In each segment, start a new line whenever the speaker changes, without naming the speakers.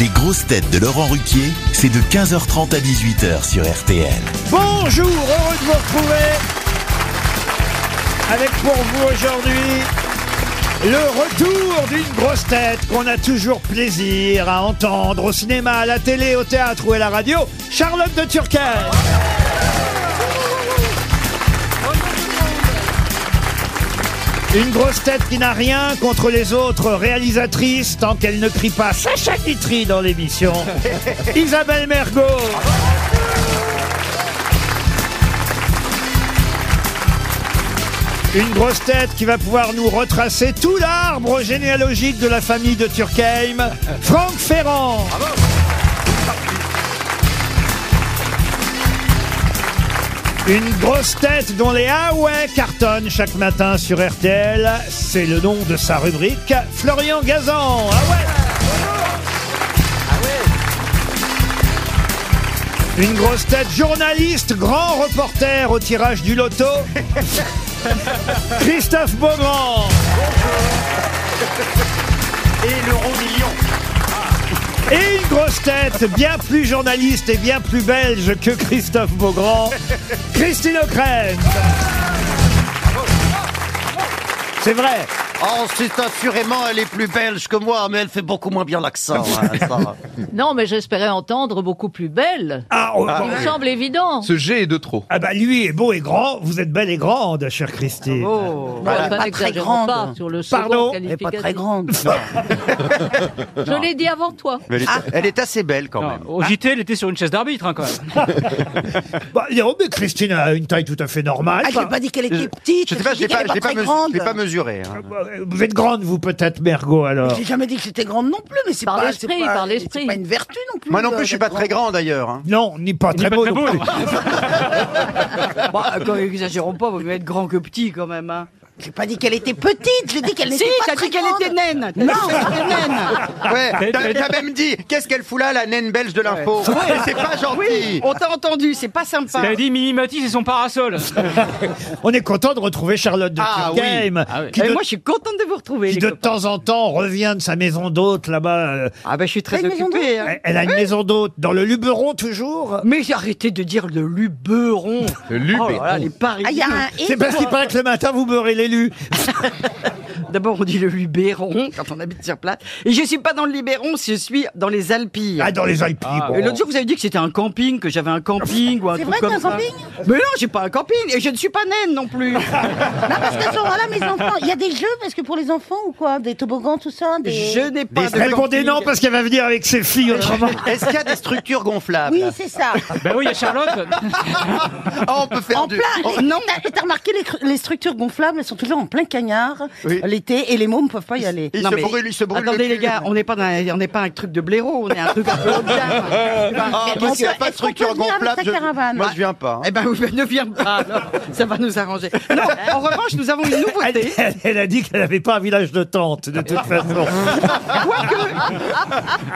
Les grosses têtes de Laurent Ruquier, c'est de 15h30 à 18h sur RTL.
Bonjour, heureux de vous retrouver avec pour vous aujourd'hui le retour d'une grosse tête qu'on a toujours plaisir à entendre au cinéma, à la télé, au théâtre ou à la radio, Charlotte de Turquie. Une grosse tête qui n'a rien contre les autres réalisatrices tant qu'elle ne crie pas Sacha Guitry dans l'émission. Isabelle Mergot. Une grosse tête qui va pouvoir nous retracer tout l'arbre généalogique de la famille de Turckheim, Franck Ferrand. Une grosse tête dont les Huawei cartonnent chaque matin sur RTL, c'est le nom de sa rubrique, Florian Gazan. Ah ouais Une grosse tête journaliste, grand reporter au tirage du loto, Christophe Beaugrand.
Et l'euro million.
Et une grosse tête bien plus journaliste et bien plus belge que Christophe Beaugrand, Christine O'Krent. C'est vrai.
Oh, c'est assurément, elle est plus belge que moi, mais elle fait beaucoup moins bien l'accent. hein, ça.
Non, mais j'espérais entendre beaucoup plus belle.
Ah, oh,
Il me semble évident.
Ce G est de trop.
ah bah lui est beau et grand, vous êtes belle et grande, chère Christine.
Oh.
Bon,
Voilà.
enfin,
Pas très
n'exagérons
grande.
pas sur le second
Pardon
Elle est pas
qualificatif.
très grande.
Je l'ai dit avant toi.
Mais elle,
Ah.
est, elle est assez belle quand même.
Au JT, elle était sur une chaise d'arbitre, hein, quand même.
Bah, non, mais Christine a une taille tout à fait normale.
Ah, je n'ai pas dit qu'elle était petite.
Je sais pas, je
j'ai
l'ai
dit qu'elle
pas,
est
je l'ai pas,
très
mesu-
grande.
je l'ai pas mesurée. hein.
Vous êtes grande, vous peut-être, Mergot, alors.
J'ai jamais dit que c'était grande non plus, mais c'est
Par
pas,
l'esprit,
c'est pas-
par l'esprit.
C'est pas une vertu non plus.
Moi non
euh,
plus, je suis
d'être
pas très grand d'ailleurs. hein.
Non, ni pas très
pas
beau.
très
non
beau,
plus.
Bah, quand exagérons pas, vaut mieux être grand que petit quand même. Hein.
J'ai pas dit qu'elle était petite, j'ai dit qu'elle
Si,
n'était pas
t'as
très
dit qu'elle
grande.
était naine. Non, qu'elle était naine.
Ouais, t'as t'as même dit, qu'est-ce qu'elle fout là, la naine belge de l'info C'est pas gentil.
On t'a entendu, c'est pas sympa.
Elle a dit Mini Mati, c'est son parasol.
On est content de retrouver Charlotte de
Ah,
Turckheim, qui,
Eh,
de,
moi, je suis contente de vous retrouver.
qui
les
de
copains.
temps en temps revient de sa maison d'hôte là-bas. euh,
Ah ben, je suis très
Avec mes
occupée. hein.
elle- Elle a une maison d'hôte dans le Luberon toujours.
Mais arrêtez de dire le luberon.
Le lubé.
Oh là là, les
Ah, il y a
parisiens.
un et.
C'est parce qu'il paraît que le matin vous beurrez l'élu.
D'abord, on dit le luberon quand on habite sur place. Et je suis pas dans le Luberon, je suis dans les Alpilles.
Ah, dans les Alpes. bon.
Et l'autre jour, vous avez dit que c'était un camping, que j'avais un camping ou un
C'est
truc
vrai que
comme
t'as un
ça.
camping
Mais non, j'ai pas un camping et je ne suis pas naine non plus.
Non, parce que voilà, mes enfants, il y a des jeux parce que pour les enfants ou quoi Des toboggans, tout ça des...
Je n'ai pas de Ah,
Répondez
camping.
non parce qu'elle va venir avec ses filles autrement.
Est-ce qu'il y a des structures gonflables
Oui, c'est ça.
ben oui, il y a Charlotte.
Ah, On peut faire
En
du.
plein.
on-
Non, t'as t'as remarqué, les, cr- les structures gonflables, elles sont toujours en plein cagnard
Oui.
l'été et les mômes ne peuvent pas y aller.
Il
Non,
se
mais-
brûle, il se brûle. le
Attendez
cul.
les gars, on n'est pas dans un- on n'est pas un truc de blaireau, on est un truc un peu haut de gamme.
Ah,
Mais
Moi,
on
s'il n'y a
peut-
pas de
est-ce qu'on peut
structure
venir avec
gonflable,
sa
je-
caravane
moi je viens pas. hein.
Eh ben oui, ben, ne viens pas, alors, ça va nous arranger. Non, en revanche, nous avons une
Elle,
nouveauté.
elle- elle a dit qu'elle n'avait pas un village de tente, de toute façon.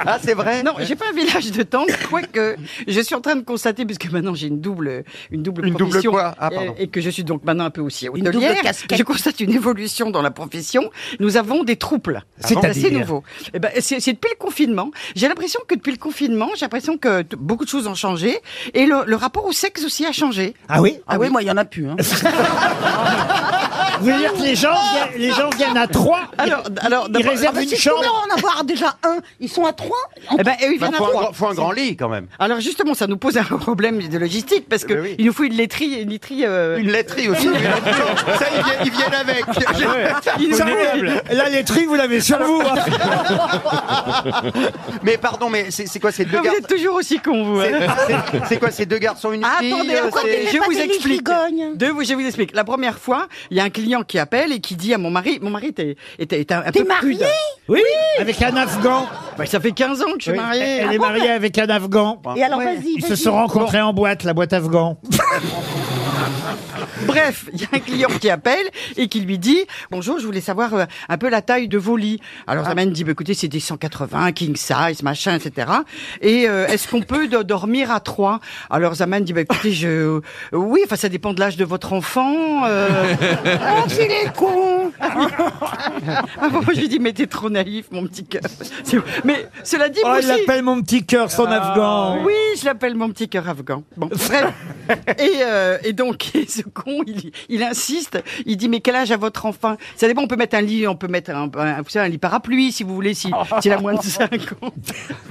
Ah, c'est vrai
Non, j'ai pas un village de tente, quoique je suis en train de constater, puisque maintenant j'ai une double, une double
Une double
profession,
quoi Ah, pardon.
et, et que je suis donc maintenant un peu aussi
double
hôtelière,
casquette.
je constate une évolution dans la profession. Nous avons des troubles.
Ah C'est-à-dire
assez nouveau. Eh ben, c'est c'est depuis le confinement. J'ai l'impression que depuis le confinement, j'ai l'impression que t- beaucoup de choses ont changé, et le, le rapport au sexe aussi a changé.
Ah oui
Ah oui, moi, il n'y en a plus. hein.
Vous voulez dire que les gens, viennent- les gens viennent à trois
Alors, alors,
Ils
d'abord- ah, bah,
réservent
Ah, Mais
une
C'est tout
chambre
marrant d'en avoir déjà un. Ils sont à trois. En-
eh ben, eh oui, il y en
Bah,
a
faut, un,
trois.
grand- faut un grand lit quand même.
Alors justement, ça nous pose un problème de logistique parce que
Ben oui.
il nous faut une laiterie, une laiterie. euh,
Une laiterie aussi. une laiterie. Ça, ils viennent, ils viennent avec.
Ah,
il nous
Ça,
faut-
La laiterie, vous l'avez sur vous. hein.
Mais pardon, mais c'est c'est quoi ces deux
Vous
garçons
êtes toujours aussi con, vous. hein.
C'est- c'est- C'est quoi ces deux garçons une fille
Attendez,
euh,
pourquoi
attendez,
tu mets
c'est-
je
pas
vous
des livres
explique.
frigognes
Deux, vous- je vous explique. La première fois, il y a un client qui appelle et qui dit à mon mari, mon mari était, était, était un peu
T'es marié
prude.
Oui, avec un Afghan.
Bah, ça fait 15 ans que je suis mariée. Ah, ben.
Elle est mariée avec un Afghan.
Et alors,
Ouais.
vas-y.
Ils se
vas-y.
sont rencontrés en boîte, la boîte Afghan.
Bref, il y a un client qui appelle et qui lui dit Bonjour, je voulais savoir euh, un peu la taille de vos lits. Alors, ça m'a dit bah, Écoutez, c'est des 180, king size, machin, etc. Et euh, est-ce qu'on peut do- dormir à 3 Alors, Zaman dit bah, Écoutez, je... oui, enfin, ça dépend de l'âge de votre enfant. euh.
Ah,
Oh, c'est les cons
Ah bon, je lui dis, mais t'es trop naïf, mon petit cœur. C'est- Mais cela dit,
Oh,
moi
il
aussi- Ah,
l'appelle mon petit cœur, son afghan.
Oui, je l'appelle mon petit cœur afghan. Bon, bref. Et, euh, et donc, et ce con, il, il insiste. Il dit, mais quel âge a votre enfant Ça dépend, on peut mettre un lit, on peut mettre un, un- vous savez, un lit parapluie, si vous voulez, si- s'il a moins de 5 ans.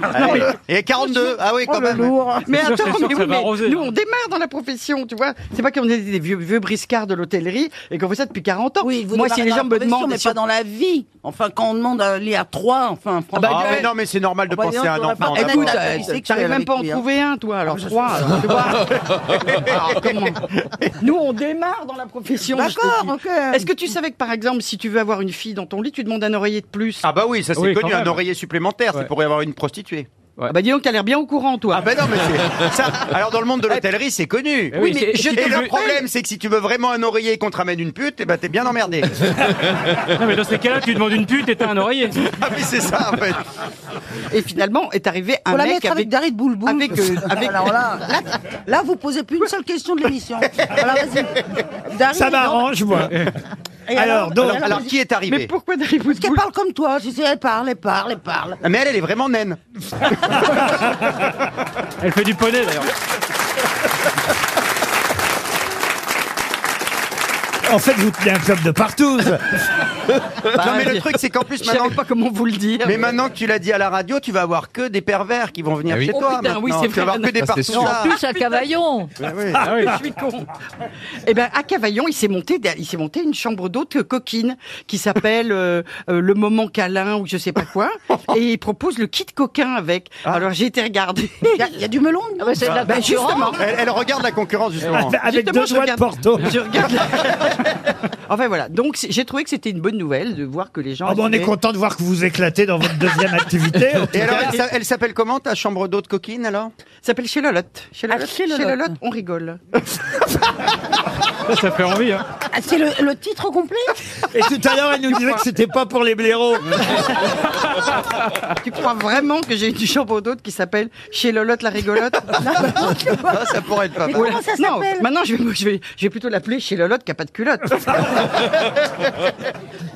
Non, mais-
Et 42, ah oui, quand
Oh, le
même.
lourd.
mais
C'est sûr,
attends,
c'est sûr que
mais oui,
ça va
mais
arroser,
nous
hein.
on démarre dans la profession, tu vois. C'est pas qu'on est des vieux, vieux briscards de l'hôtellerie et qu'on fait ça depuis 40 ans.
Oui, vous
Moi, si
démarrez
les
dans
gens
la
me
profession,
demandent,
mais
si-
pas dans la vie. Enfin, quand on demande un lit à trois, enfin, franchement.
bah,
Ah, mais non, mais c'est normal de
bah,
penser
dis donc,
à un
t'aurais pas
enfant. Ah, bah,
fait
d'abord.
Écoute,
Écoute,
euh,
euh,
sexuel
t'arrives même
avec
pas à en
lui, hein.
trouver un, toi, alors trois, alors, tu vois. Alors, comment Nous, on démarre dans la profession. je te
D'accord,
dis.
ok.
Est-ce que tu savais que, par exemple, si tu veux avoir une fille dans ton lit, tu demandes un oreiller de plus
Ah bah oui, ça c'est
Oui, quand
connu, un
même.
oreiller supplémentaire,
Ouais.
c'est pour y avoir une prostituée.
Ah Bah dis donc, t'as l'air bien au courant, toi. Eh,
Ah bah non, mais c'est- ça. Alors dans le monde de l'hôtellerie, c'est connu.
Eh oui, c'est- si
Et
tu
le
veux-
problème, c'est que si tu veux vraiment un oreiller et qu'on te ramène une pute, eh ben t'es bien emmerdé.
Non, mais dans ces cas-là, tu demandes une pute et t'as un oreiller.
Ah oui, c'est ça en fait.
Et finalement, est arrivé un
Faut la
mec
mettre avec
avec...
Darid Boulboul.
avec, euh, avec-
Alors là, là, là, vous posez plus une seule question de l'émission. Voilà, vas-y.
Ça
Darid, dis donc.
m'arrange, moi.
Et
Alors, donc,
Alors, alors, qui est
Mais
arrivé
pourquoi d'arriver
Parce qu'elle parle comme toi. Tu sais, elle parle, elle parle, elle parle.
Ah, Mais elle, elle est vraiment naine.
Elle fait du poney d'ailleurs.
En fait, vous tenez un club de partout.
non mais le truc, c'est qu'en plus
Je
maintenant.
savais pas comment vous le dire.
Mais maintenant que tu l'as dit à la radio, tu vas avoir que des pervers qui vont venir
Eh oui.
chez
Oh,
toi.
putain, oui,
maintenant.
c'est
tu vas
vrai,
avoir que des Ah
ça, c'est sûr.
partout. là.
Plus à Cavaillon.
Je suis con. Ah Eh ben, à Cavaillon, il s'est monté, il s'est monté une chambre d'hôte euh, coquine qui s'appelle euh, euh, le moment câlin ou je sais pas quoi, et il propose le kit coquin avec.
Ah.
Alors j'ai été regarder.
Il y a- il y, a du melon
Ah
dedans.
bah, c'est de la
Ben,
concurrence.
justement,
Elle, elle regarde la concurrence justement.
Ah, bah, Avec
Justement,
deux
je
doigts de
regarde-
Porto.
je regarde. enfin voilà. Donc c'est- j'ai trouvé que c'était une bonne nouvelle de voir que les gens.
Ah bah, on est
aimaient.
content de voir que vous éclatez dans votre deuxième activité. en tout
Et alors,
cas.
elle s'a- elle s'appelle comment ta chambre d'hôte coquine alors
Ça s'appelle chez Lolotte. Chez
Ah,
Lolotte.
chez Lolotte.
on rigole.
Ça fait envie, hein.
Ah, c'est le, le titre au complet
Et tout à l'heure, elle nous disait que c'était pas pour les blaireaux.
tu crois vraiment que j'ai une chambre d'hôte qui s'appelle chez Lolotte la rigolote
Ah, Ça pourrait être pas
Mais
mal.
comment ça
Non,
s'appelle
maintenant je vais, je vais, je vais plutôt l'appeler chez Lolotte qui a pas de culotte.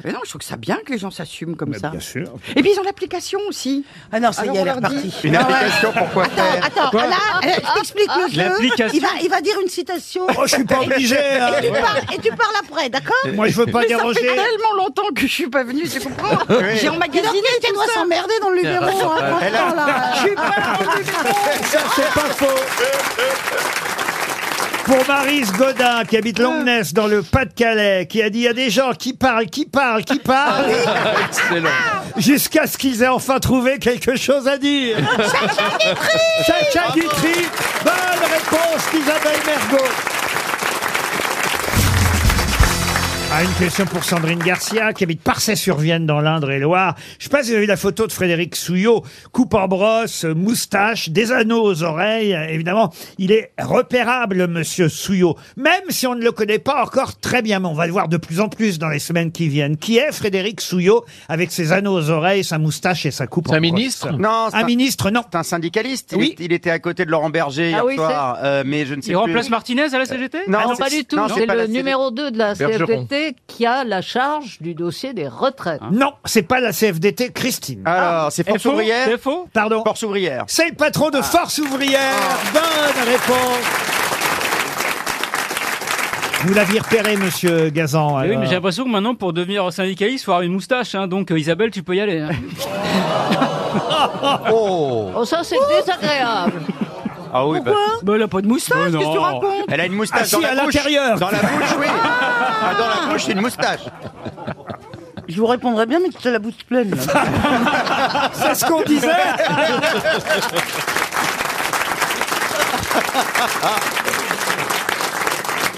Mais non, je trouve que ça bien que les gens s'assument comme ça.
sûr.
Et puis ils ont l'application aussi.
Ah non, ça y
Alors,
est,
on
elle est
leur dit-
repartie.
Une application pour quoi
Attends,
faire
attends, là, là, je t'explique le jeu.
L'application.
Il va, il va dire une citation.
Oh, je suis pas obligé. hein.
Et tu parles, et tu parles après, d'accord
Moi, je veux pas
Mais ça fait
déroger.
tellement longtemps que je suis pas venue, tu comprends J'ai
Dis donc,
emmagasiné
tu
tout
dois
ça.
s'emmerder dans le numéro. hein, franchement, là.
Ça, c'est pas faux. Pour Marise Godin, qui habite Longnes dans le Pas-de-Calais, qui a dit il y a des gens qui parlent, qui parlent, qui parlent,
Excellent.
jusqu'à ce qu'ils aient enfin trouvé quelque chose à dire. Sacha Guitry Sacha Guitry Bonne réponse d'Isabelle Mergot Ah, une question pour Sandrine Garcia, qui habite Parçay-sur-Vienne dans l'Indre-et-Loire. Je sais pas si vous avez vu la photo de Frédéric Souillot, coupe en brosse, euh, moustache, des anneaux aux oreilles. Euh, Évidemment, il est repérable, monsieur Souillot, même si on ne le connaît pas encore très bien. Mais on va le voir de plus en plus dans les semaines qui viennent. Qui est Frédéric Souillot avec ses anneaux aux oreilles, sa moustache et sa coupe en
C'est un
brosse
ministre
Non, c'est
Un
un,
ministre, non.
c'est un syndicaliste. Il,
Oui.
est- il était à côté de Laurent Berger hier
Ah oui,
soir, euh, mais je ne sais
Il
plus.
remplace Martinez à la CGT
Ah non,
c'est-
pas du tout.
non,
C'est
pas
le
la CGT.
numéro 2 de la
Bergeron.
CFDT qui a la charge du dossier des retraites.
Non, c'est pas la CFDT, Christine.
Ah.
Alors, c'est Force
FO
ouvrière.
FO
Pardon.
Force ouvrière.
C'est le patron de Force Ouvrière. Bonne réponse. Vous l'aviez repéré, monsieur Gazan.
Eh Oui,
alors.
mais j'ai l'impression que maintenant, pour devenir syndicaliste, il faut avoir une moustache. Hein. Donc, euh, Isabelle, tu peux y aller. hein.
Oh, ça, c'est désagréable.
Ah oui, bah,
Mais elle a pas de moustache, qu'est-ce que tu racontes
elle a une moustache
Ah si,
dans la
à
bouche.
l'intérieur.
Dans la bouche, oui. Ah, dans la bouche, c'est une moustache.
Je vous répondrai bien, mais tu as la bouche pleine. là.
C'est ce qu'on disait.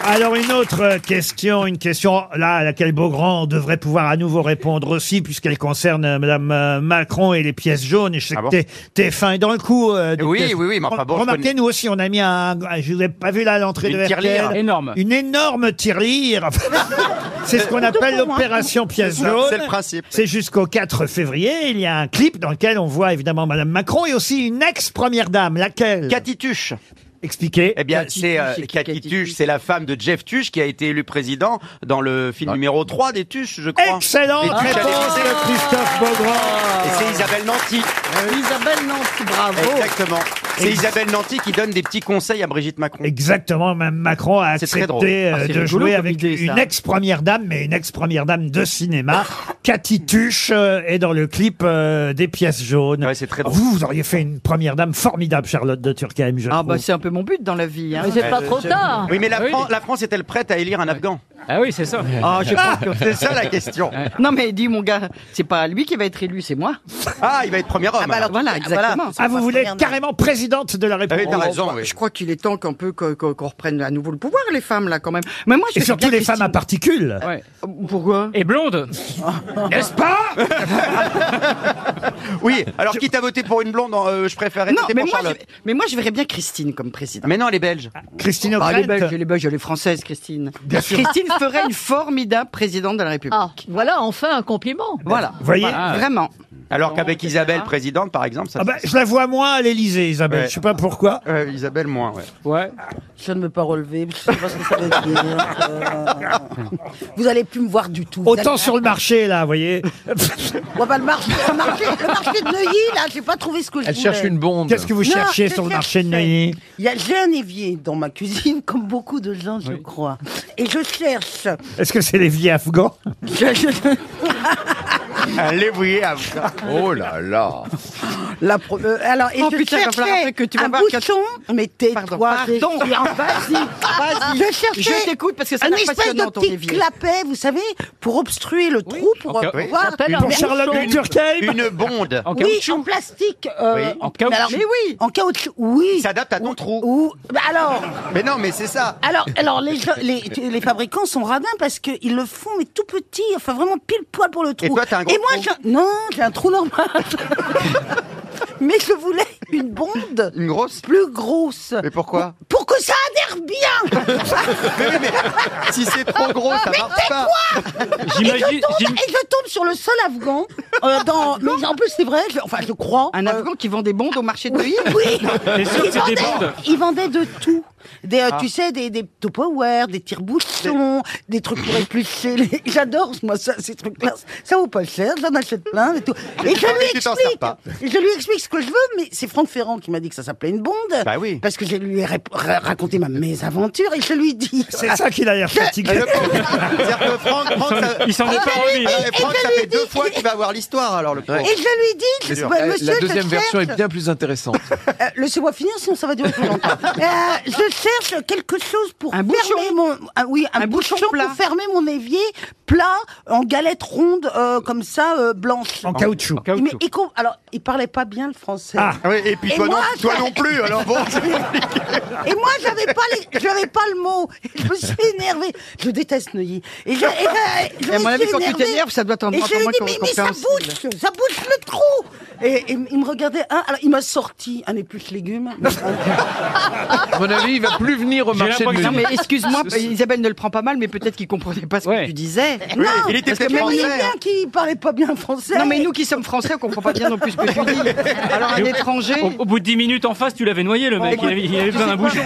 Alors une autre euh, question, une question là à laquelle Beaugrand devrait pouvoir à nouveau répondre aussi puisqu'elle concerne euh, Madame euh, Macron et les pièces jaunes. Et je sais
Ah
que
bon
t'es- t'es fin et dans le coup. euh, des
Oui,
pièces-
oui, oui, mais enfin bon, je
Remarquez,
connais-
nous aussi, on a mis un. Je vous ai pas vu là à l'entrée
Une
de
tirelire.
RTL.
Énorme.
Une énorme tirelire. C'est ce qu'on appelle l'opération pièce
C'est
jaune.
le principe.
C'est jusqu'au 4 février. Il y a un clip dans lequel on voit évidemment Madame Macron et aussi une ex-première dame, laquelle
Catituche.
Expliquez.
Eh bien,
Cathy
c'est
Tuche,
euh,
c'est qui,
Cathy
Cathy
Tuche,
Tuche
c'est la femme de Jeff Tuche qui a été élu président dans le film numéro 3 des Tuches, je crois.
Excellente
Les Tuches à
réponse
l'Élysée.
de Christophe Beaugrand.
Et c'est Isabelle Nanty.
Isabelle Nanty, bravo.
Exactement. C'est Isabelle Nanty qui donne des petits conseils à Brigitte Macron.
Exactement, même Macron a
C'est très
accepté
drôle.
euh,
Ah, c'est
de
rigolo
jouer
comme
avec
idée, ça.
une ex-première dame, mais une ex-première dame de cinéma. Cathy Tuche euh, est dans le clip euh, des pièces jaunes.
Ouais, c'est très drôle.
vous, vous auriez fait une première dame formidable, Charlotte de Turckheim, je
Ah bah
trouve.
c'est un peu mon but dans la vie. Hein.
Mais c'est pas trop tard.
Oui, mais
Ah
la,
Oui.
Fran- la France est-elle prête à élire un Afghan
Ah oui, c'est ça.
Ah, je pense que-
C'est ça la question.
Non mais dis mon gars, c'est pas lui qui va être élu, c'est moi.
Ah, il va être premier homme.
Ah bah alors, voilà, exactement.
Ah, vous voulez être
regarde.
carrément présidente de la
Ah oui,
République
t'as raison. oui.
Je crois qu'il est temps qu'un peu qu'on qu'on- qu'on reprenne à nouveau le pouvoir, les femmes là quand même. Mais moi, je
Et
suis
surtout
bien
les femmes à particules.
Ouais.
Christine. Pourquoi
Et blonde
N'est-ce pas
Oui, alors quitte à voter pour une blonde, euh, je préférais
Non,
voter
mais
pour
moi,
Charlotte.
je- mais moi, je verrais bien Christine comme présidente.
Mais non, elle est belge.
Christine
Ah, elle est
O'Krent.
belge, elle est belge, elle est française, Christine. Christine ferait une formidable présidente de la République.
Ah, voilà enfin un compliment.
Voilà.
Vous voyez
Ah.
Vraiment.
Alors qu'avec Isabelle présidente, par exemple, ça.
Ah bah, Je la vois moins à l'Élysée, Isabelle.
Ouais.
Je sais pas pourquoi.
Euh, Isabelle moins, ouais.
Ouais.
Je ne me pas relever, je sais pas ce que ça veut dire. Euh, Vous allez plus me voir du tout. Vous
Autant
allez-
sur le marché, là, vous voyez.
Ouais, bah, le, marché, le, marché, le marché de Neuilly, là, j'ai pas trouvé ce que je
Elle
voulais.
cherche une bombe.
Qu'est-ce que vous
Non,
cherchez
je
sur le marché de
cherchais.
Neuilly
Il y a- J'ai un évier dans ma cuisine, comme beaucoup de gens, je crois. Et je cherche.
Est-ce que c'est l'évier afghan
je- je-
Elle est bouillée à
Oh là là.
la pro- euh, alors, et
Oh
je
putain, il va falloir
cherchais
après que tu vas
un
voir que-
bouchon. Mais
Pardon,
tais-toi,
pardon.
Christian, vas-y.
Vas-y.
Je cherchais
Je t'écoute parce que ça
un
n'a
espèce
passionnant
de
ton
petit
évier.
clapet, vous savez, pour obstruer le trou, pour euh,
Ok, oui.
Ça
voir.
s'appelle un
Pour Charlotte
bouchon.
de Turckheim
une bonde.
En
Oui,
caoutchouc.
en plastique. euh,
Oui.
En caoutchouc.
mais alors-
Mais oui.
En caoutchouc, oui.
Il s'adapte à ton trou.
Ou, bah alors,
Mais non, mais c'est ça.
alors, alors les, gens- les, les fabricants sont radins parce qu'ils le font, mais tout petit, enfin vraiment pile poil pour le trou.
Et toi, t'as un gros
Et moi,
trou.
j'ai- non, j'ai un trou normal. mais je voulais une bonde
Une grosse.
plus grosse.
Mais pourquoi
Pour que ça adhère bien
Mais oui, mais si c'est trop gros, ça marche pas.
J'imagine.
Et
j'im-
je tombe sur le sol afghan. euh, dans, mais en plus, c'est vrai, je- enfin, je crois.
Un
euh,
Afghan qui vend des bondes au marché de
Oui,
Neuilly
oui.
T'es sûr que c'est
Ils
des
vendaient-
bandes Ah.
Ils vendaient de tout. Des, euh, Tu sais, des, des Tupperware, des tire-bouchons, des trucs pour éplucher. les- J'adore, moi, ça, ces trucs-là. Ça vaut pas cher, j'en achète plein et tout. Et je lui
Ah tu t'en sers
explique.
pas.
et Je lui explique ce que je veux, mais c'est Franck Ferrand qui m'a dit que ça s'appelait une bonde.
Bah oui.
Parce que je lui ai rép- ra- raconté ma mésaventure et je lui dis.
C'est ça qu'il a l'air fatigué.
Mais le pauvre. Euh, C'est-à-dire que Franck, Franck, ça...
Il s'en est pas remis.
Alors, mais Franck,
je
ça
lui
fait deux
dis-
fois qu'il va avoir l'histoire, alors le pauvre.
Et je lui dis,
sûr.
bah,
Eh,
monsieur,
la
je
deuxième version est
cherche-
bien plus intéressante.
Euh, Laissez-moi finir, sinon ça va durer plus longtemps. Euh, je cherche quelque chose pour
Un
fermer
bouchon.
mon, ah oui, un,
Un bouchon
bouchon,
plat.
pour fermer mon évier plat en galette ronde euh, comme ça euh, blanche.
En caoutchouc.
Mais il com- alors, il parlait pas bien le français.
Ah.
Ah oui, et puis
Et
toi,
moi,
non, toi
ça-
non plus, alors bon.
Et moi, j'avais pas, les- j'avais pas le mot. Je me suis énervée. Je déteste Neuilly. Et je, et je- je
Et à
me
mon avis,
suis
quand tu
énervée.
t'énerves, ça doit t'en
Et
prendre
je lui ai
moins
dit,
qu'on-
mais,
qu'on
mais ça
pense.
bouche, ça bouche le trou. Et, et il me regardait. Ah, alors, il m'a sorti un épluche légumes.
À mon avis, il va plus venir au
J'ai
marché de
l'impression-
Non mais
Neuilly.
excuse-moi, Isabelle ne le prend pas mal, mais peut-être qu'il comprenait pas ce
Ouais.
que tu disais.
Oui, il était
parce que
peut-être
même
Mais il est
français.
bien qu'il parlait pas bien français.
Non mais nous qui sommes français, on comprend pas bien non plus ce que tu dis. Alors un étranger, Oh,
Au, au bout de 10 minutes en face, tu l'avais noyé, le mec. Il avait, il avait besoin d'un bouchon.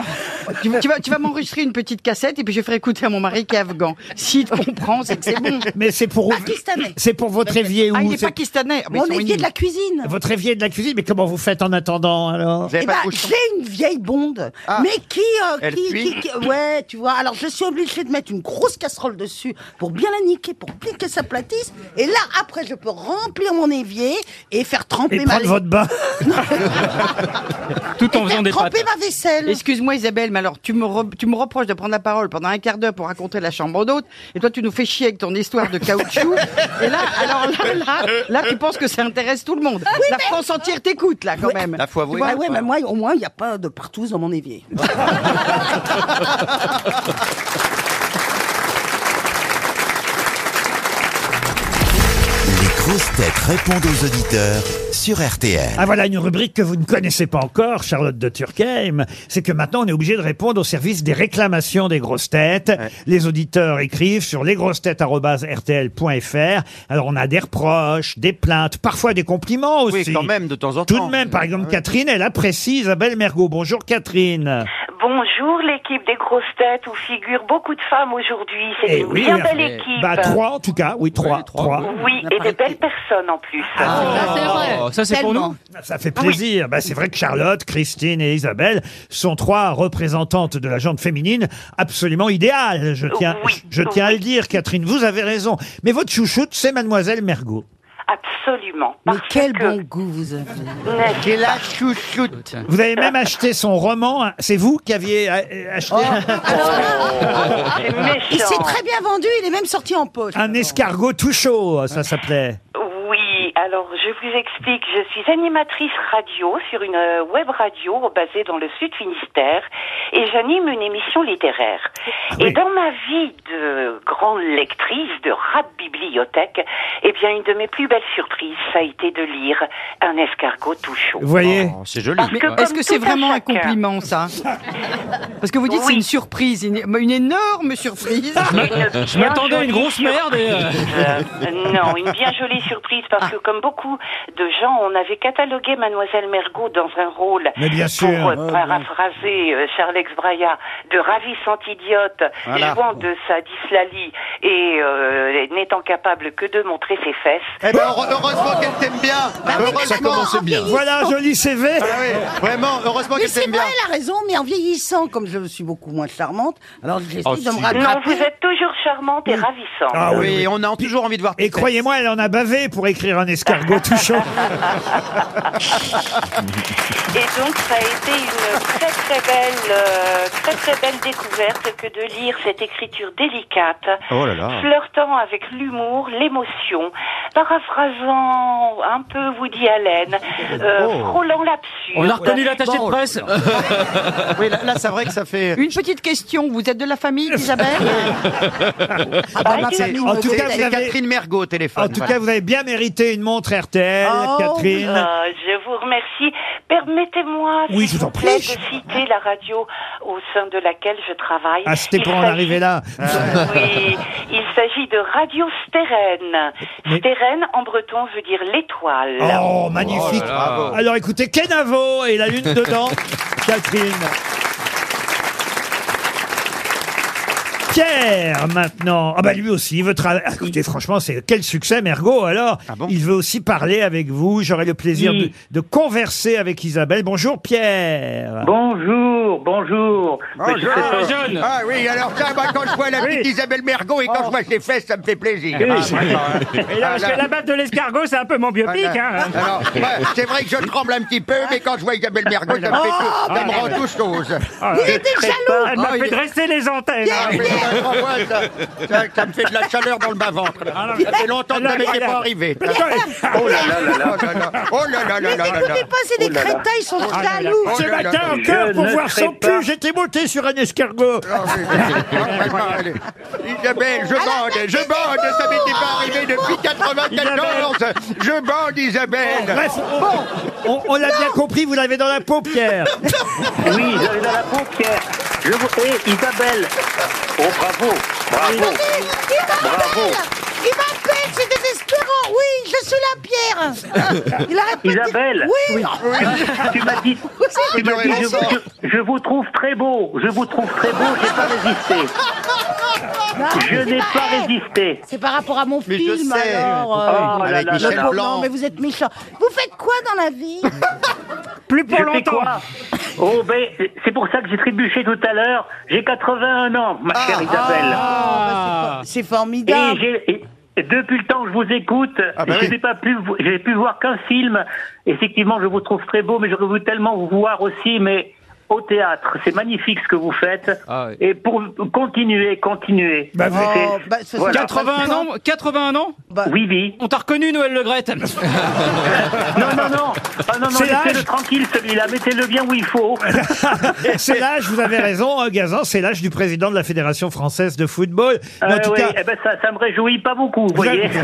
tu, vas- tu vas, tu vas m'enregistrer une petite cassette et puis je ferai écouter à mon mari qui est afghan. S'il te comprend, c'est que c'est bon.
Mais c'est pour
Pakistanais.
c'est pour votre évier
Ah,
ou
il est pakistanais. Ah, mais
Mon
ils sont
évier de
nuls.
la cuisine.
votre évier de la cuisine. Mais comment vous faites en attendant alors
Vous avez
Eh
pas de
ben,
bouchon.
j'ai une vieille bonde,
Ah.
mais qui, euh,
Elle
qui,
fuit.
qui- qui- ouais, tu vois. Alors je suis obligée de mettre une grosse casserole dessus pour bien la niquer, pour bien qu'elle s'aplatisse. Et là, après, je peux remplir mon évier et faire
Et
tremper ma
prendre votre bain.
Tout en
et
faisant
faire
des pattes.
tremper ma vaisselle.
Excuse-moi Isabelle, mais alors tu me, re- tu me reproches de prendre la parole pendant un quart d'heure pour raconter la chambre d'hôte, et toi tu nous fais chier avec ton histoire de caoutchouc. et là, alors
Euh,
là, là, là, tu penses que ça intéresse tout le monde. la France entière t'écoute là quand même.
Là, faut avouer.
Ah ouais, mais moi, au moins, il n'y a pas de partout dans mon évier.
Les grosses têtes répondent aux auditeurs sur RTL.
Ah voilà une rubrique que vous ne connaissez pas encore, Charlotte de Turckheim. C'est que maintenant on est obligé de répondre au service des réclamations des grosses têtes. Les auditeurs écrivent sur lesgrossetêtes@rtl.fr. Alors on a des reproches, des plaintes, parfois des compliments aussi.
Oui, quand même, de temps en temps.
Tout de même, par exemple, Catherine, elle apprécie Isabelle Mergot. Bonjour Catherine.
Bonjour l'équipe des grosses têtes où figurent beaucoup de femmes aujourd'hui. C'est
Eh
une
oui,
bien
merci.
belle équipe.
Bah, trois en tout cas, oui, trois. trois.
Oui, et des belles personnes en plus.
Ah, Oh, Ça, c'est pour nous. Ah, Ça fait plaisir. Bah, c'est vrai que Charlotte, Christine et Isabelle sont trois représentantes de la gente féminine absolument idéales. Je tiens, je tiens à le dire, Catherine, vous avez raison. Mais votre chouchoute, c'est Mademoiselle Mergot.
Absolument.
Mais quel bon goût vous avez.
J'ai la
chouchoute.
Vous avez même acheté son roman. hein. C'est vous qui aviez euh, acheté.
Oh. Il s'est très bien vendu, il est même sorti en poche.
Un escargot tout chaud, ça s'appelait.
Oui, alors je vous explique, je suis animatrice radio sur une euh, web radio basée dans le sud Finistère et j'anime une émission littéraire.
Ah
Et dans ma vie de grande lectrice, de rap bibliothèque, eh bien une de mes plus belles surprises, ça a été de lire Un escargot tout chaud.
Vous voyez
Oh, C'est joli.
Parce que comme
Est-ce que c'est
tout un
vraiment un
chacun-
compliment, ça Parce que vous dites c'est une surprise, une, une énorme surprise.
Je m'attendais à une grosse merde. et, euh,
Euh, non, une bien jolie surprise parce que comme beaucoup de gens, on avait catalogué Mademoiselle Mergot dans un rôle
Mais bien sûr.
pour euh,
Ah, bon.
paraphraser euh, Charles-Ex Braillat de ravissante idiote
Voilà.
jouant de sa dyslalie et euh, n'étant capable que de montrer ses fesses.
Eh ben, heure- heureusement qu'elle t'aime bien.
Bah
Heureusement. Ah,
Ah,
Voilà un joli CV.
Vraiment, heureusement
Mais
qu'elle
c'est
t'aime bien.
vrai, elle a raison, mais en vieillissant, comme je suis beaucoup moins charmante, alors j'essaie
Oh,
de me
si.
rattraper. Mm.
Non, vous êtes toujours charmante et ravissante.
Ah on a toujours envie de voir. Et croyez-moi, elle en a bavé pour écrire un escargot tout chaud.
Et donc, ça a été une très très belle, euh, très très belle découverte que de lire cette écriture délicate,
Oh là
Ah.
là.
flirtant avec l'humour, l'émotion, paraphrasant un peu Woody Allen, euh,
Oh.
frôlant l'absurde.
On a reconnu l'attaché de presse.
oui, là, là, c'est vrai que ça fait.
Une petite question, vous êtes de la famille d'Isabelle
Ah
bah,
ma
c'est-
famille, En tout
c'est-
cas, vous
c'est
avez-
Catherine Mergot au téléphone.
En tout cas, vous avez bien mérité une montre RTL, Oh, Catherine.
euh, je vous remercie. Permettez-moi
Oui,
s'il
je vous en
vous plaît, de
prie.
citer la radio au sein de laquelle je travaille.
Ah, c'était
Il
pour en
s'agit-
arriver là.
Oui, il s'agit de Radio Stérène. Stérène, en breton, veut dire l'étoile.
Oh, magnifique. Alors écoutez, Kenavo et la lune dedans, Catherine. Pierre, maintenant. Ah bah lui aussi, il veut travailler. Écoutez, franchement, c'est quel succès, Mergot. Alors,
Ah
il veut aussi parler avec vous. J'aurai le plaisir
Oui.
de, de converser avec Isabelle. Bonjour, Pierre.
Bonjour, bonjour. Monsieur Pepper.
Ah oui, alors ça, moi, quand je vois la petite Isabelle Mergot et quand je vois ses fesses, ça me fait plaisir.
Oh. Oui.
Ah, vraiment, hein.
Et là, parce
Ah,
que
là.
la baffe de l'escargot, c'est un peu mon biopic.
Ah,
hein.
alors, ouais, c'est vrai que je tremble un petit peu, mais quand je vois Isabelle Mergot, ça me, fait
Oh,
tout, ça me
bah,
rend
bah.
tout chose.
Ah,
Vous
ouais.
étiez
Faites
jaloux.
pas, Elle m'a
Ah,
fait
il-
dresser les antennes. hein.
Ah, mais là, je renvoie, ça, ça- ça me fait de la chaleur dans le bas-ventre.
Ah
là. Ça fait longtemps que ça m'était pas arrivé. Oh là là là là là là. Oh là là là là là là.
pas, c'est des crétins, ils sont
Ah,
jaloux.
Ah,
Oh,
Ce matin, encore pour voir son cul, j'étais monté sur un escargot.
Ah Isabelle, je bande, je bande, ça m'était pas arrivé depuis 94. Je bande, Isabelle.
Bref, on, on- on l'a bien compris, vous l'avez dans la peau, Pierre.
Oui, j'avais dans la peau, Pierre. Je vous et Isabelle.
Oh, bravo, bravo.
Bravo.
Il m'appelle, c'est désespérant. Oui, je suis la pierre. Il arrête pas de dire-
Isabelle.
Oui.
Tu m'as dit, tu m'as dit, je, je- je vous trouve très beau. Je vous trouve très beau, j'ai pas résisté.
Non,
Je
c'est
n'ai
pas
pas
elle.
résisté.
C'est par rapport à mon
Mais je
film,
sais.
alors.
euh,
Oh là
le
là là là.
pauvre- Non, mais vous êtes méchant. Vous faites quoi dans la vie
Plus pour longtemps. oh ben, c'est pour ça que j'ai trébuché tout à l'heure. J'ai 81 ans, ma chère Isabelle.
Ah.
C'est formidable.
Et j'ai- et- et depuis le temps que je vous écoute,
Ah,
bah
je
oui.
n'ai pas pu, vo- j'ai pu voir qu'un film. Effectivement, je vous trouve très beau, mais j'aurais voulu tellement vous voir aussi, mais au théâtre. C'est magnifique ce que vous faites.
Ah
Et pour continuer, continuer.
Bah, vous-
C'est-
Oh, bah, ça, c'est 81 ans, 81 ans
Bah.
Oui, oui.
On t'a reconnu, Noël Le Graët.
Non, non, non. Ah, non, non,
C'est
laissez-le
l'âge.
tranquille, celui-là. Mettez-le bien où il faut.
c'est l'âge, vous avez raison, euh, Gazan, c'est l'âge du président de la Fédération française de football. Mais
Euh,
en tout
oui,
cas,
eh ben, ça, ça me réjouit pas beaucoup, vous
vous avez,
voyez.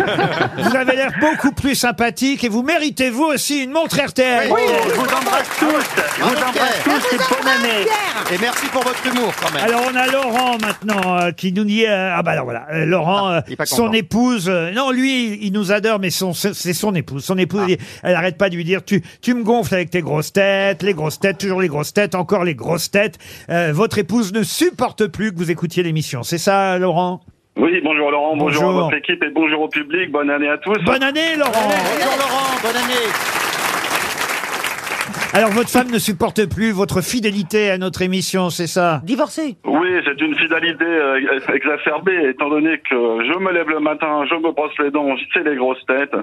vous avez l'air beaucoup plus sympathique et vous méritez vous aussi une montre RTL.
Oh, je vous embrasse tous. Je vous embrasse tous. C'est pour
Bonne année.
Et merci pour votre humour quand même.
Alors on a Laurent maintenant euh, qui nous dit euh, ah bah alors voilà euh, Laurent euh,
Ah, il est pas
son
content.
épouse euh, non lui il nous adore mais son c'est c'est son épouse son épouse
Ah.
elle, elle arrête pas de lui dire tu tu me gonfles avec tes grosses têtes les grosses têtes toujours les grosses têtes encore les grosses têtes Euh, votre épouse ne supporte plus que vous écoutiez l'émission c'est ça Laurent
Oui, bonjour Laurent, bonjour,
Bonjour.
à votre équipe et bonjour au public. Bonne année à tous.
Bonne année Laurent
Bonjour Laurent, bonne année.
alors votre femme ne supporte plus votre fidélité à notre émission c'est ça
divorcé
Oui, c'est une fidélité euh, exacerbée, étant donné que je me lève le matin, je me brosse les dents, c'est les grosses têtes.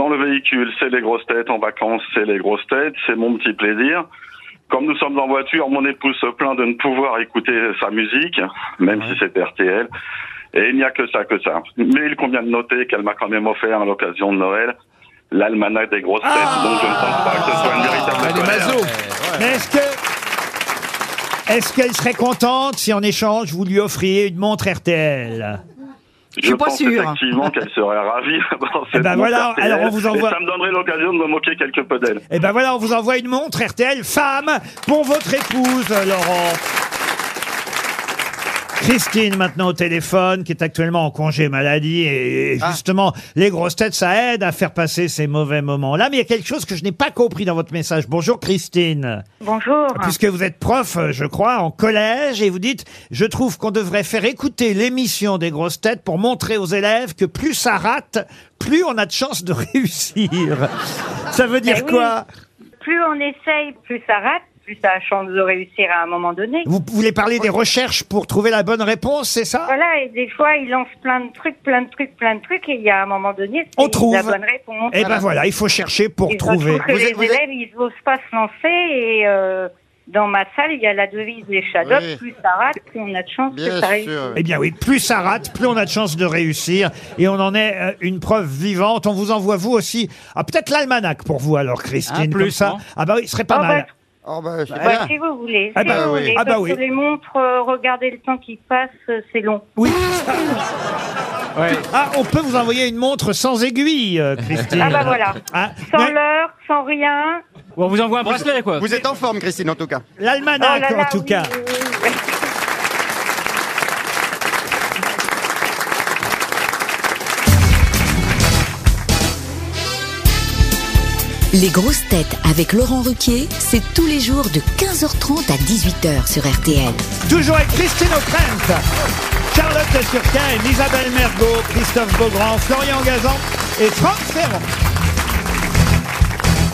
Dans le véhicule, c'est les grosses têtes. En vacances, c'est les grosses têtes. C'est mon petit plaisir. Comme nous sommes en voiture, mon épouse se plaint de ne pouvoir écouter sa musique, même si c'est RTL. Et il n'y a que ça, que ça. Mais il convient de noter qu'elle m'a quand même offert à l'occasion de Noël l'almanach des grosses têtes. Donc je ne pense pas que ce soit une véritable colère.
Mais est-ce que. Est-ce qu'elle serait contente si en échange vous lui offriez une montre RTL
Je, pense effectivement qu'elle serait ravie d'avoir cette
ben
montre
voilà,
RTL,
alors on vous
et
envoie-
ça me donnerait l'occasion de me moquer quelque peu d'elle.
Eh ben voilà, on vous envoie une montre RTL femme pour votre épouse, Laurent. Christine, maintenant au téléphone, qui est actuellement en congé maladie. Et et justement, les grosses têtes, ça aide à faire passer ces mauvais moments-là. Mais il y a quelque chose que je n'ai pas compris dans votre message. Bonjour Christine.
Bonjour.
Puisque vous êtes prof, euh, je crois, en collège, et vous dites, je trouve qu'on devrait faire écouter l'émission des grosses têtes pour montrer aux élèves que plus ça rate, plus on a de chances de réussir. ça veut dire
Eh oui.
quoi
Plus on essaye, plus ça rate, plus ça a chance de réussir à un moment donné.
Vous voulez parler des recherches pour trouver la bonne réponse, c'est ça
Voilà, et des fois, ils lancent plein de trucs, plein de trucs, plein de trucs, et il y a un moment donné, c'est
On trouve.
la bonne réponse.
Eh ben voilà, il faut chercher pour
Et je
trouver.
trouve que les élèves, ils n'osent pas se lancer, et euh, dans ma salle, il y a la devise des Shadows,
Oui.
plus ça rate, plus on a de chance que ça réussisse.
Eh bien oui, plus ça rate, plus on a de chances de réussir. Et on en est euh, une preuve vivante. On vous envoie vous aussi. Ah, peut-être l'almanach pour vous alors, Christine.
Ah,
comme
plus,
ça.
non
Ah bah oui, ce serait pas
Ah,
mal.
Oh,
Bah,
bien.
si vous voulez,
Ah
si
bah
vous
oui.
voulez,
Ah bah
parce
oui.
que les montres, euh, regardez le temps qui passe, euh, c'est long.
Oui. Ah, on peut vous envoyer une montre sans aiguille, euh, Christine.
Ah bah voilà.
Ah,
Sans l'heure, sans rien.
on vous envoie un
bracelet, quoi. Vous êtes en forme, Christine, en tout cas.
L'almanach,
Oh là là,
en tout
oui,
cas.
Les grosses têtes avec Laurent Ruquier, c'est tous les jours de 15h30 à 18h sur RTL.
Toujours avec Christine O'Krent, Charlotte Turquin, Isabelle Mergot, Christophe Beaugrand, Florian Gazan et Franck Ferrand.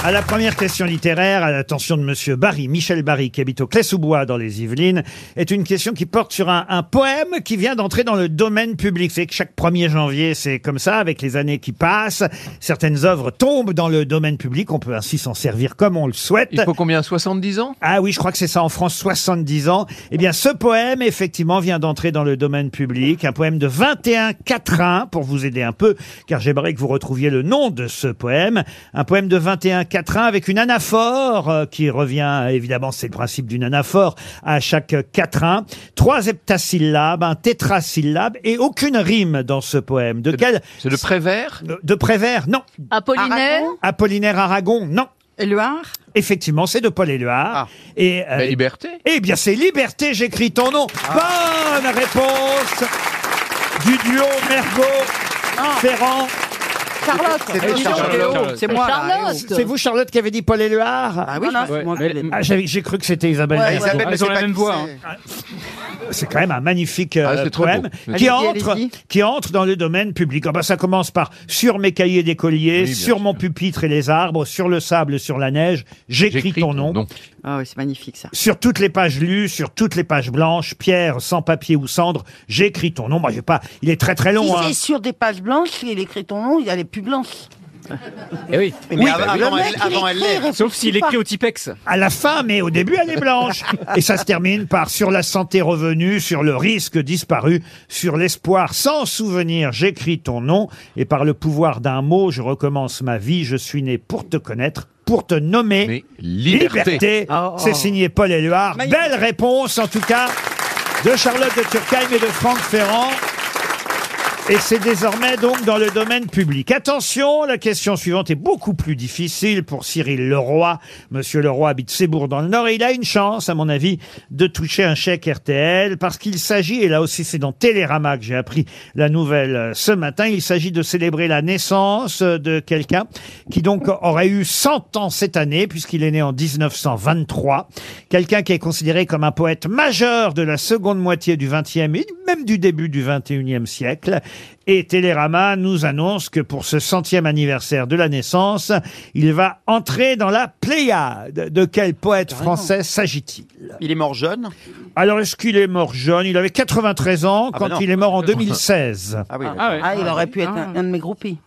À la première question littéraire, à l'attention de Monsieur Barry, Michel Barry, qui habite au Clé-sous-Bois dans les Yvelines, est une question qui porte sur un, un poème qui vient d'entrer dans le domaine public. C'est que chaque 1er janvier, c'est comme ça, avec les années qui passent, certaines œuvres tombent dans le domaine public. On peut ainsi s'en servir comme on le souhaite. Il faut combien 70 ans Ah oui, je crois que c'est ça en France, 70 ans. Eh bien, ce poème, effectivement, vient d'entrer dans le domaine public. Un poème de 21 quatrains, pour vous aider un peu, car j'aimerais que vous retrouviez le nom de ce poème. Un poème de 21 quatrains avec une anaphore euh, qui revient, euh, évidemment, c'est le principe d'une anaphore, à chaque euh, quatrain. Trois heptasyllabes, un tétrasyllabe et aucune rime dans ce poème. De quel C'est de Prévert De Prévert, non.
Apollinaire
Apollinaire Aragon, non. Éluard Effectivement, c'est de Paul Éluard. Et euh,
Liberté
Eh bien, c'est Liberté, j'écris ton nom. Bonne réponse du duo Mergot Ferrand.
Charlotte.
Eh,
C'était
dis donc,
Ah. Charlotte.
Théo,
Charlotte.
c'est moi. là.
Charlotte.
C'est c'est vous, Charlotte, qui avez dit Paul Éluard Ah
oui, je pense que c'est moi qui l'ai dit.
Ah, j'avais- J'ai cru que c'était Isabelle.
Ouais,
Mergo.
Isabelle, mais
Elles ont
c'est
la
pas
même
qui
voix,
c'est.
hein. C'est quand même un magnifique euh,
Ah, c'est trop
poème
beau.
qui
Allez-y,
entre, qui entre dans le domaine public. Ah bah, ça commence par sur mes cahiers d'écolier,
bien
sur mon pupitre et les arbres, sur le sable, sur la neige, j'écris ton, nom.
Ah oui, c'est magnifique ça.
Sur toutes les pages lues, sur toutes les pages blanches, pierre, sans papier ou cendre, j'écris ton nom. Moi, j'ai pas. Il est très très long.
Si
hein.
c'est sur des pages blanches, il écrit ton nom, il a les plus blanches.
Eh oui.
Mais Oui, avant- bah, avant le elle- mec, il avant elle écrit, l'est. réfléchit Sauf s'il écrit pas. au
Tipex. À la fin, mais au début, elle est blanche. Et ça se termine par sur la santé revenue, sur le risque disparu, sur l'espoir sans souvenir, j'écris ton nom. Et par le pouvoir d'un mot, je recommence ma vie, je suis né pour te connaître. Pour te nommer
liberté. Oh, oh.
C'est signé Paul Éluard. Belle réponse, en tout cas, de Charlotte de Turckheim et de Franck Ferrand. Et c'est désormais donc dans le domaine public. Attention, la question suivante est beaucoup plus difficile pour Cyril Leroy. Monsieur Leroy habite Sébourg dans le Nord et il a une chance, à mon avis, de toucher un chèque RTL parce qu'il s'agit, et là aussi c'est dans Télérama que j'ai appris la nouvelle euh, ce matin, il s'agit de célébrer la naissance euh, de quelqu'un qui donc aurait eu 100 ans cette année puisqu'il est né en 1923. Quelqu'un qui est considéré comme un poète majeur de la seconde moitié du 20e et même du début du 21e siècle. Et Télérama nous annonce que pour ce centième anniversaire de la naissance, il va entrer dans la Pléiade. De quel poète français s'agit-il Il est mort jeune Alors, est-ce qu'il est mort jeune Il avait 93 ans
Ah bah
quand
non.
il est mort en 2016.
Ah, ah, il aurait pu être un, un de mes groupies.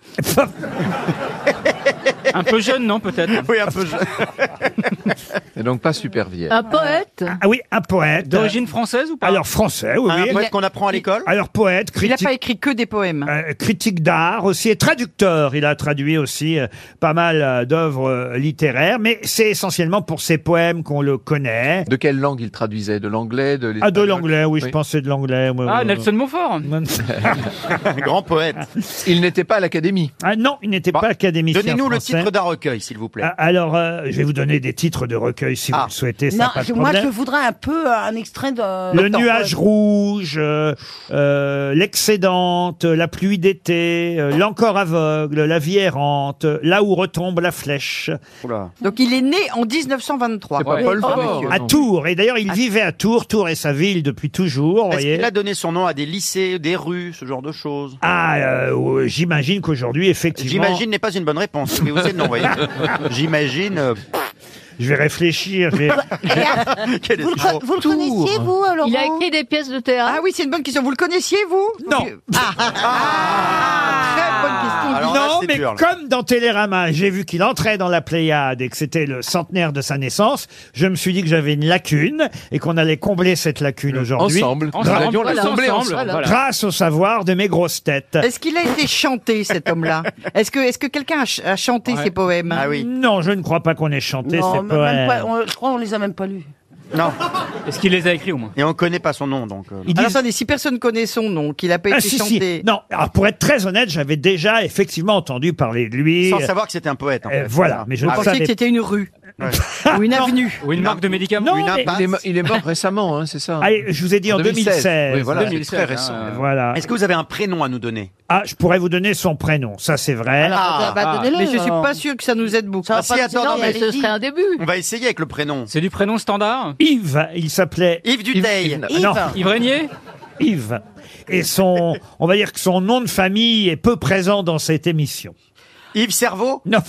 Un peu jeune, non, peut-être
Oui, un peu jeune.
Euh,
Et donc pas super vieille.
poète
Ah oui, un poète.
D'origine française ou pas
Ah. Alors français, oui.
Un
oui.
poète qu'on
apprend à l'école
Alors poète,
Il n'a
critique.
pas écrit que des poèmes.
euh, critique d'art aussi et traducteur. Il a traduit aussi euh, pas mal euh, d'œuvres euh, littéraires, mais c'est essentiellement pour ses poèmes qu'on le connaît.
De quelle langue il traduisait De l'anglais de
Ah, de l'anglais, oui, je pensais de l'anglais. moi, euh,
Ah,
oui,
Nelson
oui.
Montfort
Grand poète. Bah,
Il n'était pas à l'académie.
Ah non, il n'était pas académicien
Donnez-nous le
français.
titre d'un recueil, s'il vous plaît. Ah.
Ah, Alors, euh, je vais vous donner des titres de recueil si vous le souhaitez. ça,
Non,
pas de
je- moi je
problème.
voudrais un peu euh, un extrait de.
Le nuage rouge, euh, euh, l'excédente, la pluie d'été, euh, l'encore aveugle, la vie errante, là où retombe la flèche.
Donc il est né en 1923. Oui.
Ah,
Oh, monsieur.
à Tours. Et d'ailleurs, il vivait à Tours. Tours est sa ville depuis toujours. vous
Est-ce
voyez.
qu'il a donné son nom à des lycées, des rues, ce genre de choses
Ah, euh, ouais, j'imagine qu'aujourd'hui, effectivement.
J'imagine n'est pas une bonne réponse. Mais vous savez, non, voyez. J'imagine. euh,
Je vais réfléchir. je vais-
Quel est
Vous le,
ce
co- vous le
Tours.
connaissiez, vous, Laurent
Il a écrit des pièces de théâtre.
euh, Ah oui, c'est une bonne question. Vous le connaissiez, vous
Non.
Ah, ah, ah, très bonne question.
non, mais comme dans Télérama, j'ai vu qu'il entrait dans la Pléiade et que c'était le centenaire de sa naissance, je me suis dit que j'avais une lacune et qu'on allait combler cette lacune
Euh,
aujourd'hui.
Ensemble. Nous
Gra-
avions la
Voilà.
comblée
Ensemble.
ensemble.
Voilà. Grâce au savoir de mes grosses têtes.
Est-ce qu'il a été chanté, cet homme-là Est-ce que, est que quelqu'un a, ch- a chanté ses poèmes
Ah
Ah Non, je ne crois pas qu'on ait chanté
Non,
ces
même
poèmes.
pas, on- je crois qu'on les a même pas lus.
Non.
Est-ce qu'il les a écrits au moins
Et on connaît pas son nom, donc. euh,
Alors, attendez, si personne connaît son nom, qu'il n'a pas
Ah, si,
été
si.
chanté.
Non, alors, pour être très honnête, j'avais déjà effectivement entendu parler de lui.
Sans savoir que Ah. c'était un poète. en
Euh,
fait.
voilà, mais je
Vous
ne
pensiez
savais
que c'était une rue ou une avenue
Ou une marque de médicaments
Non,
Une
mais-
impasse
Il est, mo- il est mort récemment, hein, c'est ça
Ah, et je vous ai dit en, 2016.
Oui, voilà, Ah, c'est
2016,
très récent.
hein.
Voilà.
Est-ce que vous avez un prénom à nous donner
Ah, je pourrais vous donner son prénom, ça c'est vrai.
Ah, bah, donnez-le,
mais je suis
alors.
pas sûr que ça nous aide beaucoup.
Ah, si, attends, non, mais-
ce serait un début.
On va essayer avec le prénom.
C'est du prénom standard
Yves, il s'appelait
Yves Duteil.
Yves.
Non,
Yves Régnier
Yves. Et son, on va dire que son nom de famille est peu présent dans cette émission.
Yves Cerveau
Non.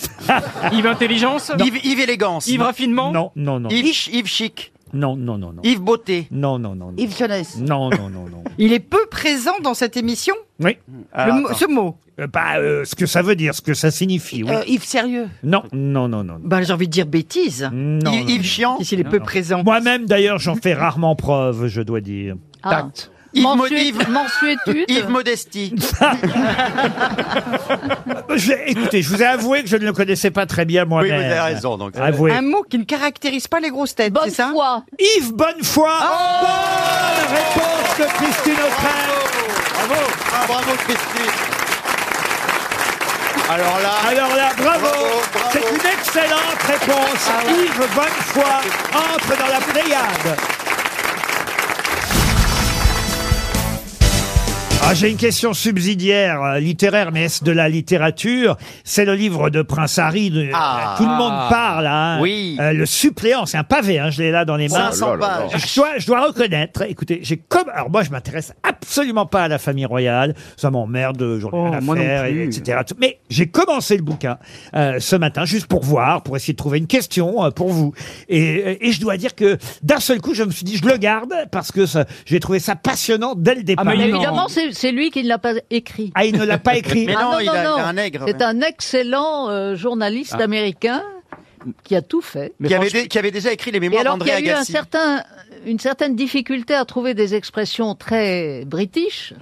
Yves Intelligence
Yves, Yves Élégance
Yves Raffinement
Non, non, non.
Yves, Ch- Yves Chic
Non, non, non, non.
Yves Beauté
Non, non, non, non.
Yves Jeunesse.
Non, non, non, non.
Il est peu présent dans cette émission,
Oui.
Ah,
le mot- ce mot.
Euh, bah, euh, ce que ça veut dire, ce que ça signifie, oui.
Euh, Yves Sérieux.
Non, non, non, non. non.
Bah, j'ai envie de dire bêtise.
Non, non,
Yves, Yves Chiant
S'il est peu présent.
Moi-même, d'ailleurs, j'en fais rarement preuve, je dois dire.
Ah.
Yves, Mo-
Mensué-
Yves-
Mensuétude.
Yves Modesti
Je- écoutez, je vous ai avoué que je ne le connaissais pas très bien
Oui, vous
moi-même.
avez raison. Donc.
Avoué.
Un mot qui ne caractérise pas les grosses têtes,
Bonne
c'est ça Ah.
foi.
Yves Bonnefoy. Bonne Ah, réponse de Christine O'Crane.
Bravo Ah, Bravo, Christine Alors là,
Alors là, Ah. bravo,
Bravo, bravo.
C'est une excellente réponse.
Ah
Yves Bonnefoy entre dans la Pléiade. Ah, J'ai une question subsidiaire euh, littéraire, mais est-ce de la littérature C'est le livre de Prince Harry. de- euh,
Ah.
tout le monde parle. hein.
Oui.
Euh, le suppléant, c'est un pavé. hein, je l'ai là dans les mains.
500 pages.
Je dois, je dois reconnaître, écoutez, j'ai comme, alors moi je m'intéresse absolument pas à la famille royale, ça m'emmerde, j'en ai
Oh,
rien à
moi non
faire,
plus.
etc. Mais j'ai commencé le bouquin euh, ce matin juste pour voir, pour essayer de trouver une question euh, pour vous. Et, et je dois dire que d'un seul coup, je me suis dit, je le garde parce que ça- j'ai trouvé ça passionnant dès le départ.
Ah, mais
Ah, Mais
non.
évidemment, c'est c'est lui qui ne l'a pas écrit.
Ah, il ne l'a pas écrit.
Mais
Ah
non,
non,
il,
non,
a, il a
non.
un nègre.
C'est un excellent euh, journaliste
Ah.
américain qui a tout fait.
Qui, avait dé- qui avait déjà écrit les
Et
mémoires
alors qu'il y
d'André
a eu un
Agassi.
certain, une certaine difficulté à trouver des expressions très british,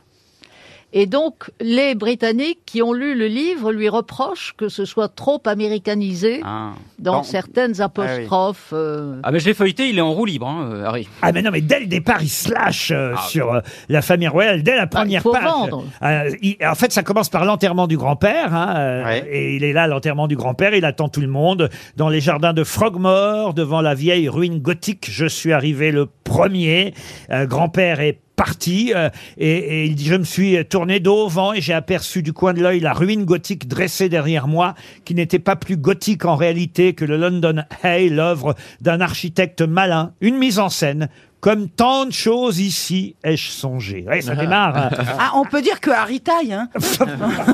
Et donc, les Britanniques qui ont lu le livre lui reprochent que ce soit trop américanisé
Ah.
dans
Bon.
Ah
certaines apostrophes. euh,
Ah, mais je l'ai feuilleté, il est en roue libre, hein, euh, Harry.
Ah mais non, mais dès le départ, il se lâche euh,
Ah. Bah,
sur euh, la famille royale, dès la première
faut
page.
vendre.
Euh, il- en fait, ça commence par l'enterrement du grand-père, hein, euh, et il est là à l'enterrement du grand-père, il attend tout le monde dans les jardins de Frogmore, devant la vieille ruine gothique. Je suis arrivé le premier, Euh, grand-père est parti euh, et, et il dit je me suis tourné dos au vent et j'ai aperçu du coin de l'œil la ruine gothique dressée derrière moi qui n'était pas plus gothique en réalité que le London Hay l'œuvre d'un architecte malin une mise en scène comme tant de choses ici ai-je songé ouais, ça démarre hein.
Ah, on peut dire que Harry taille, hein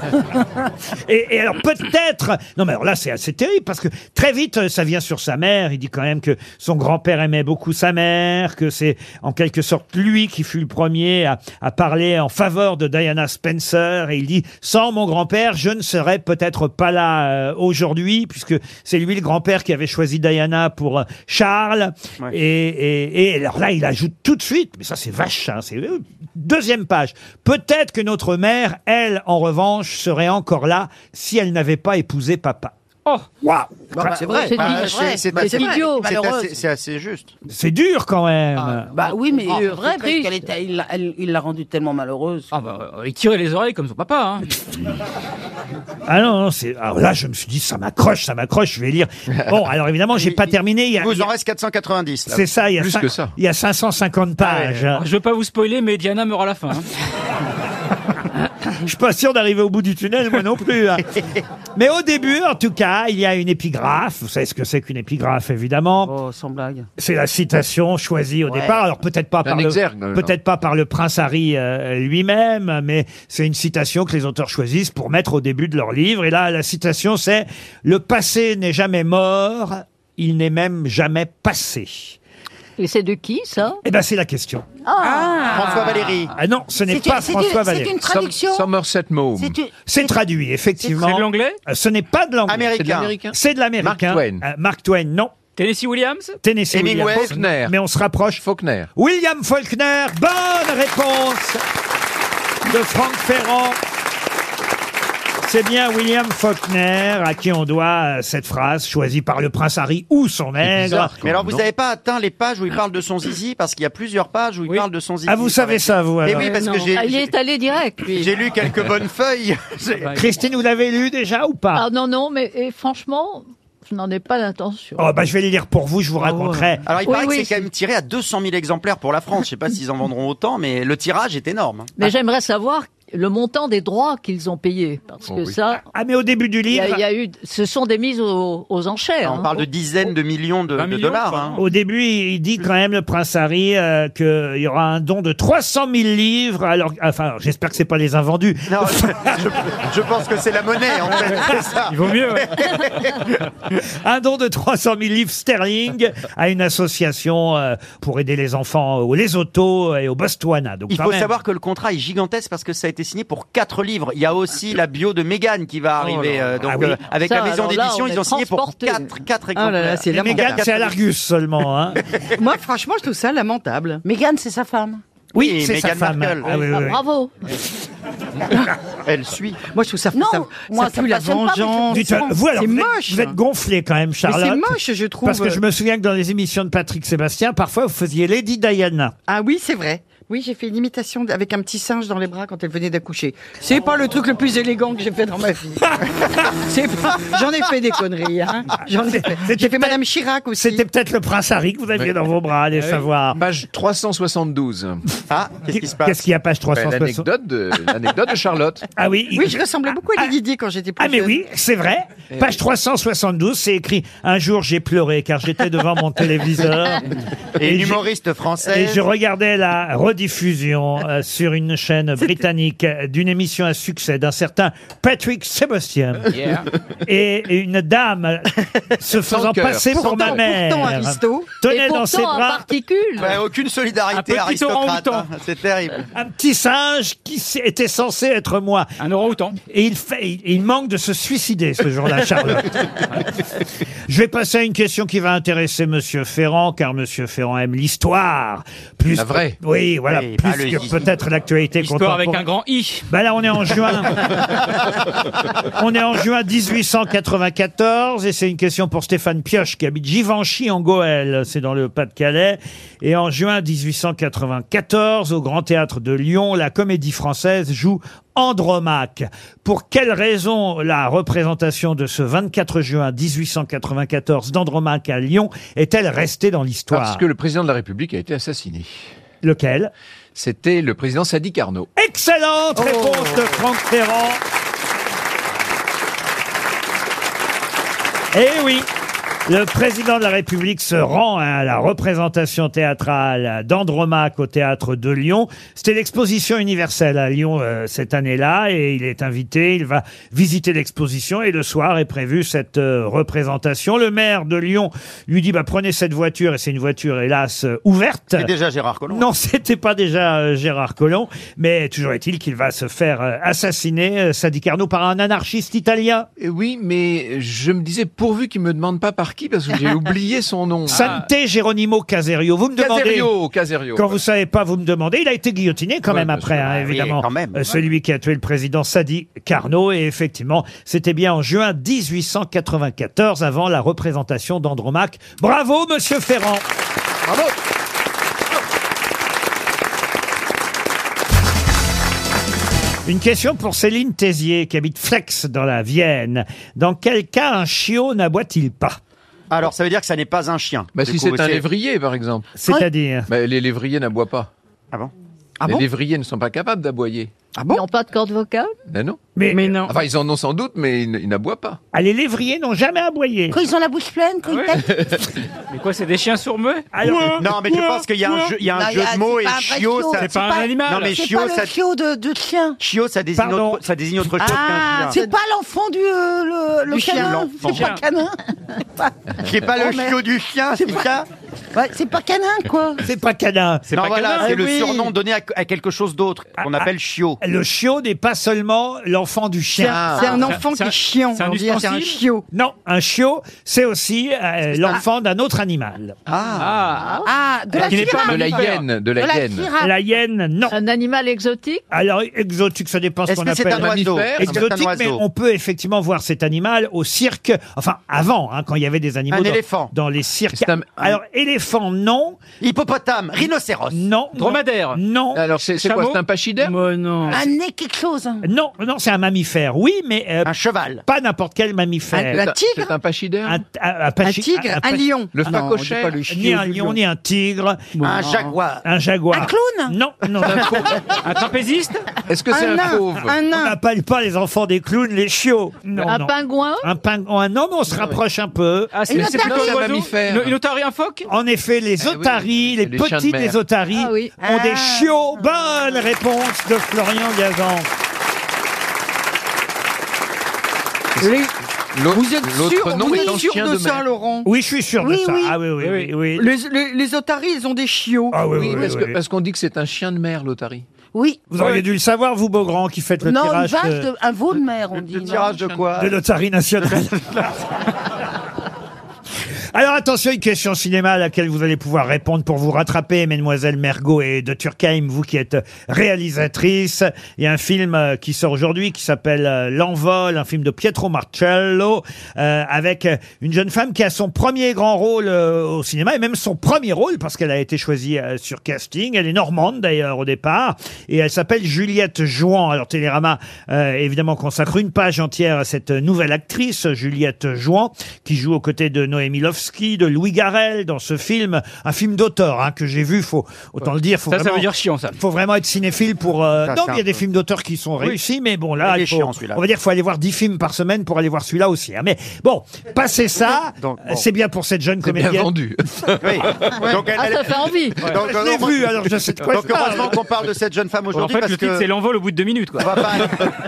Et, et alors peut-être, non mais alors là c'est assez terrible parce que très vite euh, ça vient sur sa mère. Il dit quand même que son grand-père aimait beaucoup sa mère, que c'est en quelque sorte lui qui fut le premier à, à parler en faveur de Diana Spencer. Et il dit sans mon grand-père je ne serais peut-être pas là euh, aujourd'hui puisque c'est lui le grand-père qui avait choisi Diana pour euh, Charles. Et, et- et alors là il ajoute tout de suite, mais ça c'est vache, hein, c'est euh, deuxième page. Peut-être que notre mère, elle en revanche, serait encore là si elle n'avait pas épousé papa.
Oh
Waouh
c'est vrai.
C'est
Bah,
vrai.
c'est-
C'est
c'est vrai.
idiot.
C'est
Malheureuse.
assez- C'est assez juste.
C'est dur quand même.
Bah oui,
Oh,
mais
Ah,
c'est vrai,
c'est
parce qu'elle est- il l'a- elle- il l'a rendue tellement malheureuse.
Ah bah, euh, il tirait les oreilles comme son papa. Hein.
Ah non, non, c'est. Alors là, je me suis dit, ça m'accroche, ça m'accroche, je vais lire. Bon, alors évidemment, j'ai pas terminé. Il y a-
Vous en reste 490. là. Ah Oh,
C'est ça, il y a cinq- Il y a 550 pages. hein.
Ah, Je veux pas vous spoiler, mais Diana meurt à la fin. hein.
Je suis pas sûr d'arriver au bout du tunnel, moi non plus. hein. Mais au début, en tout cas, il y a une épigraphe. Vous savez ce que c'est qu'une épigraphe, évidemment.
Oh, sans blague.
C'est la citation choisie au
Ouais.
départ. Alors peut-être pas
Un
par le,
exergue, non.
peut-être pas par le prince Harry euh, lui-même, mais c'est une citation que les auteurs choisissent pour mettre au début de leur livre. Et là, la citation, c'est le passé n'est jamais mort, il n'est même jamais passé.
Et c'est de qui, ça
Eh ben, c'est la question.
François Valéry.
Ah non, ce n'est
C'est une-
pas
c'est
François
une- c'est
Valéry.
une traduction Som-
Somerset Maugham.
C'est une-
C'est traduit, effectivement.
C'est de l'anglais
Euh, Ce n'est pas de l'anglais.
Américain. C'est de l'américain
C'est de l'américain.
Mark Twain.
Euh, Mark Twain, non.
Tennessee Williams
Tennessee
Hemingway.
Williams.
Faulkner.
Mais on se rapproche.
Faulkner.
William Faulkner, bonne réponse de Franck Ferrand. C'est bien William Faulkner à qui on doit euh, cette phrase choisie par le prince Harry ou son aigre.
Mais alors, vous n'avez pas atteint les pages où il parle de son zizi parce qu'il y a plusieurs pages où il parle de son zizi.
Ah, vous savez ça, vous,
Mais
alors
oui, parce
Non.
que j'ai
Ah, il
j'ai-
est allé direct, lui.
j'ai lu quelques bonnes feuilles. C'est-
Christine, vous l'avez lu déjà ou pas
Ah non, non, mais et franchement, je n'en ai pas l'intention.
Oh, bah, je vais les lire pour vous, je vous raconterai.
Alors, il
Oui,
paraît
oui,
que c'est quand même tiré à 200 000 exemplaires pour la France. Je sais pas s'ils en vendront autant, mais le tirage est énorme.
Ah.
Mais j'aimerais savoir le montant des droits qu'ils ont payés. Parce
Oh
que
oui.
ça.
Ah, mais au début du
il y a-
livre-
il y a eu, ce sont des mises aux, aux
Ah,
enchères. hein.
On parle de dizaines de millions
euh,
de, de dollars. hein.
Au début, il dit quand même, le prince Harry, euh, qu'il y aura un don de 300 000 livres. Alors, enfin, j'espère que c'est pas les invendus.
Non, je,
hein.
je- je pense que c'est la monnaie, en fait. c'est ça.
Il vaut mieux, ouais. un don de 300 000 livres sterling à une association euh, pour aider les enfants au Lesotho et au Botswana. Donc,
Il
quand
faut
même.
savoir que le contrat est gigantesque parce que ça a été signé pour quatre livres. Il y a aussi la bio de Meghan qui va arriver. euh, donc,
Ah oui.
euh, avec
Ça,
la maison
alors là,
d'édition,
on
ils
est
ont signé pour
transporté.
quatre, quatre
Oh
Ah
exemplaires.
Mais Mégane, c'est à l'Argus seulement. Hein.
Moi, franchement, je trouve ça lamentable.
Meghan, c'est sa femme.
Oui, Oui, c'est sa Meghan femme. Markle. Ah oui, oui, oui.
bravo.
Elle suit.
Moi, je trouve ça.
Non,
ça,
moi,
ça
ça
pue
me
la
passionne pas, mais
vengeance.
Dites, euh, vous, alors,
c'est
vous êtes-
moche.
vous êtes gonflé quand même, Charlotte.
moche, je trouve.
Parce que je me souviens que dans les émissions de Patrick Sébastien, parfois vous faisiez Lady Diana.
Ah oui, c'est vrai. Oui, j'ai fait une imitation d- avec un petit singe dans les bras quand elle venait d'accoucher. C'est pas le truc le plus élégant que j'ai fait dans ma vie. c'est pas. J'en ai fait des conneries. Hein.
Ah,
J'en ai fait. J'ai fait Madame Chirac aussi.
C'était peut-être le prince Harry que vous aviez dans vos bras, allez
Ah oui.
savoir.
Page 372.
Ah, qu'est-ce qui se passe
Qu'est-ce qu'il y a page
Ben,
360
L'anecdote de, l'anecdote de Charlotte.
Ah oui, il-
Oui, je ressemblais beaucoup à Lady Di quand j'étais plus
Ah mais
jeune.
oui, c'est vrai. Page 372, c'est écrit « Un jour, j'ai pleuré car j'étais devant mon téléviseur. »
Et une
j'ai-
humoriste
Et
française.
je regardais la rediffusion euh, sur une chaîne britannique euh, d'une émission à succès d'un certain Patrick Sébastien.
Yeah.
Et une dame se
Sans
faisant
cœur.
passer pour ma
Pourtant-
mère
pourtant, Aristo-
tenait dans ses bras
particules.
Ouais, aucune solidarité
Un petit
aristocrate.
orang-outan.
hein. C'est terrible.
un petit singe qui s- était censé être moi.
Un orang-outan.
Et il, fait, il, il manque de se suicider ce jour-là, Charlotte. Je vais passer à une question qui va intéresser Monsieur Ferrand, car Monsieur Ferrand aime l'histoire. Plus
La vraie.
Oui, voilà,
Oui,
plus
ah, le
que
i.
peut-être l'actualité
Histoire avec
contemporaine.
un grand I.
Bah là, on est en juin. on est en juin 1894 et c'est une question pour Stéphane Pioche qui habite Givenchy en Goële, c'est dans le Pas-de-Calais. Et en juin 1894, au Grand Théâtre de Lyon, la Comédie Française joue Andromaque. Pour quelle raison la représentation de ce 24 juin 1894 d'Andromaque à Lyon est-elle restée dans l'histoire
Parce que le président de la République a été assassiné.
Lequel
C'était le président Sadi Carnot.
Excellente réponse de Franck Ferrand. Eh oui le président de la République se rend hein, à la représentation théâtrale d'Andromaque au théâtre de Lyon. C'était l'exposition universelle à Lyon euh, cette année-là et il est invité, il va visiter l'exposition et le soir est prévue cette euh, représentation. Le maire de Lyon lui dit bah prenez cette voiture et c'est une voiture hélas euh, ouverte.
C'est déjà Gérard Collomb.
Non, c'était pas déjà euh, Gérard Collomb, mais toujours est-il qu'il va se faire euh, assassiner, euh, Sadi Carnot, par un anarchiste italien.
Euh, Oui, mais je me disais, pourvu qu'il me demande pas par qui, parce que j'ai oublié son nom.
Sante Geronimo Caserio. Vous me demandez.
Caserio, Caserio.
Quand vous savez pas, vous me demandez. Il a été guillotiné quand
Ouais,
même
bien
après,
sûr.
hein,
Ah oui,
évidemment.
quand même.
Euh, Celui qui a tué le président Sadi Carnot. Et effectivement, c'était bien en juin 1894, avant la représentation d'Andromaque. Bravo, monsieur Ferrand. Bravo. Une question pour Céline Tézier, qui habite Flex dans la Vienne. Dans quel cas un chiot n'aboie-t-il pas
Alors, ça veut dire que ça n'est pas un chien.
Bah,
Du
si
coup,
c'est un lévrier, par exemple.
C'est-à-dire
Bah, Les lévriers n'aboient pas.
Ah bon
Les
bon
lévriers ne sont pas capables d'aboyer.
Ah bon
Ils n'ont pas de corde vocale
Ben non.
Mais,
non. Enfin, ils en ont sans doute, mais ils, n- ils n'aboient pas.
Ah, les lévriers n'ont jamais aboyé.
Quand ils ont la bouche pleine, quand ils tapent.
Mais quoi, c'est des chiens sourmeux
Non, mais je pense qu'il y a un jeu, il y a un
Non,
jeu
y a-
de mots
c'est
et
pas un vrai
chiot,
chiot,
ça.
c'est pas un
animal.
Non, mais
C'est
chiot,
pas
ça,
le chiot de, de chien.
chiot, ça désigne
Pardon.
autre, ça désigne autre chose
Ah,
qu'un chien.
c'est pas l'enfant du euh, le, le
Du chien.
canin.
L'enfant.
C'est pas canin.
C'est pas le
Oh, merde.
chiot du chien, c'est ça
Ouais, c'est pas canin quoi.
C'est pas canin.
C'est pas
canin.
voilà, c'est
Eh
le
oui.
surnom donné à, à quelque chose d'autre qu'on appelle chiot.
Ah, Le chiot n'est pas seulement l'enfant du chien. Ah.
C'est un enfant qui est chiant. on dit, C'est un chiot.
Non, un chiot, c'est aussi euh, l'enfant d'un autre animal.
Ah.
Ah,
de la Qui n'est pas girafe.
De la hyène, de la De la hyène. girafe.
La hyène, non.
Un animal exotique
Alors, exotique, ça dépend ce
Est-ce
qu'on
que c'est
appelle.
un oiseau
Mammifère,
Est-ce que c'est un
Exotique, mais
oiseau
on peut effectivement voir cet animal au cirque. Enfin, avant, hein, quand il y avait des animaux.
Un
dans,
éléphant.
Dans les cirques. Alors, éléphant, non.
Hippopotame, rhinocéros.
Non. Dromadaire. Non.
Alors, c'est c'est quoi C'est un pachyderme
non.
Ah,
Un nez quelque chose. hein.
Non, non, c'est un mammifère, oui, mais. un
cheval.
Pas n'importe quel mammifère.
Un- un tigre C'est un pachyderme
Un, un pachi-
Un tigre, un
pachi-
lion. Le
Non,
phacochère.
on dit pas le chiot Ni un
du
lion,
lion.
ni un tigre.
Un jaguar.
Un jaguar.
Un clown
Non, non.
Un trapéziste
Est-ce que c'est
Un
un,
nain,
pauvre
un
On
nain.
n'appelle pas les enfants des clowns les chiots. Non,
Un
non.
pingouin
Un pingouin. Un homme, on se rapproche un peu.
Ah,
Une
c'est c'est plutôt
otarie.
un
Un mammifère.
oiseau. Une- Une otarie, un phoque
En effet, les
Eh oui,
otaries, les,
les chiens de
petits
mer.
des otaries,
Ah oui.
ont des
Ah.
chiots. Bonne réponse de Florian Gazan.
L'autre
Vous êtes
l'autre
sûr,
nom
vous
est
êtes
un
sûr
chien
de
de
ça,
mer.
Laurent
Oui, je suis sûr
Oui,
de ça.
oui.
Ah oui, oui, oui. oui.
les, les- les otaries, ils ont des chiots.
Ah oui, oui,
Oui,
oui,
parce que-
oui.
parce qu'on dit que c'est un chien de mer, l'otarie.
Oui.
Vous auriez dû le savoir, vous, Beaugrand, qui faites le
non, une
tirage euh,
vache,
de,
de- un veau de mer, on dit.
Le
non
tirage de quoi
de l'otarie nationale. Alors attention, une question cinéma à laquelle vous allez pouvoir répondre pour vous rattraper, mesdemoiselles Mergot et de Turckheim, vous qui êtes réalisatrice. Il y a un film euh, qui sort aujourd'hui qui s'appelle euh, L'Envol, un film de Pietro Marcello, euh, avec euh, une jeune femme qui a son premier grand rôle euh, au cinéma, et même son premier rôle, parce qu'elle a été choisie euh, sur casting. Elle est normande d'ailleurs au départ, et elle s'appelle Juliette Jouan. Alors Télérama, euh, évidemment, consacre une page entière à cette nouvelle actrice, Juliette Jouan, qui joue aux côtés de Noémie Lovski, de Louis Garel dans ce film, un film d'auteur hein, que j'ai vu, faut autant le dire, faut
Ça, ça
vraiment...
veut dire chiant, ça.
faut vraiment être cinéphile pour. euh,
Ça,
non,
c'est
mais il y a
un
des
peu-
films d'auteur qui sont
Oui.
réussis, mais bon, là,
Il est
il faut-
chiant, celui-là.
on va dire, faut aller voir 10 films par semaine pour aller voir celui-là aussi. hein. Mais bon, passer ça,
Donc, bon.
c'est bien pour cette jeune
C'est bien
comédienne.
vendu.
Oui. Donc, elle-
Ah, ça
elle-
fait envie
donc,
Je l'ai
heureusement-
vu, alors je sais de quoi
donc,
je parle.
heureusement qu'on parle de cette jeune femme
En
aujourd'hui
fait,
parce
le titre,
que
c'est l'envol au bout de deux minutes, quoi.
on va pas,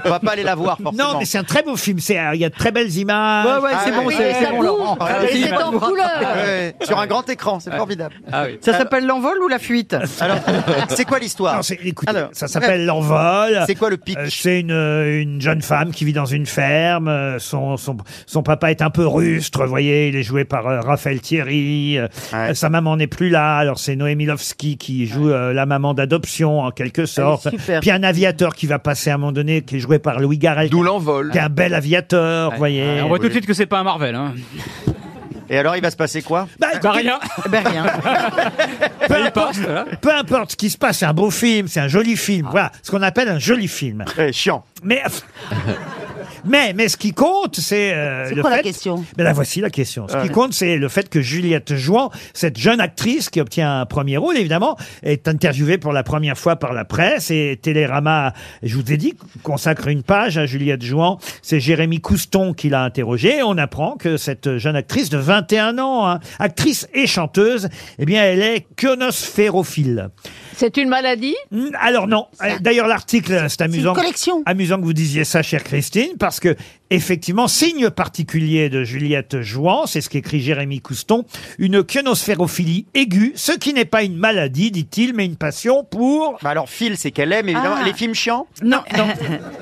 on va pas aller la voir forcément.
Non, mais c'est un très beau film. C'est, il y a de très belles images.
Ouais, ouais, c'est
Ah,
bon,
oui,
c'est
ça
c'est bon,
bouge.
Laurent.
Ah, mais
Allez-y,
c'est en
maintenant.
couleurs.
Ouais, sur un grand écran, c'est
Ouais.
formidable.
Ah oui. Ça s'appelle l'envol ou la fuite
Alors, c'est quoi l'histoire
Non, c'est- écoutez, ça s'appelle l'envol.
C'est quoi le pic
Euh, C'est une, euh, une jeune femme qui vit dans une ferme. euh, Son, son, son papa est un peu rustre, vous voyez. Il est joué par euh, Raphaël Thierry. euh, euh, Sa maman n'est plus là. Alors c'est Noémie Lovski qui joue euh, la maman d'adoption en quelque sorte.
super.
Puis un aviateur qui va passer à un moment donné, qui est joué par Louis Garrel. D'où l'envol. Qui est un bel aviateur, vous Ah, voyez.
Ah, On voit tout de suite que c'est pas un Marvel. Hein.
Et alors, il va se passer quoi
Bah,
rien.
rien.
peu, importe, peu importe ce qui se passe, c'est un beau film, c'est un joli film. Voilà, ce qu'on appelle un joli film.
chiant.
Mais, mais, mais ce qui compte, c'est. euh,
C'est
le
quoi la
fait-
question
Ben là, voici la question. Ce qui
Ouais.
compte, c'est le fait que Juliette Jouan, cette jeune actrice qui obtient un premier rôle, évidemment, est interviewée pour la première fois par la presse et Télérama, je vous ai dit, consacre une page à Juliette Jouan. C'est Jérémy Couston qui l'a interrogée et on apprend que cette jeune actrice de 21 ans, hein, actrice et chanteuse, eh bien, elle est kionosphérophile.
C'est une maladie
Alors non. Euh, D'ailleurs, l'article, c'est amusant.
collection.
Amusant que vous disiez ça, chère Christine, parce que effectivement, signe particulier de Juliette Jouan, c'est ce qu'écrit Jérémy Couston, une kionosphérophilie aiguë, ce qui n'est pas une maladie, dit-il, mais une passion pour.
Bah alors, Phil, c'est qu'elle aime évidemment
Ah.
les films chiants.
Non, non.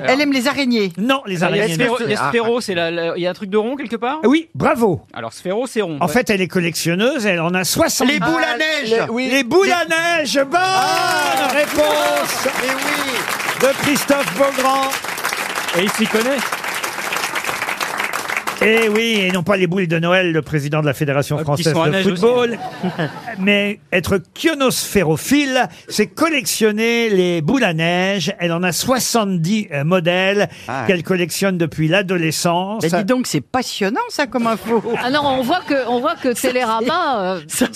Elle aime les araignées.
Non,
Les sphéro-
Ah,
les sphéros, c'est la- la- il y a un truc de rond quelque part
Oui, bravo.
Alors sphéro, c'est rond.
En fait, elle est collectionneuse, elle en a 60.
Les boules à neige
Ah, les, les boules à neige Bonne
Ah,
réponse De Christophe Beaugrand
Et il s'y connaît
Eh oui, et non pas les boules de Noël, le président de la Fédération française
Ah, sont à
de
neige aussi.
football. Mais être kionosphérophile, c'est collectionner les boules à neige. Elle en a 70 euh, modèles
ouais.
qu'elle collectionne depuis l'adolescence.
Ah. Mais dis donc, c'est passionnant ça comme info.
Ah non, on voit que, on voit que Télérama euh, fait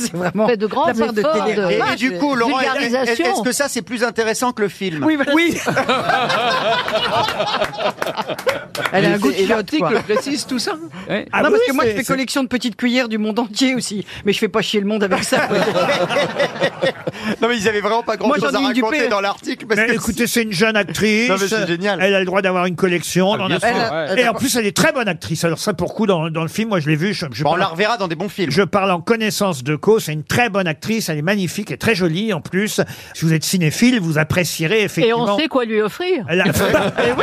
de grands
la part
efforts
de
de,
Télérama.
Et, et
vache,
du coup, Laurent, est- est-
vulgarisation.
est-ce que ça, c'est plus intéressant que le film
Oui, voilà. Oui. Elle a un goût de
Ah, Et
chiotte, quoi.
l'article précise tout ça.
Ah bah
non, parce que moi, je fais collection de petites cuillères du monde entier aussi. Mais je fais pas chier le monde avec ça.
Non, mais ils avaient vraiment pas
Moi,
grand-chose
j'en
à
ai une du
raconter
père.
dans l'article. parce
Mais
que
écoutez, c'est une jeune actrice.
Non, mais c'est génial.
Elle a le droit d'avoir une collection. on en
Ah, bien
a-
sûr, Elle a- ouais.
Et en plus, elle est très bonne actrice. Alors ça, pour coup, dans, dans le film, moi, je l'ai vu. Je, je
Bon, on
parle-
la reverra dans des bons films.
Je parle en connaissance de cause. C'est une très bonne actrice. Elle est magnifique et très jolie en plus. Si vous êtes cinéphile, vous apprécierez
Et
effectivement.
on sait quoi lui offrir.
Elle a-
Eh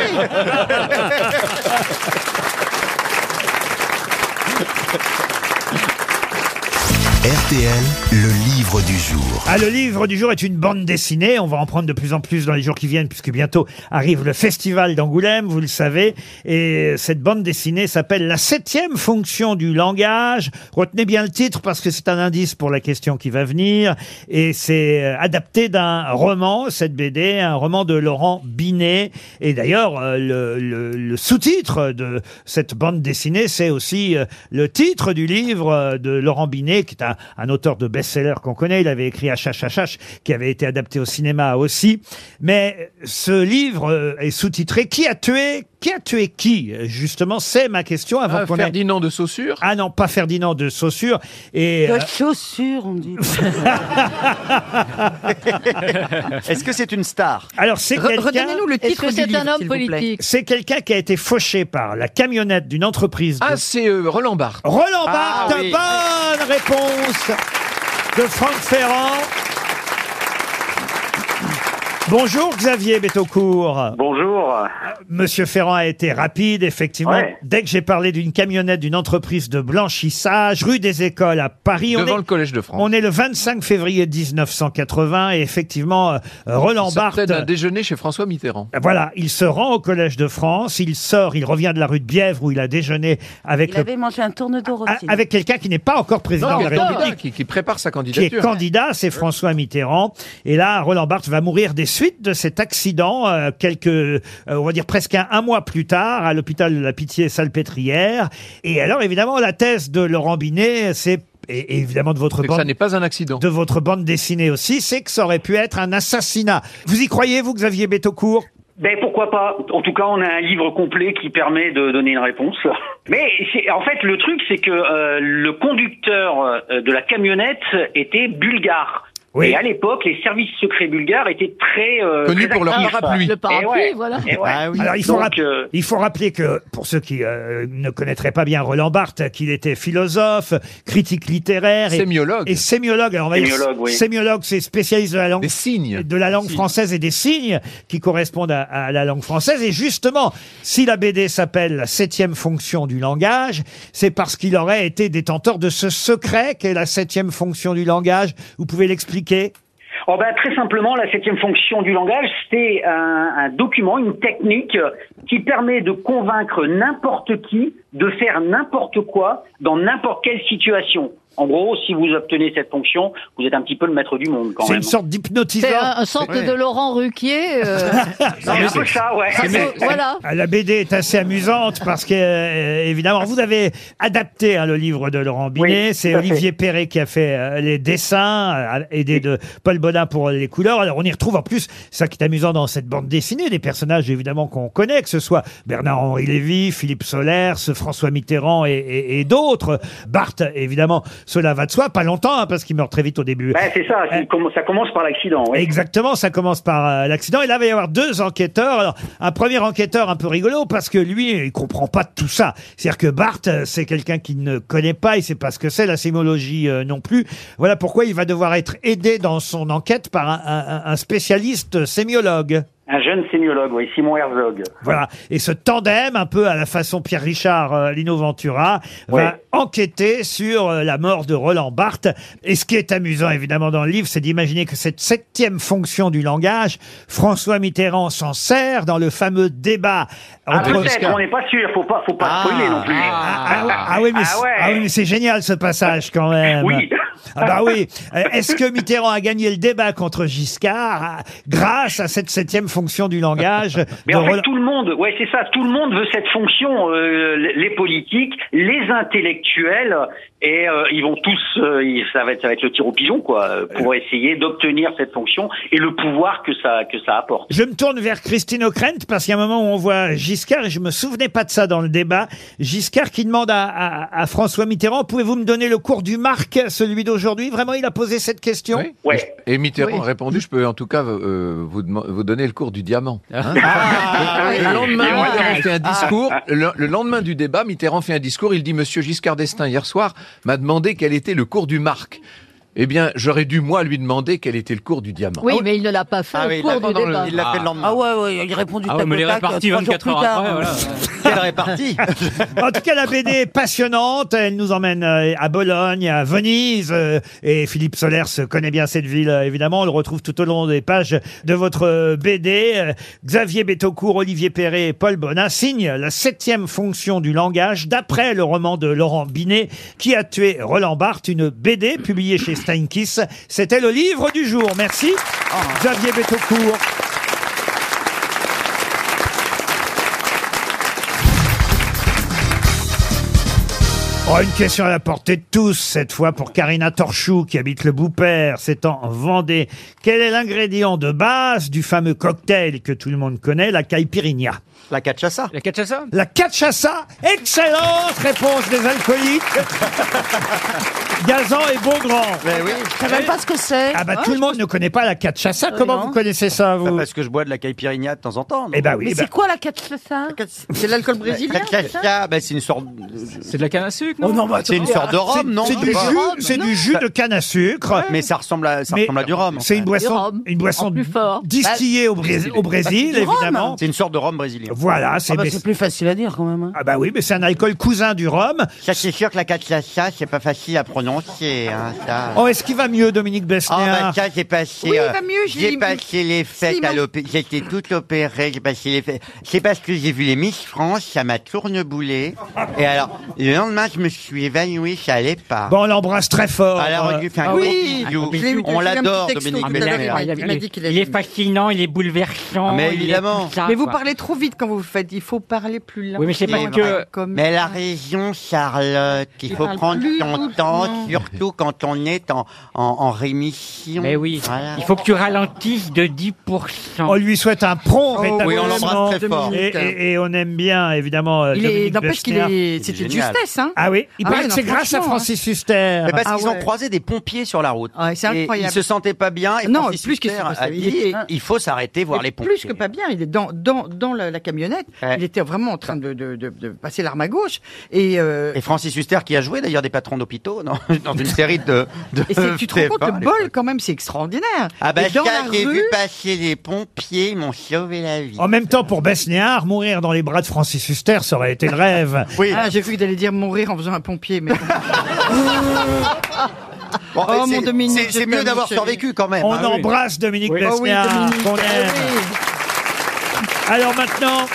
RTL, le livre du jour.
Ah, le livre du jour est une bande dessinée. On va en prendre de plus en plus dans les jours qui viennent, puisque bientôt arrive le festival d'Angoulême, vous le savez. Et cette bande dessinée s'appelle La septième fonction du langage. Retenez bien le titre parce que c'est un indice pour la question qui va venir. Et c'est euh, adapté d'un roman, cette BD, un roman de Laurent Binet. Et d'ailleurs, euh, le, le- le sous-titre de cette bande dessinée, c'est aussi euh, le titre du livre euh, de Laurent Binet, qui est un, un auteur de best-seller qu'on connaît. Il avait écrit HHHH, qui avait été adapté au cinéma aussi. Mais euh, ce livre euh, est sous-titré Qui a tué qui a tué qui Justement, c'est ma question avant qu'on ait-
Ah, Ferdinand de Saussure.
Ah non, pas Ferdinand de Saussure. Et, euh,
De chaussures, on dit.
Est-ce que c'est une star
Alors c'est
Re-
quelqu'un.
redonnez-nous le Est-ce titre que du c'est livre, un homme s'il vous plaît. politique
C'est quelqu'un qui a été fauché par la camionnette d'une entreprise.
Ah,
de-
c'est euh, Roland Barthes.
Roland
Ah,
Barthes,
oui.
bonne réponse de Franck Ferrand. Bonjour Xavier Bettencourt.
Bonjour.
Monsieur Ferrand a été rapide, effectivement.
Ouais.
Dès que j'ai parlé d'une camionnette d'une entreprise de blanchissage, rue des Écoles à Paris.
Devant
on est-
le Collège de France.
On est le 25 février 1980 et effectivement, euh, Roland
Il sortait
Barthes. euh,
d'un déjeuner chez François Mitterrand.
Voilà, il se rend au Collège de France, il sort, il revient de la rue de Bièvre où il a déjeuné avec,
Il
le-
avait mangé un tourne d'or
a-
aussi.
avec quelqu'un qui n'est pas encore Ah, président
Non,
de
mais
la
candidat,
République.
qui, qui prépare sa
Qui est
candidature.
candidat, c'est François Mitterrand. Et là, Roland Barthes va mourir des suites de cet accident, euh, quelques, euh, on va dire presque un, un mois plus tard, à l'hôpital de la Pitié-Salpêtrière. Et alors, évidemment, la thèse de Laurent Binet, c'est et et évidemment de votre
C'est que
bande
ça n'est pas un accident.
de votre bande dessinée aussi, c'est que ça aurait pu être un assassinat. Vous y croyez, vous, Xavier Bettencourt
Ben pourquoi pas En tout cas, on a un livre complet qui permet de donner une réponse. Mais c'est- en fait, le truc, c'est que euh, le conducteur euh, de la camionnette était bulgare.
Oui.
Et à l'époque, les services secrets bulgares étaient très euh,
Connu
très
pour leur
actifs.
parapluie. Ah
Et
Le parapluie,
ouais.
voilà.
Et ouais.
Alors, il faut,
Ah Donc,
rapp-
euh,
il faut rappeler que, pour ceux qui euh, ne connaîtraient pas bien Roland Barthes, qu'il était philosophe, critique littéraire. Et,
Sémiologue.
Et sémiologue. Alors, on va dire-
Sémiologue, oui.
sémiologue, c'est spécialiste de la langue. De la langue française et des signes qui correspondent à, à la langue française. Et justement, si la BD s'appelle la septième fonction du langage, c'est parce qu'il aurait été détenteur de ce secret qu'est la septième fonction du langage. Vous pouvez l'expliquer?
Oh ben, très simplement, la septième fonction du langage, c'est un, un document, une technique qui permet de convaincre n'importe qui de faire n'importe quoi dans n'importe quelle situation. En gros, si vous obtenez cette fonction, vous êtes un petit peu le maître du monde quand
C'est
même.
une sorte d'hypnotiseur.
C'est un, un sorte de Laurent Ruquier. euh,
C'est un peu ça, ouais.
Parce que, voilà.
Ah, La BD est assez amusante parce que, euh, évidemment, vous avez adapté hein, le livre de Laurent Binet.
Oui,
C'est
tout à fait.
Olivier Perret qui a fait euh, les dessins, euh, aidé de Paul Bodin pour les couleurs. Alors, on y retrouve en plus, ça qui est amusant dans cette bande dessinée, des personnages évidemment qu'on connaît, que ce soit Bernard-Henri Lévy, Philippe Solers, François Mitterrand et, et- et d'autres. Barthes, évidemment, cela va de soi. Pas longtemps, hein, parce qu'il meurt très vite au début.
Ben, c'est ça, c'est- ça commence par l'accident. ouais.
Exactement, ça commence par euh, l'accident. Et là, il va y avoir deux enquêteurs. Alors, un premier enquêteur un peu rigolo parce que lui, il comprend pas tout ça. C'est-à-dire que Bart, euh, c'est quelqu'un qui ne connaît pas, il sait pas ce que c'est, la sémologie euh, non plus. Voilà pourquoi il va devoir être aidé dans son enquête par un, un- un spécialiste sémiologue.
Un jeune sémiologue, oui, Simon Herzog.
Voilà. Et ce tandem, un peu à la façon Pierre Richard, euh, Lino Ventura, va enquêter sur euh, la mort de Roland Barthes. Et ce qui est amusant, évidemment, dans le livre, c'est d'imaginer que cette septième fonction du langage, François Mitterrand s'en sert dans le fameux débat
Ah,
entre...
peut-être, on n'est pas sûr, faut pas, faut pas spoiler non plus.
Ah, ah, ah oui, mais c'est-
ouais.
ah oui, mais c'est génial ce passage quand même.
Oui.
Ah bah oui. Euh, Est-ce que Mitterrand a gagné le débat contre Giscard ah, grâce à cette septième fonction du langage
Mais
de
en fait,
Roland-
tout le monde, ouais, c'est ça, tout le monde veut cette fonction, euh, les politiques, les intellectuels, et euh, ils vont tous, euh, ils- ça va être, ça va être le tir au pigeon, quoi, euh,
Euh.
pour essayer d'obtenir cette fonction et le pouvoir que ça, que ça apporte.
Je me tourne vers Christine O'Krent parce qu'il y a un moment où on voit Giscard et je me souvenais pas de ça dans le débat. Giscard qui demande à, à- à François Mitterrand pouvez-vous me donner le cours du marque, celui d'aujourd'hui Vraiment, il a posé cette question.
Et Mitterrand
Oui.
a répondu, je peux en tout cas euh, vous, deman- vous donner le cours du diamant. hein.
oui.
le lendemain,
Et on va
Mitterrand
dire-
fait un
Ah.
discours. Le, le lendemain du débat, Mitterrand fait un discours. Il dit, Monsieur Giscard d'Estaing, hier soir, m'a demandé quel était le cours du marque. Eh bien, j'aurais dû, moi, lui demander quel était le cours du diamant.
Oui, mais il ne l'a pas fait au cours du débat.
Ah ouais, ouais, il répond du
Ah ouais,
tac
mais
au
les
tac,
réparties
trois jours
24 heures
plus tard.
après, voilà.
Quelle répartie En tout cas, la BD est passionnante. Elle nous emmène euh, à Bologne, à Venise. euh, Et Philippe Solers connaît bien cette ville, euh, évidemment. On le retrouve tout au long des pages de votre euh, BD. Euh, Xavier Bettencourt, Olivier Perret et Paul Bonin signent la septième fonction du langage d'après le roman de Laurent Binet qui a tué Roland Barthes, une BD publiée chez Steinkiss. C'était le livre du jour. Merci, Xavier Bettencourt. Oh, une question à la portée de tous, cette fois pour Karina Torchou, qui habite le Boupère, c'est en Vendée. Quel est l'ingrédient de base du fameux cocktail que tout le monde connaît, la caipirinha La cachaça. La cachaça La cachaça Excellente réponse des alcooliques Gazan et Beaugrand
Je sais même pas ce que c'est.
Ah bah
Hein
tout le monde ne connaît pas la cachaça,
Oui,
comment
non.
vous connaissez ça vous
Ah, Parce que je bois de la caipirinha de temps en temps. non
Eh ben oui,
Mais
eh ben-
c'est quoi la cachaça C'est l'alcool brésilien c'est ça
Ah, bah, c'est une sorte.
C'est de la canne à sucre,
Oh,
non, C'est une sorte de rhum,
bah, C'est-
non
C'est
je
du
sais pas.
jus, c'est du jus de canne à sucre.
Mais ça ressemble à, ça
Mais
ressemble à du rhum. en
C'est une
fait. Bah,
boisson, une boisson distillée au Brésil, au Brésil évidemment.
hein. C'est une sorte de rhum brésilien.
Voilà, c'est
Ah bah,
mais-
c'est
plus facile à dire quand même. hein.
Ah bah oui, mais c'est un alcool cousin du rhum.
Ça, c'est sûr que la cachaça, c'est pas facile à prononcer. hein, ça.
Oh, est-ce qu'il va mieux, Dominique Besnéard
Ah bah ça, j'ai passé,
Oui, il
euh,
va mieux, je
j'ai
l'ai-
passé les fêtes à l'opéra. J'étais toute opérée, j'ai passé les fêtes. C'est parce que j'ai vu les Miss France, ça m'a tourneboulé. Et alors, le lendemain, je me suis évanoui, ça allait pas.
Bon, on l'embrasse très fort. euh, ah
Alors, on lui fait un gros bisou. On l'adore, Dominique.
il, est fascinant, il est bouleversant.
Oh,
Mais évidemment.
Mais vous parlez trop vite quand
quand vous faites, il faut parler plus lentement.
Mais la région, Charlotte, il
Il
faut
parle
prendre
plus
son
doucement.
temps, surtout quand on est en, en, en rémission.
Mais oui,
Voilà.
il faut que tu ralentisses de 10%.
On lui souhaite un prompt
Oh, oui, on
rétablissement.
l'embrasse très fort.
Et, et- et on aime bien, évidemment, euh,
Il est-
Dominique
n'empêche qu'il
Bechner.
est- c'était de
Génial.
justesse, hein.
Ah oui, il
Ah
paraît
oui,
que
non,
c'est grâce à
franchement, hein.
Francis Huster.
Mais parce
Ah
qu'ils ont
ouais.
croisé des pompiers sur la route.
Ouais, c'est
Et
incroyable. Ah
Ils se sentaient pas bien. Et
Non,
Francis
plus que
Huster
c'est pas
a
ça,
dit,
il est-
il faut s'arrêter voir
Mais
les pompiers.
Plus que pas bien, il est dans, dans, dans la, la camionnette. Il était vraiment en train de, de, de, de passer l'arme à gauche. Et, euh,
Et Francis Huster qui a joué d'ailleurs des patrons d'hôpitaux dans, dans une série de. de
et c'est- tu te rends
TF1,
compte,
à
le
l'époque.
bol, quand même, c'est extraordinaire.
Ah bah,
Et dans la
quand j'ai vu
rue,
passer les pompiers, ils m'ont sauvé la
hein.
vie.
En même temps, pour Besnéard, mourir dans les bras de Francis Huster, ça aurait été le rêve.
ah, j'ai cru que t'allais dire mourir en faisant un pompier. Mais... oh,
c'est-
mon Dominique.
c'est-
je
c'est
t'aime,
mieux d'avoir
chérie.
survécu quand même.
On
Ah oui.
embrasse Dominique
Oui. Oh oui,
Besnéard,
Dominique.
qu'on aime.
Oh,
Alors maintenant,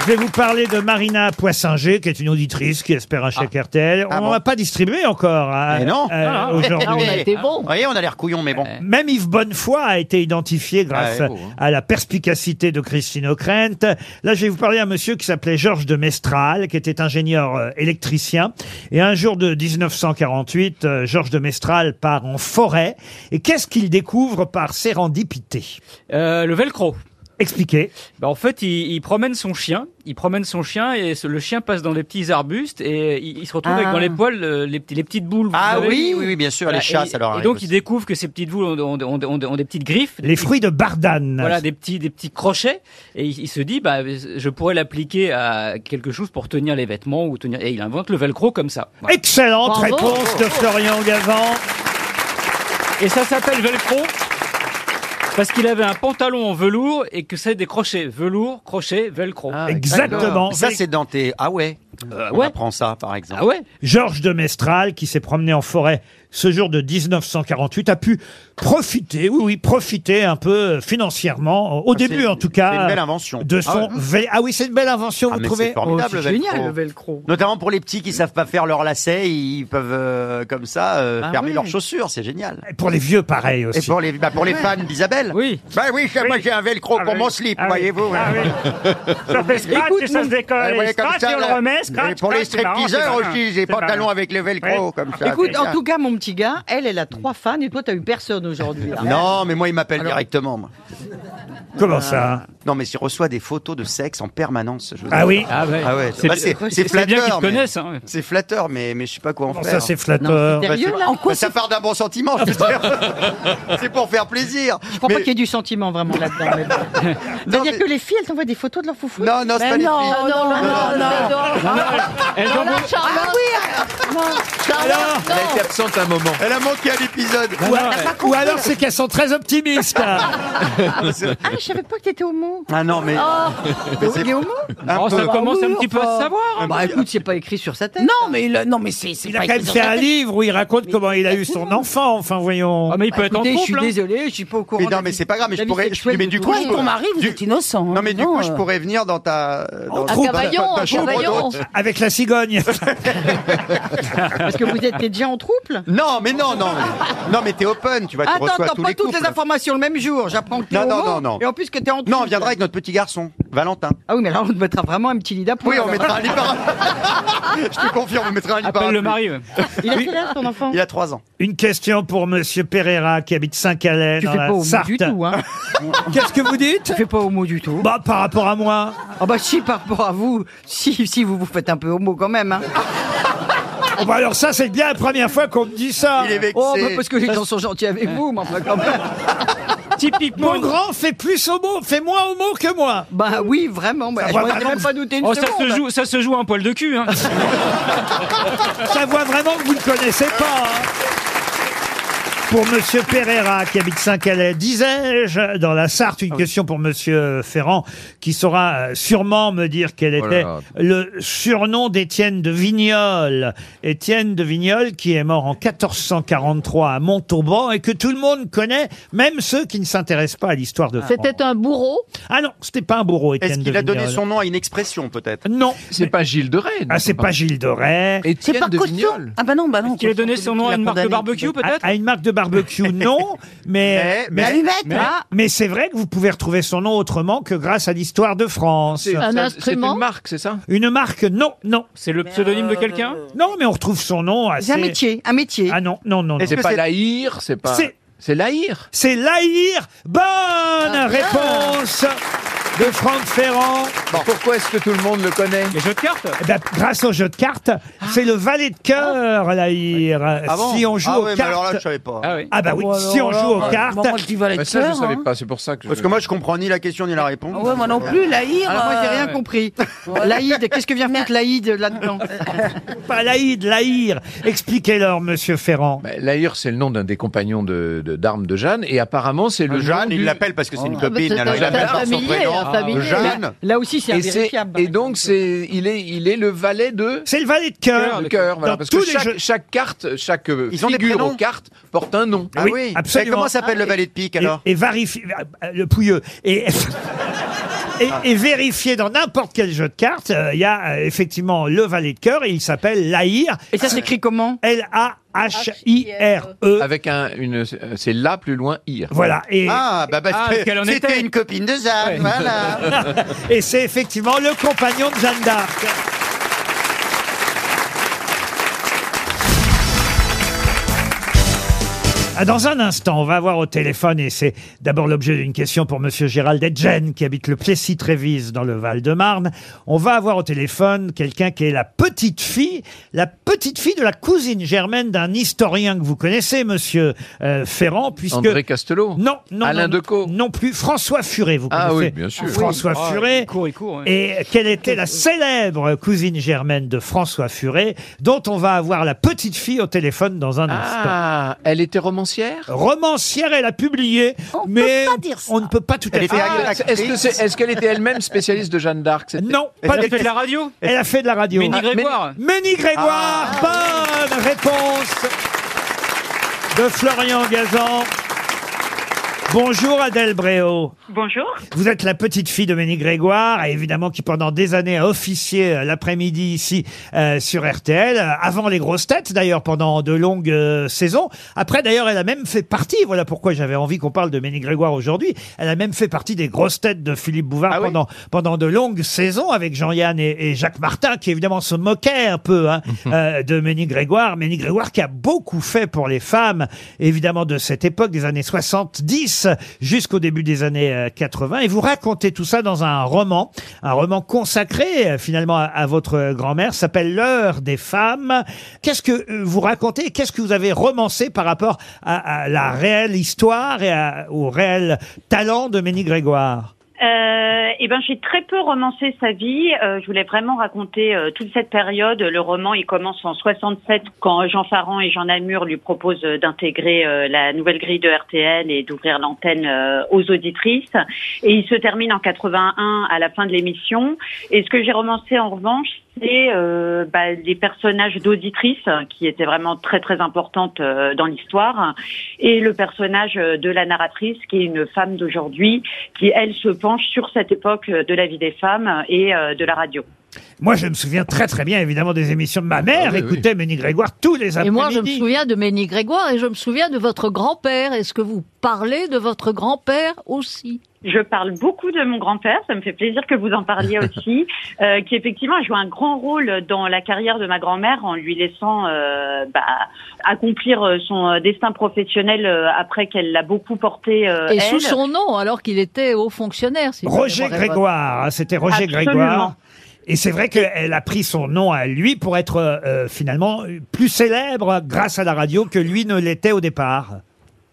je vais vous parler de Marina Poissinger, qui est une auditrice qui espère un chèque RTL. On n'en a pas distribué encore hein,
Ah. Mais non. Ah,
euh,
Ah,
aujourd'hui.
Vous voyez, on a l'air couillon, mais bon.
Même Yves Bonnefoy a été identifié grâce
Ah ouais, beau, hein.
à la perspicacité de Christine O'Krent. Là, je vais vous parler d'un monsieur qui s'appelait Georges de Mestral, qui était ingénieur euh, électricien. Et un jour de 1948, euh, Georges de Mestral part en forêt. Et qu'est-ce qu'il découvre par sérendipité
Euh, le velcro.
Expliquez.
Bah, en fait, il, il promène son chien. Il promène son chien et ce- le chien passe dans des petits arbustes et il, il se retrouve
Ah.
avec dans les poils euh, les, petits- les petites boules. vous
Ah
savez.
oui, oui, oui, bien sûr, les
Voilà,
chats,
et-
ça leur
Et
arrive
donc,
aussi.
il découvre que ces petites boules ont, ont- ont- ont- ont des petites griffes. des
Les
petits-
fruits de Bardane.
Voilà, des petits, des petits crochets. Et il, il se dit, bah, je pourrais l'appliquer à quelque chose pour tenir les vêtements ou tenir. Et il invente le velcro comme ça. Voilà.
Excellente
Bravo. Oh,
réponse de Florian Gavant.
Et ça s'appelle velcro parce qu'il avait un pantalon en velours et que c'est des crochets. Velours, crochet, velcro.
Ah, D'accord. Ça, c'est dans tes. Ah ouais. On
ouais.
apprend ça, par exemple.
Ah ouais
Georges de Mestral, qui s'est promené en forêt ce jour de 1948, a pu profiter, oui, oui, profiter un peu euh, financièrement, au
Ah, c'est-
début en tout cas.
c'est une belle invention.
De
Ah
son
ouais.
vé- ah oui, c'est une belle invention,
Ah,
vous
mais
trouvez
c'est formidable,
Oh, c'est
velcro.
génial, le velcro.
Notamment pour les petits qui savent pas faire leur lacet, ils peuvent euh, comme ça euh,
Ah
fermer
oui.
leurs chaussures, c'est génial.
Et Pour les vieux, pareil aussi.
Et pour les, bah, pour les fans d'Isabelle
Oui.
Bah oui, moi j'ai un velcro pour
oui.
mon slip,
Ah oui.
voyez-vous.
Ah Ça fait scratch et ça se décolle.
Ah,
Et
voilà, comme
scratch
ça,
et on
là.
le remet, scratch,
Et pour les
scratch, c'est
stripteaseurs
marrant,
aussi,
c'est
j'ai
marrant.
pantalons avec le velcro,
Ouais.
comme ça.
Écoute,
c'est
en
ça.
tout cas, mon petit gars, elle, elle a trois fans et toi, t'as eu personne aujourd'hui. hein. là.
Non, mais moi, il m'appelle directement. moi. Ah.
Comment ça
Non, mais s'il reçoit des photos de sexe en permanence. Je veux
Ah
dire.
oui
Ah ouais.
C'est bah, c'est-
C'est-
c'est
c'est bien qu'ils
flatteur.
te connaissent,
mais-
hein.
C'est flatteur, mais, mais je sais pas quoi en
Comment ça,
faire.
c'est flatteur
Bah, c'est-
Sérieux, là
bah, Ça part d'un bon sentiment, je veux dire. C'est pour faire plaisir.
Je crois
Mais-
pas qu'il y ait du sentiment vraiment là-dedans. mais bon. C'est-à-dire que les filles, elles t'envoient des photos de leur foufou.
Non, non, c'est
Ben
pas les
non,
filles.
non, non, non,
non, non,
elles
ont-
Ah oui non.
Alors, elle a été absente un moment.
Elle a manqué un épisode.
Ou, a- ou alors c'est qu'elles sont très optimistes.
Ah, je savais pas que t'étais homo.
Ah non, mais.
Mais c'est- Il est homo
Un
Oh, ça
peu.
commence un
Oui,
petit peu à
enfin.
se savoir. hein.
Bah écoute, c'est pas écrit sur sa tête.
Non, mais, le- non, mais c'est. c'est
Il a
pas
quand même
écrit sur
fait
la
un
tête.
livre où il raconte comment il a eu son enfant, enfin voyons.
mais il peut
Bah,
être en
écoutez,
couple.
je suis
hein.
désolé, je suis pas au courant.
Mais non,
de-
mais c'est pas grave, mais je
la vie
pourrais-
sexuelle
mais
de
du
tout
coup,
le
Toi et
monde.
ton mari, vous êtes innocent.
Non, euh. mais du coup, je pourrais venir dans ta. Dans
troupe.
ta- ta-
cavaillon,
ta
un
chambre
cavaillon.
d'hôte.
Avec la cigogne.
Parce que vous êtes déjà en trouble
Non, mais non, non. mais- Non, mais t'es open, bah, tu vas te
Attends,
reçois
attends,
tous
pas
les
toutes les
couples.
informations le même jour. J'apprends que t'es
Non, non,
homo,
non, non.
Et en plus que t'es en trouble.
Non, on viendra avec notre petit garçon, Valentin.
Ah oui, mais là, on te mettra vraiment un petit lit d'appui.
Oui, on mettra un lit par- Je te confirme, on mettra un lit par-
Appelle le mari. ouais.
Il a quel âge ton enfant
Il a 3 ans.
Une question pour Monsieur Pereira qui habite Saint-Calais
Tu
dans
fais pas
la
homo
Sarthe.
du tout, hein
Qu'est-ce que vous dites
Tu fais pas homo du tout.
Bah par rapport à moi.
Ah bah si, par rapport à vous, si, si vous vous faites un peu homo quand même. Hein.
Oh, bah alors ça c'est bien la première fois qu'on me dit ça.
Il est vexé.
Oh, bah parce que les gens sont gentils avec vous, mais enfin quand même.
Mon
Typiquement.
grand fait plus homo, fait moins homo que moi.
Bah oui, vraiment. Bah,
Ça
je
voit
m'en étais
vraiment
même
que-
pas douté une
Oh, ça
seconde.
se joue, ça se joue à un poil de cul. Hein.
Ça voit vraiment que vous ne connaissez pas. hein. Pour Monsieur Pereira, qui habite Saint-Calais, disais-je, dans la Sarthe,
Ah
une question pour Monsieur Ferrand, qui saura euh, sûrement me dire quel
Oh là
était
là.
le surnom d'Étienne de Vignol. Étienne de Vignol, qui est mort en 1443 à Montauban et que tout le monde connaît, même ceux qui ne s'intéressent pas à l'histoire de France.
C'était un bourreau.
Ah non, c'était pas un bourreau, Étienne
Est-ce
de
qu'il a donné
Vignol.
son nom à une expression, peut-être
Non.
C'est
mais-
pas Gilles de Rennes.
Ah, c'est pas Gilles Doré.
Étienne
par
de
Cosson.
Vignol.
Ah bah non, bah non.
Qui a donné son nom à une marque de barbecue,
à,
peut-être
à une marque de barbecue, non, mais
Mais- l'allumette,
mais,
ah.
mais c'est vrai que vous pouvez retrouver son nom autrement que grâce à l'histoire de France.
C'est- Un c'est- instrument c'est une marque, c'est ça
Une marque, non, non.
C'est le pseudonyme de quelqu'un
Non, mais on retrouve son nom. Assez...
C'est un métier,
un métier. Ah non, non, non.
Est-ce
non.
que C'est pas c'est- l'Aïr, c'est pas-
C'est l'Aïr. C'est l'Aïr. Bonne réponse de Franck Ferrand.
Pourquoi est-ce que tout le monde le connaît
Les jeux de cartes
Eh ben, grâce au jeu de cartes, c'est le valet de cœur, l'Aïr.
Ah bon
Euh, si on joue
Ah
aux
ouais, mais
cartes.
alors là, je savais pas.
Ah, bah
Oh
oui, si on joue aux cartes.
Mais Bah, ça, je savais pas, c'est pour ça que. Parce que moi, je comprends ni la question ni la réponse.
hein.
Euh,
Ah ouais, moi non plus, l'Aïr. Alors moi, j'ai rien
Ouais.
compris. L'Aïd, qu'est-ce que vient foutre l'Aïd là-dedans
Pas l'Aïd, l'Aïr. Expliquez-leur, monsieur Ferrand.
L'Aïr, c'est le nom d'un des compagnons de, de- d'armes de Jeanne, et apparemment, c'est le.
Ah, Jeanne,
nom
il
du-
l'appelle parce que c'est une Ah, copine, mais alors il c'est l'appelle un par son familier, prénom. un familier. Jeanne.
Là aussi, c'est
Et
invérifiable.
Et donc, c'est, il, est, il est le valet de.
C'est le valet de cœur.
De cœur, voilà.
Dans
Parce
tous
que
les
chaque,
jeux-
chaque carte, chaque euh,
Ils ont des
figure
prénoms Ah
aux cartes porte un nom.
Oui, absolument. Ah, Et- Et, varifier euh, le pouilleux. Et, et,
Ah.
et vérifier dans n'importe quel jeu de cartes, euh, il y a euh, effectivement le valet de cœur et il s'appelle l'Aïr.
Et ça s'écrit comment
L-A-H-I-R-E.
Avec un, une, c'est là plus loin ir.
euh, Voilà. Et,
Ah, bah, parce que c'était une copine de Jeanne,
Ouais.
voilà.
et c'est effectivement le compagnon de Jeanne d'Arc. Ah, Dans un instant, on va avoir au téléphone, et c'est d'abord l'objet d'une question pour Monsieur Gérald Edgen, qui habite le Plessis-Trévise, dans le Val-de-Marne. On va avoir au téléphone quelqu'un qui est la petite fille, la petite fille de la cousine germaine d'un historien que vous connaissez, Monsieur euh, Ferrand, puisque...
André Castelot
Non, non.
Alain
non, Non plus. François Furet, vous
Ah
connaissez
oui, bien sûr.
François
Ah oui.
Furet.
Il court, il court, ouais.
Et quelle était la célèbre cousine germaine de François Furet, dont on va avoir la petite fille au téléphone dans un
Ah,
instant.
elle était romancière
Romancière, elle a publié, mais on ne peut pas tout à
Elle
fait.
était Ah, actrice. est-ce que c'est- est-ce qu'elle était elle-même spécialiste de Jeanne d'Arc c'était-
Non,
Elle
pas
a fait
d'actrice.
de la radio Ah,
Elle a fait de la radio. Ah,
Ménie Grégoire. Ah.
Ménie Grégoire, bonne réponse de Florian Gazan. Bonjour Adèle Bréau.
Bonjour.
Vous êtes la petite fille de Ménie Grégoire, et évidemment qui pendant des années a officié euh, l'après-midi ici euh, sur RTL, euh, avant les grosses têtes d'ailleurs, pendant de longues euh, saisons. Après d'ailleurs, elle a même fait partie, voilà pourquoi j'avais envie qu'on parle de Ménie Grégoire aujourd'hui, elle a même fait partie des grosses têtes de Philippe Bouvard pendant, pendant de longues saisons avec Jean-Yann et, et Jacques Martin, qui évidemment se moquaient un peu hein, euh, de Ménie Grégoire. Ménie Grégoire qui a beaucoup fait pour les femmes, évidemment de cette époque, des années 70 jusqu'au début des années euh, 80. Et vous racontez tout ça dans un roman, un roman consacré euh, finalement à, à votre euh, grand-mère, s'appelle L'heure des femmes. Qu'est-ce que euh, vous racontez et Qu'est-ce que vous avez romancé par rapport à, à la réelle histoire et à- au réel talent de Ménie Grégoire
Euh, eh ben, j'ai très peu romancé sa vie. Euh, je voulais vraiment raconter euh, toute cette période. Le roman, il commence en 67 quand Jean Farand et Jean Namur lui proposent euh, d'intégrer euh, la nouvelle grille de RTL et d'ouvrir l'antenne euh, aux auditrices. Et il se termine en 81 à la fin de l'émission. Et ce que j'ai romancé en revanche, c'est euh, bah, les personnages d'auditrices euh, qui étaient vraiment très très importantes euh, dans l'histoire et le personnage euh, de la narratrice qui est une femme d'aujourd'hui qui elle se penche sur cette époque euh, de la vie des femmes et euh, de la radio.
Moi, je me souviens très très bien évidemment des émissions de ma mère. Écoutez, Ménie Grégoire tous les
Et
après-midi.
moi, je me souviens de Ménie Grégoire et je me souviens de votre grand-père. Est-ce que vous parlez de votre grand-père aussi
Je parle beaucoup de mon grand-père, ça me fait plaisir que vous en parliez aussi, euh, qui effectivement a joué un grand rôle dans la carrière de ma grand-mère en lui laissant euh, bah, accomplir euh, son euh, destin professionnel euh, après qu'elle l'a beaucoup porté euh,
Et
elle.
sous son nom, alors qu'il était haut fonctionnaire. si ma
Roger
mémoire est bonne.
Grégoire, hein, c'était Roger
Absolument.
Grégoire. Et c'est vrai qu'elle a pris son nom à lui pour être euh, finalement plus célèbre grâce à la radio que lui ne l'était au départ.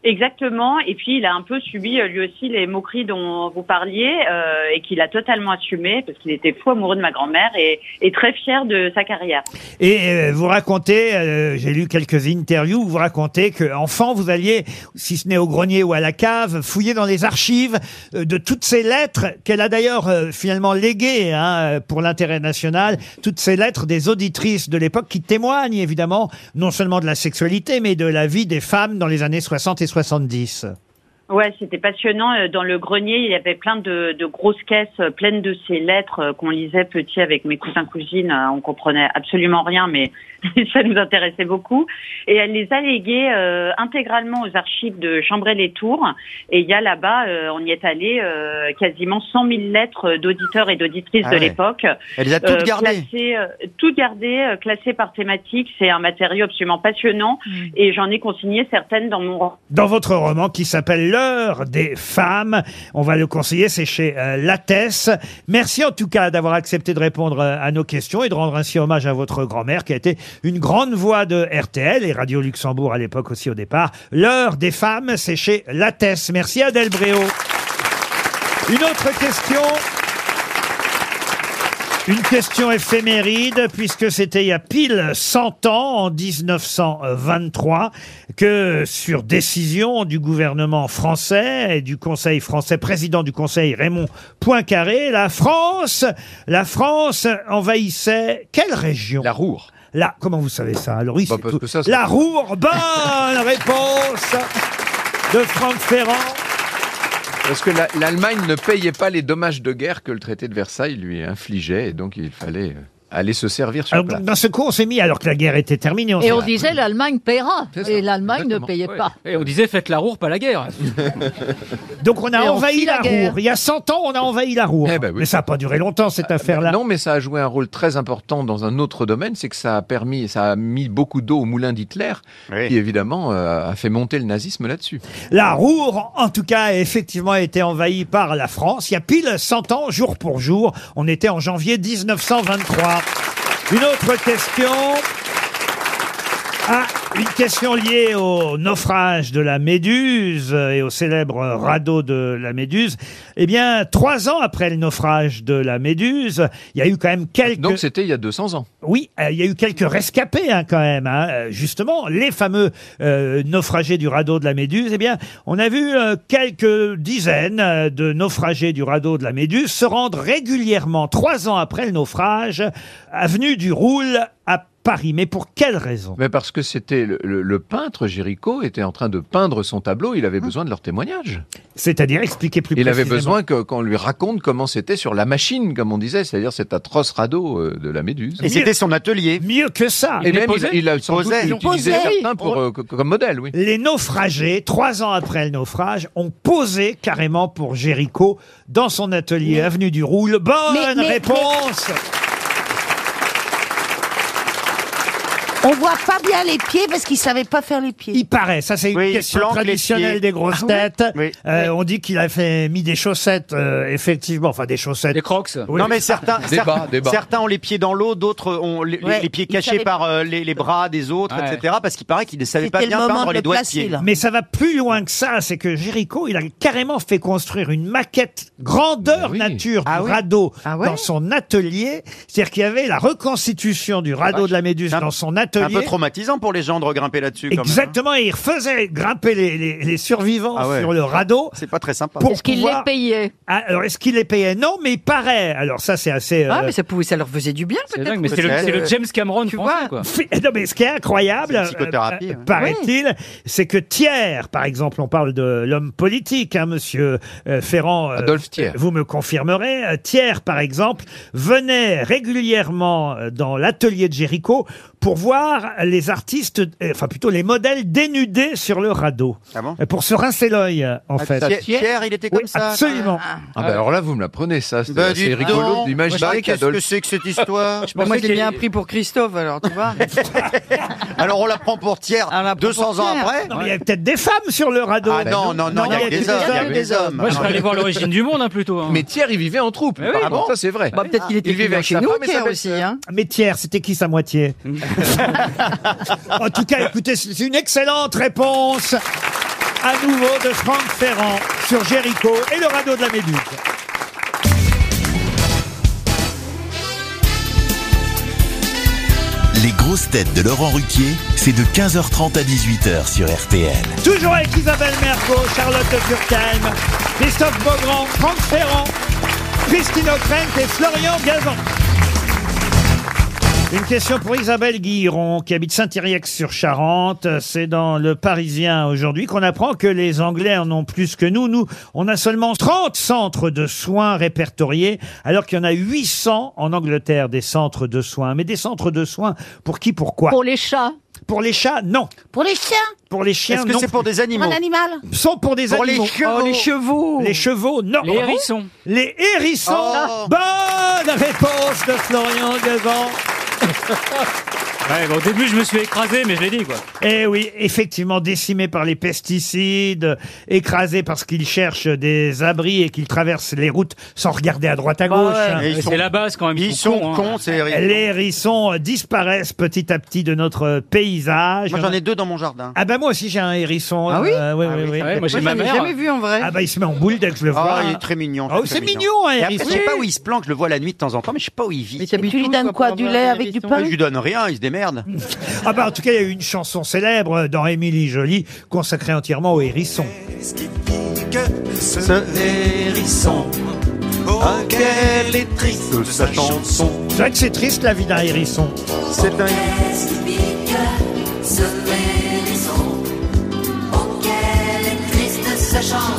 Exactement. Et puis, il a un peu subi euh, lui aussi les moqueries dont vous parliez euh, et qu'il a totalement assumé parce qu'il était fou amoureux de ma grand-mère et, et très fier de sa carrière.
Et euh, vous racontez, euh, j'ai lu quelques interviews où vous racontez que enfant vous alliez, si ce n'est au grenier ou à la cave, fouiller dans les archives euh, de toutes ces lettres qu'elle a d'ailleurs euh, finalement léguées hein, euh, pour l'intérêt national, toutes ces lettres des auditrices de l'époque qui témoignent évidemment non seulement de la sexualité mais de la vie des femmes dans les années 60 et 70.
Ouais, c'était passionnant. Euh, Dans le grenier, il y avait plein de, de grosses caisses euh, pleines de ces lettres euh, qu'on lisait petit avec mes cousins cousines. Euh, On comprenait absolument rien, mais ça nous intéressait beaucoup. Et elle les a léguées euh, intégralement aux archives de Chambray-les-Tours. Et il y a là-bas, euh, on y est allé euh, quasiment 100 000 lettres d'auditeurs et d'auditrices
Ah
de
ouais.
l'époque.
Elle les a toutes gardées.
classées, euh, toutes gardées, euh, classées par thématique. C'est un matériau absolument passionnant.
Mm.
Et j'en ai consigné certaines dans mon
Dans votre roman qui s'appelle L'heure des femmes, on va le conseiller, c'est chez euh, Lattès. Merci en tout cas d'avoir accepté de répondre euh, à nos questions et de rendre ainsi hommage à votre grand-mère qui a été une grande voix de RTL et Radio Luxembourg à l'époque aussi au départ. L'heure des femmes, c'est chez Lattès. Merci Adèle Bréau. Une autre question. Une question éphéméride, puisque c'était il y a pile 100 ans, en 1923, que sur décision du gouvernement français et du Conseil français, président du Conseil Raymond Poincaré, la France, la France envahissait quelle région La Roure. La, comment vous savez ça Alors oui, c'est tout.
c'est-
La Roure, bah, bonne réponse de Franck Ferrand.
Parce que la- l'Allemagne ne payait pas les dommages de guerre que le traité de Versailles lui infligeait, et donc il fallait euh, aller se servir sur
Alors,
place.
dans ce coup, on s'est mis, alors que la guerre était terminée,
Et
s'est-
on disait l'Allemagne paiera. Et l'Allemagne ne payait pas.
Et Eh, on disait faites la roure, pas la guerre.
Donc on a
Et on
envahi
fit la
la,
guerre.
Roure. Il y a 100 ans, on a envahi la
Eh
Roure. Mais ça n'a pas duré longtemps, cette affaire-là.
ben Ah, Non, mais ça a joué un rôle très important dans un autre domaine, c'est que ça a permis, ça a mis beaucoup d'eau au moulin d'Hitler, qui évidemment euh, a fait monter le nazisme là-dessus.
La Roure, en tout cas, a effectivement été envahie par la France. Il y a pile 100 ans, jour pour jour. On était en janvier 1923. Une autre question. Ah, une question liée au naufrage de la Méduse euh, et au célèbre radeau de la Méduse. Eh bien, trois ans après le naufrage de la Méduse, il y a eu quand même quelques...
Donc c'était il y a 200 ans.
Oui, euh, il y a eu quelques rescapés hein, quand même. hein. Euh, Justement, les fameux euh, naufragés du radeau de la Méduse, eh bien, on a vu euh, quelques dizaines euh, de naufragés du radeau de la Méduse se rendre régulièrement, trois ans après le naufrage, avenue du Roule à Paris. Mais pour quelle raison
Mais parce que c'était le, le- le peintre Géricault était en train de peindre son tableau, il avait besoin de leur témoignage.
Hum. C'est-à-dire, expliquez plus
Il avait
précisément.
besoin que- qu'on lui raconte comment c'était sur la machine, comme on disait, c'est-à-dire cet atroce radeau euh, de la Méduse.
Et c'était
son atelier.
Mieux que ça.
Et même, il, il a sans doute utilisé certains pour, euh, co- comme modèle, oui.
Les naufragés, trois ans après le naufrage, ont posé carrément pour Géricault dans son atelier avenue du Roule. Bonne
Mais- mais-
réponse
On voit pas bien les pieds parce qu'ils savaient pas faire les pieds.
Il paraît, ça c'est une question traditionnelle des grosses têtes. Euh, On dit qu'il a fait mis des chaussettes, euh, effectivement, enfin des chaussettes. Des
crocs.
Non mais certains, certains, certains ont les pieds dans l'eau, d'autres ont les, les-
Ouais,
les pieds
ils
cachés
savaient
par euh, les, les bras des autres,
Ouais.
etc. Parce qu'il paraît qu'ils ne savaient pas bien peindre les doigts de pied.
Mais ça va plus loin que ça, c'est que Géricault, il a carrément fait construire une maquette grandeur nature
Ah
du radeau dans son atelier. C'est-à-dire qu'il y avait la reconstitution du radeau de la Méduse dans son
C'est un
atelier.
peu traumatisant pour les gens de regrimper là-dessus. quand même.
Exactement, et il refaisait grimper les, les- les survivants
Ah ouais.
sur le radeau.
C'est pas très sympa.
Pour
Est-ce qu'il les
payait Ah, Alors, est-ce qu'il les payait Non, mais il paraît. Alors, ça, c'est assez.
Ah,
euh,
mais ça, pouvait, ça leur faisait du bien,
C'est
peut-être. Euh,
dingue, mais c'est le- c'est le James
Cameron
français,
quoi. Non, mais ce qui est incroyable,
C'est une psychothérapie,
euh, euh,
ouais.
paraît-il, c'est que Thiers, par exemple, on parle de l'homme politique, hein, monsieur euh, Ferrand. euh,
Adolphe Thiers.
Vous me confirmerez. euh, Thiers, par exemple, venait régulièrement euh, dans l'atelier de Géricault pour voir les artistes, euh, enfin plutôt les modèles dénudés sur le radeau. Euh, Pour se rincer l'œil, euh, en fait.
Thiers- Thiers, il était comme
Oui,
ça.
Absolument.
Ah, bah alors là, vous me la prenez, ça. C'est
Bah,
c'est
dites
rigolo
donc. Moi, je
d'imaginer
sais qu'est-ce
qu'Adolphe.
que c'est que cette histoire
pensais
moi, j'ai
qu'il-
bien pris pour Christophe, alors, tu vois.
Alors Ah, on la prend pour tiers 200 ans après.
Non, mais il y avait peut-être des femmes sur le radeau.
Ah non, non, non, il y a que des hommes, il y a que des hommes.
Moi, je serais allé voir l'origine du monde hein, plutôt. hein.
Mais Thiers, il vivait en troupe.
Mais oui,
par
bon.
contre, ça c'est vrai.
Bah, peut-être qu'il était
il vivait
vivant
Ah, avec
chez
sa
nous,
femme et sa
Thiers
belle-sœur. Mm.
aussi, hein.
Mais Thiers, c'était qui sa moitié En tout cas, écoutez, c'est une excellente réponse à nouveau de Franck Ferrand sur Jéricho et le radeau de la Méduse.
Les grosses têtes de Laurent Ruquier, c'est de 15h30 à 18h sur RTL.
Toujours avec Isabelle Mergo, Charlotte de Furtheim, Christophe Beaugrand, Franck Ferrand, Christine O'Krent et Florian Gazan. Une question pour Isabelle Guilleron, qui habite Saint-Yriax-sur-Charente. C'est dans Le Parisien aujourd'hui qu'on apprend que les Anglais en ont plus que nous. Nous, on a seulement 30 centres de soins répertoriés, alors qu'il y en a 800 en Angleterre, des centres de soins. Mais des centres de soins, pour qui, pourquoi Pour
les chats.
Pour les chats, non.
Pour les chiens
Pour les chiens,
Est-ce que
non
c'est pour
plus.
des animaux
Pour un animal
Sont pour des
Pour les
animaux.
chevaux. Oh, les
chevaux. Les chevaux, non.
Les hérissons.
Les hérissons.
Oh.
Bonne réponse de Florian Gazan.
Ouais, bah, au début, je me suis écrasé, mais je l'ai dit, quoi.
Eh oui, effectivement, décimés par les pesticides, écrasés parce qu'ils cherchent des abris et qu'ils traversent les routes sans regarder à droite à gauche. hein.
Mais C'est hein. la base quand même. Ils
Bah sont cons, ces hérissons.
Les hérissons euh, disparaissent petit à petit de notre euh, paysage.
Moi, j'en ai deux dans mon jardin.
Ah bah moi aussi j'ai un hérisson.
Ah oui
Euh, oui,
Ah
oui,
oui.
oui.
Ah ouais, moi, j'ai Moi, ma j'en ai mère. jamais
vu en vrai.
Ah bah il se met en boule dès que je le vois.
Ah, il est très mignon.
Ah,
très,
c'est
très mignon.
mignon, hein,
Et après, Je
hérisson.
sais pas où il se planque, je le vois la nuit de temps en temps, mais je sais pas où il vit.
Mais tu lui donnes quoi Du lait avec du pain
Je lui donne rien, il se démerde.
Ah bah en tout cas il y a eu une chanson célèbre dans Émilie Jolie consacrée entièrement aux hérissons.
Ce hérisson, oh quelle est triste sa chanson.
C'est vrai que c'est triste la vie d'un hérisson.
C'est un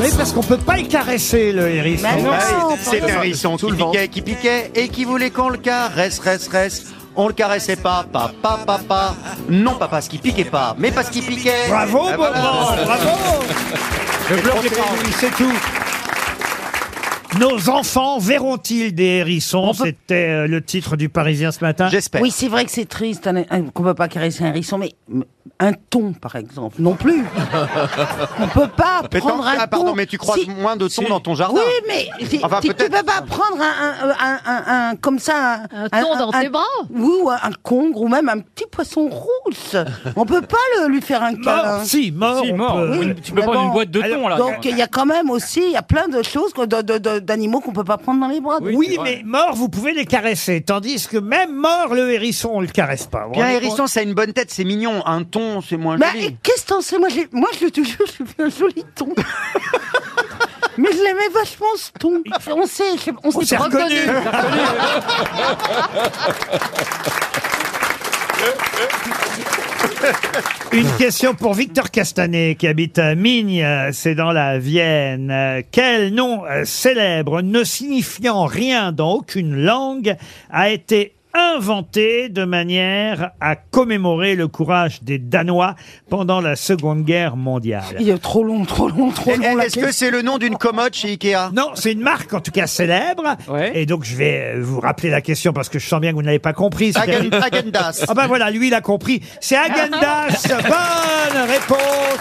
Oui, parce qu'on peut pas le caresser le hérisson.
Ouais, c'est un hérisson qui piquait, qui piquait et qui voulait qu'on le caresse, reste, reste. On le caressait pas, papa, papa. Non, pas parce qu'il piquait pas, mais parce qu'il piquait.
Bravo,
Eh,
Ah,
Beaugrand,
voilà.
bravo
Et protégez-lui,
c'est tout. Nos enfants verront-ils des hérissons C'était euh, le titre du Parisien ce matin.
J'espère.
Oui, c'est vrai que c'est triste un- un- qu'on ne peut pas caresser un hérisson, mais mais un thon, par exemple, non plus. On peut pas
Mais tant-
prendre un
ah, pardon,
thon.
mais tu croises
Si-
moins de thon dans ton jardin.
Oui, mais si-
Enfin,
si tu
peut-être.
peux pas prendre un, euh, un- un- un- un- comme ça un,
thon
Ah,
dans tes bras
Oui, ou un, un congre ou même un petit poisson rousse. On peut pas le- lui faire un câlin.
si, mort,
Si,
on
mort.
peut.
Oui, tu peux
mais
prendre
bon.
une boîte de thon, là.
Donc il y a quand même aussi, il y a plein de choses que- de- de- de- d'animaux qu'on peut pas prendre dans les bras.
Oui, mais mort, vous pouvez les caresser, tandis que même mort, le hérisson, on le caresse pas. Vous
Bien, un
rendez
hérisson, ça a une bonne tête, c'est mignon. Un ton, c'est moins
Bah,
joli.
et qu'est-ce que t'en sais Moi, je l'ai- moi, je te jure, j'ai fait un joli ton. Mais je l'aimais vachement ce ton. Oh, On s'est, on
On s'est reconnus. Une question pour Victor Castanet qui habite à Mignes, euh, c'est dans la Vienne. Euh, Quel nom euh, célèbre ne signifiant rien dans aucune langue a été inventé de manière à commémorer le courage des Danois pendant la Seconde Guerre mondiale
Il est trop long, trop long, trop long. la
Est-ce que c'est le nom d'une commode chez Ikea
Non, c'est une marque en tout cas célèbre. Et donc je vais euh, vous rappeler la question parce que je sens bien que vous ne l'avez pas compris.
Hagen-
C'était-
Häagen-Dazs.
Ah ben voilà, lui il a compris. C'est Agendas. Bonne réponse.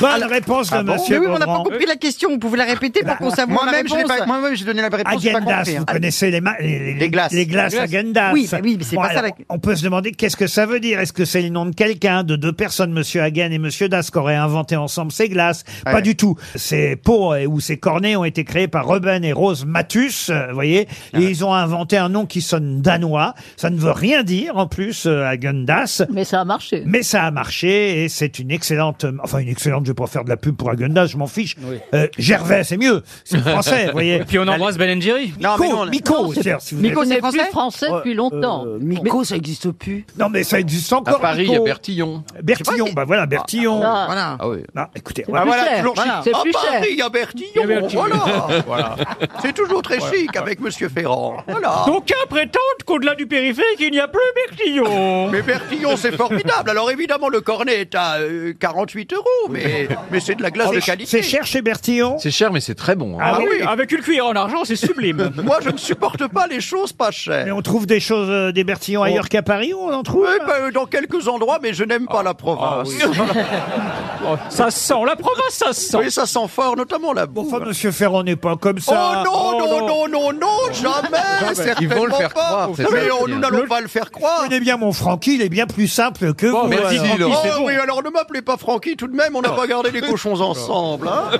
Bonne réponse de
ah bon
Monsieur
Mais oui, mais on n'a pas
Beaugrand.
compris la question. Vous pouvez la répéter pour qu'on sache la
Moi-même, je l'ai
réponse.
pas- moi-même, j'ai donné la réponse. j'ai pas
Agendas,
compris, hein.
vous connaissez les, ma- les, les-
Les glaces.
les glaces
Les glaces.
Agendas.
Oui, mais oui, mais c'est pas ça la-
On peut se demander qu'est-ce que ça veut dire. Est-ce que c'est le nom de quelqu'un, de deux personnes, Monsieur Hagen et Monsieur Das, qui auraient inventé ensemble ces glaces Pas
Ouais.
du tout. Ces pots et- ou ces cornets ont été créés par Ruben et Rose Mathus, euh, vous voyez, et ils ont inventé un nom qui sonne danois. Ça ne veut rien dire en plus euh, Agendas.
Mais ça a marché.
Mais ça a marché et c'est une excellente, enfin une excellente, je vais pas faire de la pub pour Agendas, je m'en fiche. Euh, Gervais, c'est mieux, c'est français, vous voyez.
Et puis on embrasse Ben Jerry.
Non, mais non,
Miko, Miko,
c'est-
c'est-à-dire, si vous
Miko,
Ce
c'est
n'est
français
plus français depuis longtemps.
Miko, ça existe plus.
Non, mais ça existe encore.
À Paris, il y a
Miko.
Bertillon.
Bertillon, bah voilà, Bertillon.
Ah.
Voilà.
Ah oui.
Non, écoutez,
plus cher.
chic.
C'est
Ah,
plus
Paris,
cher.
il y a Bertillon, voilà. C'est toujours très chic avec Monsieur Ferrand. Voilà.
D'aucuns prétendent qu'au-delà du périphérique, il n'y a plus Bertillon.
Mais Bertillon, c'est formidable. Alors évidemment, le cornet est à euh, 48 euros, mais, mais Oh, c'est de la glace de qualité.
Oh, c'est cher chez Bertillon.
C'est cher, mais c'est très bon. hein.
Ah oui.
Avec une cuillère en argent, c'est sublime.
Moi, je ne supporte pas les choses pas
Mais
chères.
on trouve des choses, euh, des Bertillons ailleurs qu'à Paris, on en trouve. Ah,
Oui, bah, euh, dans quelques endroits, mais je n'aime pas la province. Ah,
ça sent, la province, ça sent.
Oui, ça sent fort, notamment la bouffe.
Enfin, monsieur Ferrand n'est pas comme ça. Ah, ben,
oh non, non, non, non, non, jamais
Ils vont le
certainement
faire
pas.
croire, c'est ça
Mais
le
on-
pire.
nous n'allons pas le faire croire.
Vous connaissez bien mon Francky, il est bien plus simple que vous.
merci,
alors.
Laurent.
Ah, Oh oui, alors ne m'appelez pas Francky tout de même, on n'a pas regarder les cochons ensemble. hein.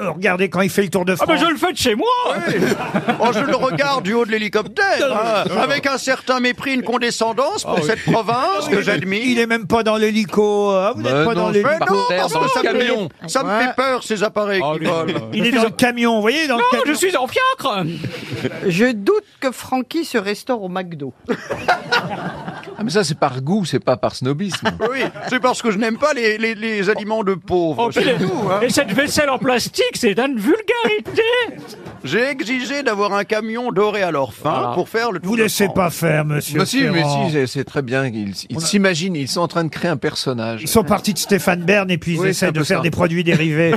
Euh, Regardez quand il fait Ah, le Tour de France.
mais Ah, ben, je le
fais de chez moi
Oh, je le regarde du haut de l'hélicoptère, hein,
Non, non.
avec un certain mépris, une condescendance pour cette province que j'admire.
Ah Il est même pas dans l'hélico. hein, Vous n'êtes
Mais
pas
Euh, Ben non,
dans
Ah, je suis
l'hélico.
par terre, dans le
ça me
camion.
fait-
Ça me fait peur, ces appareils qui volent.
Il est Oh, dans le camion, vous voyez dans le
Non,
camion.
je suis
en fiacre
Je doute que Francky se restaure au McDo.
Ah, mais ça, c'est par goût, c'est pas par snobisme.
Oui, c'est parce que je n'aime pas les, les- les aliments de pauvres.
puis
c'est
les-
tout, hein.
et cette
vaisselle en plastique, c'est d'une vulgarité
J'ai exigé d'avoir un camion doré à leur fin
Voilà.
pour faire le
Vous laissez pas faire, monsieur.
Mais Bah,
Bah
si, mais
Ferrand.
si, c'est- c'est très bien. Ils ils s'imaginent, ils sont en train de créer un personnage.
Ils sont partis de Stéphane Bern et puis ils
Oui, c'est
essaient
un
de
peu
faire
ça.
des produits dérivés.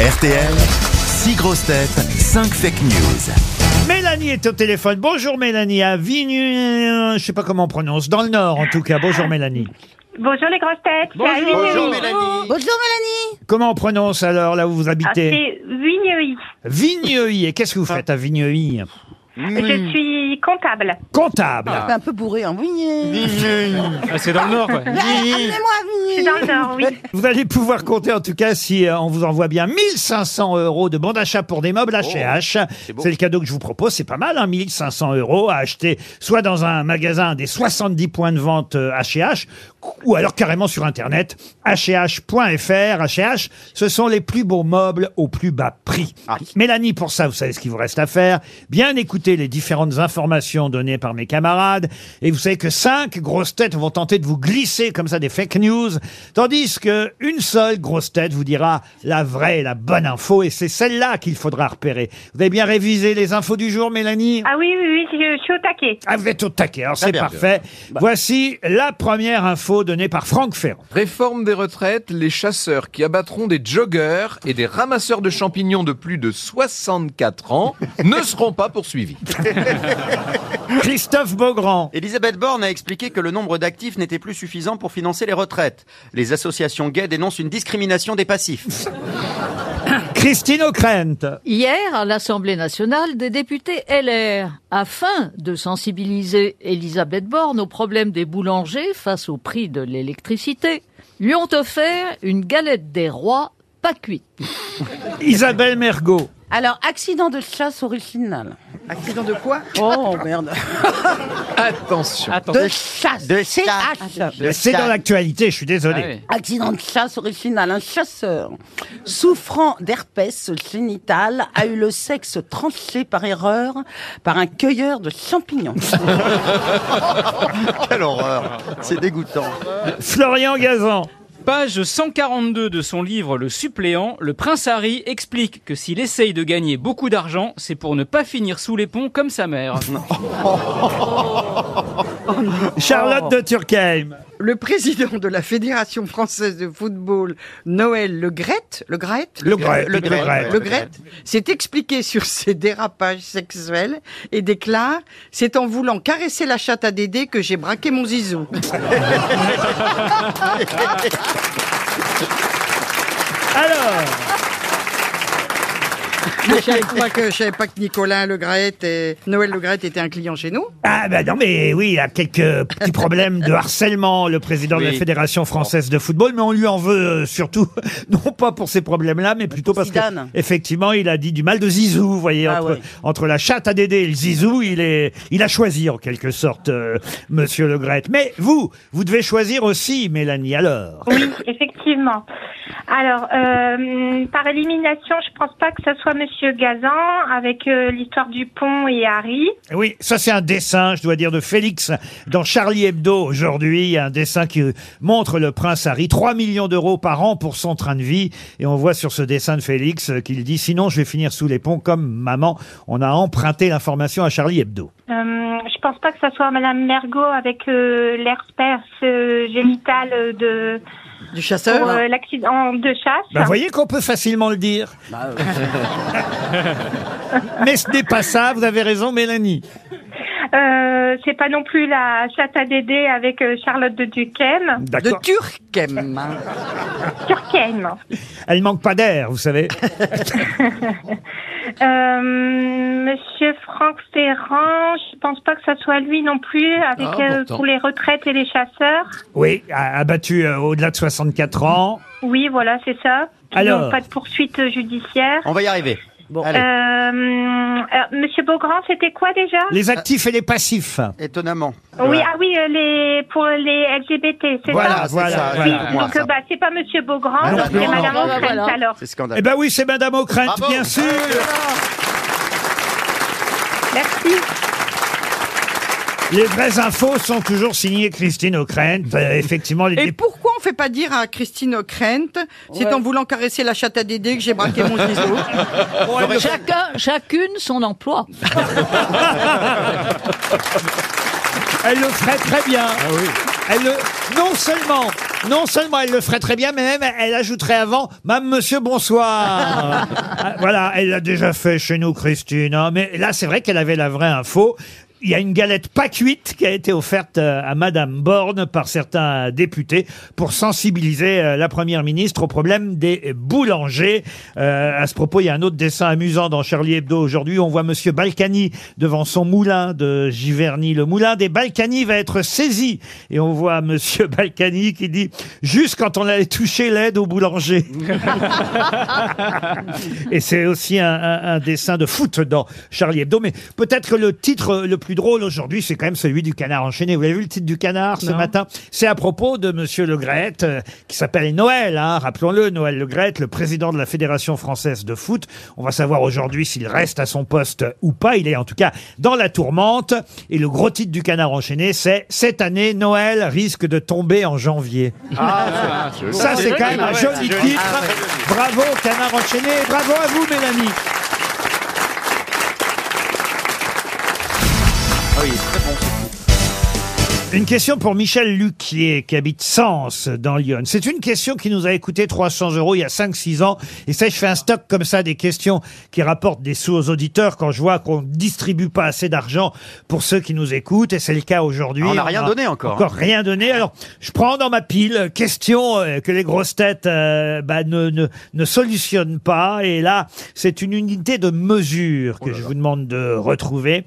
RTL, 6 grosses têtes, 5 fake news.
Mélanie est au téléphone. Bonjour Mélanie à Vigne, je sais pas comment on prononce, dans le Nord en tout cas. Bonjour Mélanie.
Bonjour les grosses têtes.
Bonjour. Bonjour,
Mélanie. Bonjour Mélanie.
Comment on prononce alors là où vous
Ah,
habitez
c'est Vigneuil.
Vigneuil. Et qu'est-ce que vous faites à Vigneuil
Je suis comptable.
Comptable.
Ah, t'es un peu bourré en
Ah, c'est dans le Nord, ouais.
C'est dans le Nord, oui.
Vous allez pouvoir compter, en tout cas, si euh, on vous envoie bien 1500 euros de bon d'achat pour des meubles H&H.
Oh, c'est beau.
C'est le cadeau que je vous propose. C'est pas mal, hein, 1500 euros à acheter soit dans un magasin des 70 points de vente euh, H&H ou alors carrément sur Internet, hh.fr. H&H, ce sont les plus beaux meubles au plus bas prix.
Ah.
Mélanie, pour ça, vous savez ce qu'il vous reste à faire. Bien écouter les différentes informations données par mes camarades. Et vous savez que cinq grosses têtes vont tenter de vous glisser comme ça des fake news, tandis que une seule grosse tête vous dira la vraie, la bonne info, et c'est celle-là qu'il faudra repérer. Vous avez bien révisé les infos du jour, Mélanie
Ah oui, oui, oui, je, je suis au taquet.
Ah, vous êtes au taquet, alors
Très
c'est
bien. Bah.
parfait. Voici la première info donnée par Franck Ferrand.
Réforme des retraites, les chasseurs qui abattront des joggeurs et des ramasseurs de champignons de plus de 64 ans ne seront pas poursuivis.
Christophe Beaugrand.
Elisabeth Borne a expliqué que le nombre d'actifs n'était plus suffisant pour financer les retraites. Les associations gays dénoncent une discrimination des passifs.
Christine O'Krent.
Hier, à l'Assemblée nationale, des députés LR, afin de sensibiliser Elisabeth Borne au problème des boulangers face au prix de l'électricité, lui ont offert une galette des rois pas cuite.
Isabelle Mergot.
Alors, accident de chasse original. Accident de quoi Oh merde.
Attention.
De chasse. Ah
De
CH.
C'est dans l'actualité, je suis désolé.
Accident de chasse original. Un chasseur souffrant d'herpès génital a eu le sexe tranché par erreur par un cueilleur de champignons.
Quelle horreur C'est dégoûtant.
Florian Gazan.
Page 142 de son livre Le suppléant, le prince Harry explique que s'il essaye de gagner beaucoup d'argent, c'est pour ne pas finir sous les ponts comme sa mère.
Charlotte de Turckheim.
Le président de la Fédération française de football, Noël Le Grette, Le Grette,
Le Graët,
Le
Le
Grette,
Graët.
Le Graët, s'est expliqué sur ses dérapages sexuels et déclare C'est en voulant caresser la chatte à Dédé que j'ai braqué mon zizou.
Alors
Je savais pas que, je savais pas que Nicolas Le Graët et Noël Le Graët étaient un client chez nous.
Ah ben non, mais oui, il y a quelques petits problèmes de harcèlement, le président de la
Oui.
Fédération française de football, mais on lui en veut euh, surtout, non pas pour ces problèmes-là, mais plutôt parce que,
Zidane.
effectivement, il a dit du mal de Zizou, vous voyez,
Ah
entre,
ouais.
entre la chatte à Dédé et le Zizou, il, est, il a choisi en quelque sorte, euh, monsieur Le Graët. Mais vous, vous devez choisir aussi, Mélanie, alors.
Oui, effectivement. Alors, euh, par élimination, je pense pas que ce soit Monsieur Gazan avec euh, l'histoire du pont et Harry.
Eh Oui, ça c'est un dessin, je dois dire, de Félix dans Charlie Hebdo aujourd'hui. Il y a Un dessin qui montre le prince Harry, 3 millions d'euros par an pour son train de vie. Et on voit sur ce dessin de Félix euh, qu'il dit, sinon je vais finir sous les ponts comme maman. On a emprunté l'information à Charlie Hebdo.
Euh, je pense pas que ça soit Madame Mergot avec euh, l'herpès euh, génital euh, de euh,
du chasseur.
l'accident de chasse.
Bah, vous voyez qu'on peut facilement le dire. Mais ce n'est pas ça, vous avez raison Mélanie.
Euh, c'est pas non plus la chatte à Dédé avec euh, Charlotte de Duquesne.
D'accord. De
Turquem.
Turquem.
Elle manque pas d'air, vous savez.
Euh, Monsieur Franck Ferrand, je pense pas que ça soit lui non plus, avec
Ah,
euh,
pourtant.
pour les retraites et les chasseurs.
Oui, a- abattu euh, au-delà de 64 ans.
Oui, voilà, c'est ça. Qui
Alors.
n'ont pas de poursuite judiciaire.
va y arriver.
Euh, euh, Monsieur Beaugrand, c'était quoi déjà
Les actifs et les passifs.
Étonnamment.
Oui, ah oui, euh, les pour les LGBT, c'est
Voilà,
ça.
voilà,
Oui,
voilà. pour moi,
donc
ça.
euh, bah c'est pas Monsieur Beaugrand, donc c'est Madame Ockrent, alors.
Eh ben oui, c'est Madame O'Krent, bien sûr.
Merci.
Les vraies infos sont toujours signées Christine O'Krent. Euh, effectivement, les
Et
dé-
pourquoi on fait pas dire à Christine O'Krent, c'est en voulant caresser la chatte à Dédé que j'ai braqué mon ciseau
Chacun, chacune son emploi.
Elle le ferait très bien. Elle le- non seulement, non seulement elle le ferait très bien, mais même elle ajouterait avant, Mme Monsieur Bonsoir. Ah, voilà, elle l'a déjà fait chez nous, Christine. hein. Mais là, c'est vrai qu'elle avait la vraie info. Il y a une galette pas cuite qui a été offerte euh, à Madame Borne par certains députés pour sensibiliser euh, la Première ministre au problème des boulangers. Euh, à ce propos, il y a un autre dessin amusant dans Charlie Hebdo aujourd'hui. On voit Monsieur Balkany devant son moulin de Giverny. Le moulin des Balkany va être saisi. Et on voit Monsieur Balkany qui dit « Juste quand on allait toucher l'aide au boulanger ». Et c'est aussi un, un- un dessin de foot dans Charlie Hebdo. Mais peut-être que le titre le plus drôle aujourd'hui, c'est quand même celui du canard enchaîné. Vous avez vu le titre du canard ce matin C'est à propos de Monsieur Le Gret, euh, qui s'appelle Noël. hein. Rappelons-le, Noël Le Gret, le président de la Fédération française de foot. On va savoir aujourd'hui s'il reste à son poste ou pas. Il est en tout cas dans la tourmente. Et le gros titre du canard enchaîné, c'est Cette année, Noël risque de tomber en janvier.
Ah, c'est
Ça,
joli.
c'est quand même
Ah
un
ouais,
joli
c'est joli.
titre.
Ah ouais.
Bravo, canard enchaîné. et Bravo à vous, Mélanie.
Ah oui, très bon.
Une question pour Michel Luquier, qui habite Sens, dans Lyon. C'est une question qui nous a écouté 300 euros il y a 5-6 ans. Et ça, je fais un stock comme ça des questions qui rapportent des sous aux auditeurs quand je vois qu'on ne distribue pas assez d'argent pour ceux qui nous écoutent. Et c'est le cas aujourd'hui.
Ah, on n'a rien donné encore, hein.
Encore rien donné. Alors, je prends dans ma pile question euh, que les grosses têtes euh, bah, ne, ne, ne solutionnent pas. Et là, c'est une unité de mesure que je vous demande de retrouver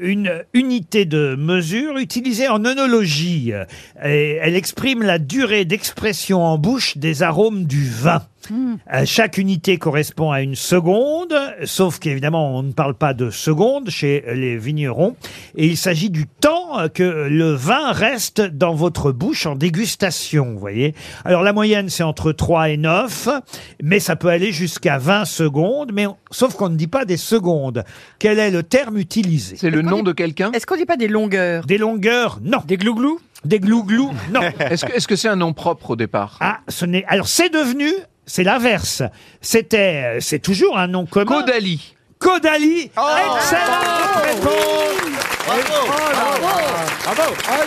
une unité de mesure utilisée en œnologie. Euh, Et elle exprime la durée d'expression en bouche des arômes du vin. Euh, chaque unité correspond à une seconde, sauf qu'évidemment on ne parle pas de seconde chez les vignerons, et il s'agit du temps euh, que le vin reste dans votre bouche en dégustation, vous voyez. Alors la moyenne c'est entre 3 et 9, mais ça peut aller jusqu'à 20 secondes, mais on- sauf qu'on ne dit pas des secondes. Quel est le terme utilisé C'est le nom de quelqu'un
Est-ce qu'on dit pas des longueurs
Des longueurs, non. Des glouglous Des glouglous, non.
Est-ce que est-ce que c'est un nom propre au départ
Ah, ce n'est. Alors, c'est devenu. C'est l'inverse. C'était. euh, C'est toujours un nom commun. Caudalie. Caudalie.
Oh
Excellente réponse.
Oh Bravo
Ah,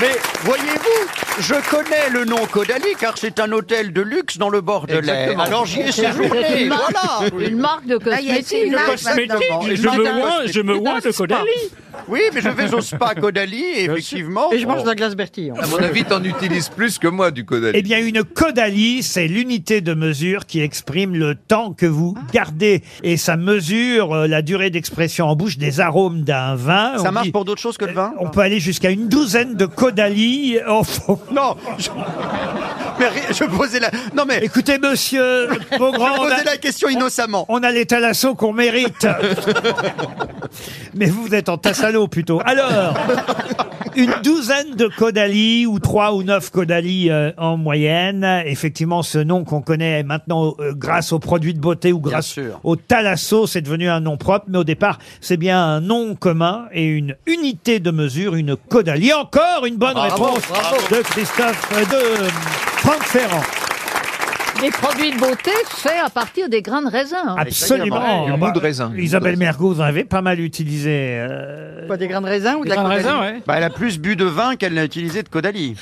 Mais voyez-vous, je connais le nom Caudalie car c'est un hôtel de luxe dans le Bordelais.
Exactement.
Alors j'y ai
C'est
séjourné,
une marque-
voilà
Une marque de
Ah, il y a
cosmétiques.
une marque, maintenant.
Et
Une
je me
marque
vois-
cosmétique.
je me vois de
Un spa.
Caudalie.
Oui, mais je vais au spa Caudalie, et effectivement.
Et je mange de la
glace.
glace Bertillon.
À mon avis, t'en utilises plus que moi du caudalie.
Eh bien, une caudalie, c'est l'unité de mesure qui exprime le temps que
Ah.
vous gardez. Et ça mesure euh, la durée d'expression en bouche des arômes d'un vin.
Ça
On
marche
dit- Euh,
pour d'autres choses que le vin
On peut aller jusqu'à une douzaine de caudalies.
non, je... posais la. Non mais.
Écoutez, monsieur Beaugrand.
Je
on a-
posais la question innocemment.
On, on a les thalassos qu'on mérite. Mais vous, vous êtes en tassalo plutôt. Alors, une douzaine de caudalies ou trois ou neuf caudalies euh, en moyenne. Effectivement, ce nom qu'on connaît maintenant euh, grâce aux produits de beauté ou grâce
sûr.
au thalasso, c'est devenu un nom propre. Mais au départ, c'est bien un nom commun et une unité de mesure, une caudalie. Encore une bonne
Bravo,
réponse
bravo.
de Christophe, euh, de euh, Franck Ferrand.
Des produits de beauté faits à partir des grains de raisin. hein.
Absolument.
Du
Ah
mou
bah,
de raisin.
Isabelle Mergo, vous en avez pas mal utilisé. euh,
Quoi, des grains de raisin ou de la
Bah,
Caudalie
elle a plus bu de vin qu'elle n'a utilisé de Caudalie.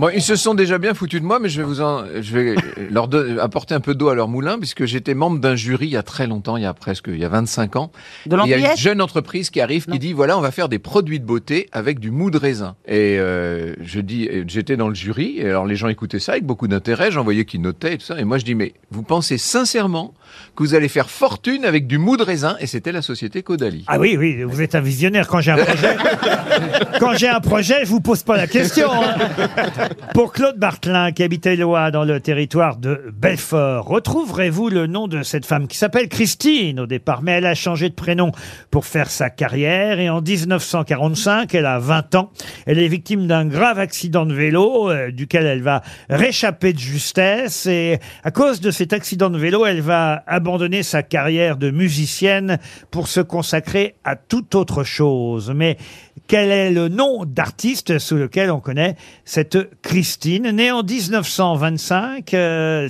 Bon, ils se sont déjà bien foutus de moi, mais je vais vous en, je vais leur don- apporter un peu d'eau à leur moulin, puisque j'étais membre d'un jury il y a très longtemps, il y a presque, il y a 25 ans.
De
il y a une
l'ambiette
jeune entreprise qui arrive, qui dit, voilà, on va faire des produits de beauté avec du mou de raisin. Et euh, je dis, et j'étais dans le jury, et alors les gens écoutaient ça avec beaucoup d'intérêt, j'en voyais qui notaient et tout ça, et moi je dis, mais vous pensez sincèrement que vous allez faire fortune avec du mou de raisin, et c'était la société Caudalie.
Ah oui, oui, vous êtes un visionnaire. Quand j'ai un projet, quand j'ai un projet, je vous pose pas la question. hein. Pour Claude Bartelin, qui habitait Loa dans le territoire de Belfort, retrouverez-vous le nom de cette femme qui s'appelle Christine au départ, mais elle a changé de prénom pour faire sa carrière. Et en 1945, elle a 20 ans, elle est victime d'un grave accident de vélo, euh, duquel elle va réchapper de justesse. Et à cause de cet accident de vélo, elle va abandonner sa carrière de musicienne pour se consacrer à toute autre chose. Mais quel est le nom d'artiste sous lequel on connaît cette Christine, née en 1925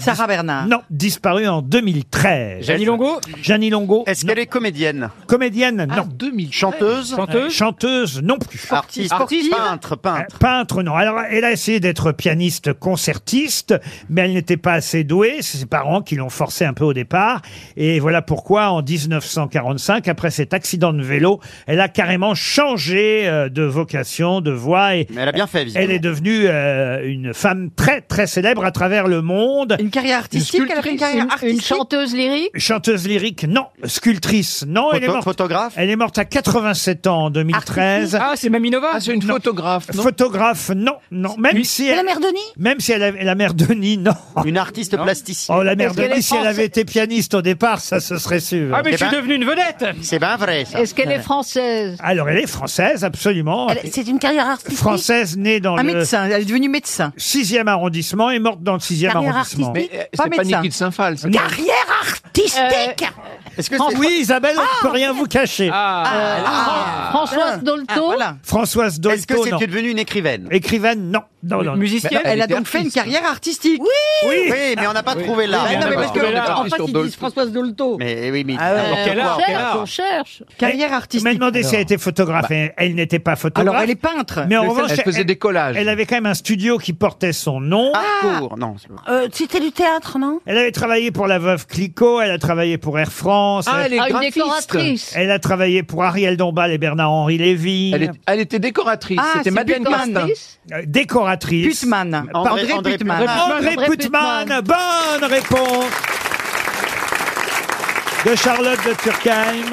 Sarah
Bernard.
euh, Non, disparue en 2013.
Jeannie Longo Ah,
Jeannie Longo.
Est-ce qu'elle est comédienne
Comédienne, non.
Chanteuse
Chanteuse Chanteuse, non plus.
Artiste, Artiste peintre, peintre.
Euh, Peintre, non. Alors, elle a essayé d'être pianiste concertiste, mais elle n'était pas assez douée. C'est ses parents qui l'ont forcée un peu au départ. Et voilà pourquoi, en 1945, après cet accident de vélo, elle a carrément changé euh, de vocation, de voie. Et
Mais elle a bien fait, visiblement.
Elle est devenue euh, une femme très, très célèbre à travers le monde.
Une carrière artistique, elle a fait une carrière artistique.
chanteuse lyrique
Chanteuse lyrique, non. Sculptrice, non. elle est
Photo-
morte.
photographe
Elle est morte à 87 ans en 2013.
Ah, c'est Mamie Nova C'est une photographe.
Photographe, non, non. Même si elle,
la mère Denis
Même si elle avait la mère Denis, non.
Une artiste plasticienne.
Oh, la mère
Est-ce qu'elle est
Denis, si elle
française
avait été pianiste au départ, ça, ce serait sûr.
Ah, mais
Eh
je suis
ben,
devenu une vedette
C'est bien vrai,
Ah.
ça.
Est-ce qu'elle est française
Alors, elle est française, absolument.
Elle- C'est une carrière artistique.
Oh, Française, née dans
Un
le
médecin, elle est devenue médecin.
6e arrondissement et morte dans le 6e
Carrière
arrondissement.
artistique, Mais, euh, pas c'est pas médecin. Nikki de
Saint-Phal.
Carrière artistique
Est-ce
Oui, Isabelle,
Ah,
on ne peut rien vous cacher. Euh, ah,
Ah.
Ah,
Françoise Dolto
Françoise Dolto,
Est-ce que
non.
c'était devenu une écrivaine
Écrivaine, non. non, non.
Musicienne, elle, a donc fait une carrière artistique. Oui,
Oui.
Oui, mais on n'a pas trouvé là.
Bah,
On
non,
n'a
mais
pas
parce que
trouvé là.
en fait, ils disent Françoise Dolto.
Mais oui, mais
Ah ouais.
n'importe
Quel
quoi,
art,
on
quel
peut-
art.
On cherche.
Carrière artistique.
m'a demandé si elle était photographe.
Bah.
et Elle n'était pas photographe.
Alors, elle est peintre.
Mais en
Elle
revanche,
faisait des collages. Ah.
Elle avait quand même un studio qui portait son nom.
Harcourt, non. c'est pas-
Euh, C'était du théâtre, non
Elle avait travaillé pour la veuve Clicquot, elle a travaillé pour Air France.
Ah, elle est
Ah, une
graphiste.
décoratrice.
Elle a travaillé pour Ariel Dombal et Bernard-Henri Lévy.
Elle, est- elle était décoratrice,
Ah,
c'était
c'est
Madeleine
Putman.
Castin.
Euh, Décoratrice.
Putman.
André-
André,
André
Putman.
Putman.
André
André
Putman,
Putman.
bonne réponse de Charlotte de Turckheim.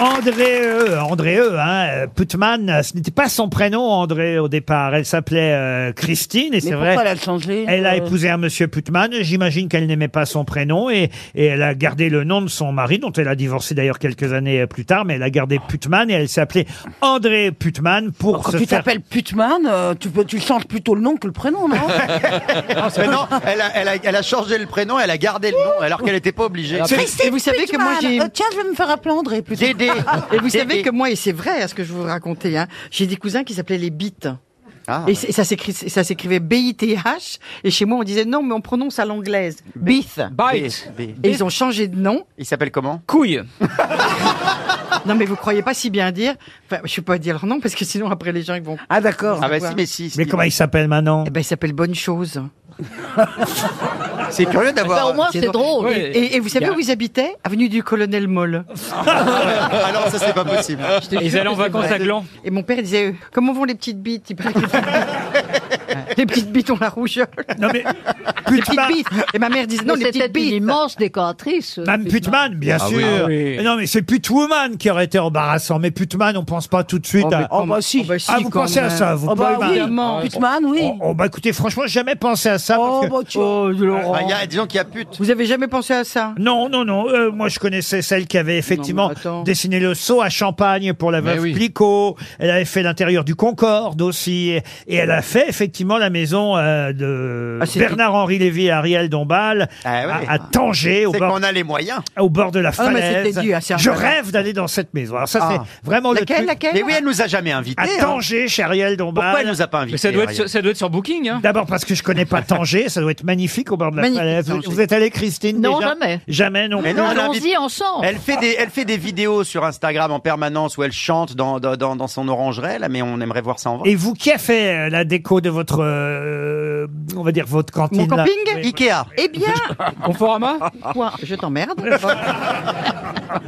André E, André E, hein, euh, Putman, euh, ce n'était pas son prénom André au départ, elle s'appelait euh, Christine et
Mais
c'est
pourquoi
vrai.
elle a changé
Elle a
euh,
épousé un monsieur Putman. J'imagine qu'elle n'aimait pas son prénom et, et elle a gardé le nom de son mari, dont elle a divorcé d'ailleurs quelques années euh, plus tard, mais elle a gardé Putman et elle s'est appelée André Putman pour
Oh, Quand
se
tu
faire.
t'appelles Putman, euh, tu, peux- tu changes plutôt le nom que le prénom, non
Ah,
Mais non, elle a, elle, a, elle a changé le prénom, elle a gardé le nom, alors qu'elle n'était pas obligée.
Et vous savez que moi, j'ai...
Euh, tiens, je vais me faire appeler André plutôt.
Dédé.
Et vous
Dédé.
savez que moi, et c'est vrai à ce que je vous racontais, hein, j'ai des cousins qui s'appelaient les bites.
Ah,
Et, c'est- ça s'écrit- ça s'écrivait B-I-T-H. Et chez moi, on disait non, mais on prononce à l'anglaise. Bith.
Bite.
B- B-
Et ils ont changé de nom.
Il s'appelle comment
Couille.
Non, mais vous croyez pas si bien dire. Enfin, je ne peux pas dire leur nom parce que sinon, après, les gens ils vont.
Ah d'accord.
Ah bah
quoi.
si, mais si. si.
Mais comment il s'appelle maintenant
Eh ben, ils s'appellent Bonne Chose.
C'est curieux
Bah, au
d'avoir...
moins, c'est drôle.
Ouais.
Et, et vous savez
Bien.
où ils habitaient Avenue du Colonel Moll.
Alors ça, c'est pas possible.
Ils allaient en vacances à Gland.
Et mon père disait euh, Comment vont les petites bites Il paraît que- Les petites bites ont la rougeole.
Non mais
Les petites
Putman,
bites. Et ma mère disait Non, les
C'était
petites
une
bites.
immense décoratrice.
Madame Putman, bien
Ah
sûr.
oui.
Ah oui.
Mais Non mais c'est Putwoman qui aurait été embarrassant. Mais Putman, on pense pas tout de suite.
Oh, mais
à...
quand-
bah si.
oh,
Ah, vous
quand
pensez à
même.
ça, vous
Oh bah
pouvez-
oui,
Évidemment.
Putman, oui.
Oh, oh, bah écoutez, franchement, j'ai jamais pensé à ça. parce
Oh,
que-
bah, tu...
Oh, Laurent.
Ah, il y a- disons qu'il y a pute.
Vous avez jamais pensé à ça
Non, non, non. euh, moi, je connaissais celle qui avait effectivement
mais attends.
dessiné le seau à Champagne pour la
Mais
veuve
oui.
Clicquot. Elle avait fait l'intérieur du Concorde aussi. Et, et elle a fait effectivement la maison euh, de
Ah, c'était-
Bernard-Henri Lévy et Ariel Dombal
Ah ouais.
à, à Tanger, au
C'est
bord,
qu'on a les moyens.
au bord de la
Ah, mais c'était
falaise.
dur, c'est
je
incroyable.
rêve d'aller dans cette maison. Alors ça,
Ah.
c'est vraiment
Laquelle,
le truc.
laquelle
Mais oui, elle nous a jamais invités.
À
hein.
Tanger, chez Ariel
Pourquoi elle
Dombal.
nous a pas
Mais
invités
ça doit, être,
Ariel
sur- ça doit être sur Booking. Hein.
D'abord parce que je connais pas Tanger, ça doit être magnifique au bord de la
Magnifique,
falaise. Vous,
Tanger.
vous êtes allée, Christine
Non,
déjà
jamais.
Jamais, non.
Mais non, on l'invite-
Allons-y ensemble.
Elle fait des, elle fait des vidéos sur Instagram en permanence où elle chante dans, dans, dans- dans son orangerie, là, mais on aimerait voir ça en vrai.
Et vous, qui a fait euh, la déco de votre euh, on va dire votre cantine.
Mon
là.
camping
Oui,
Ikea. Eh bien,
Conforama
Quoi Je t'emmerde.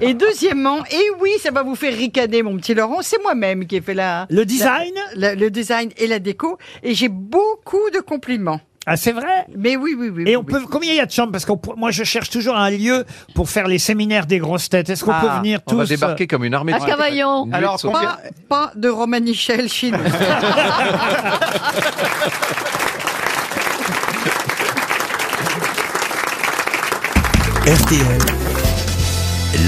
Et deuxièmement, et oui, ça va vous faire ricaner, mon petit Laurent, c'est moi-même qui ai fait la...
Le design
la- Le design et la déco, et j'ai beaucoup de compliments.
Ah, c'est vrai
Mais Eh oui, oui, oui.
Et
oui,
on
oui.
peut combien il y a de chambres parce que moi je cherche toujours un lieu pour faire les séminaires des grosses têtes. Est-ce qu'on
Ah,
peut venir tous euh,
on va débarquer comme une armée de- Une nuit
Alors,
de sauce.
pas, pas de Romanichel chez nous.
RTL,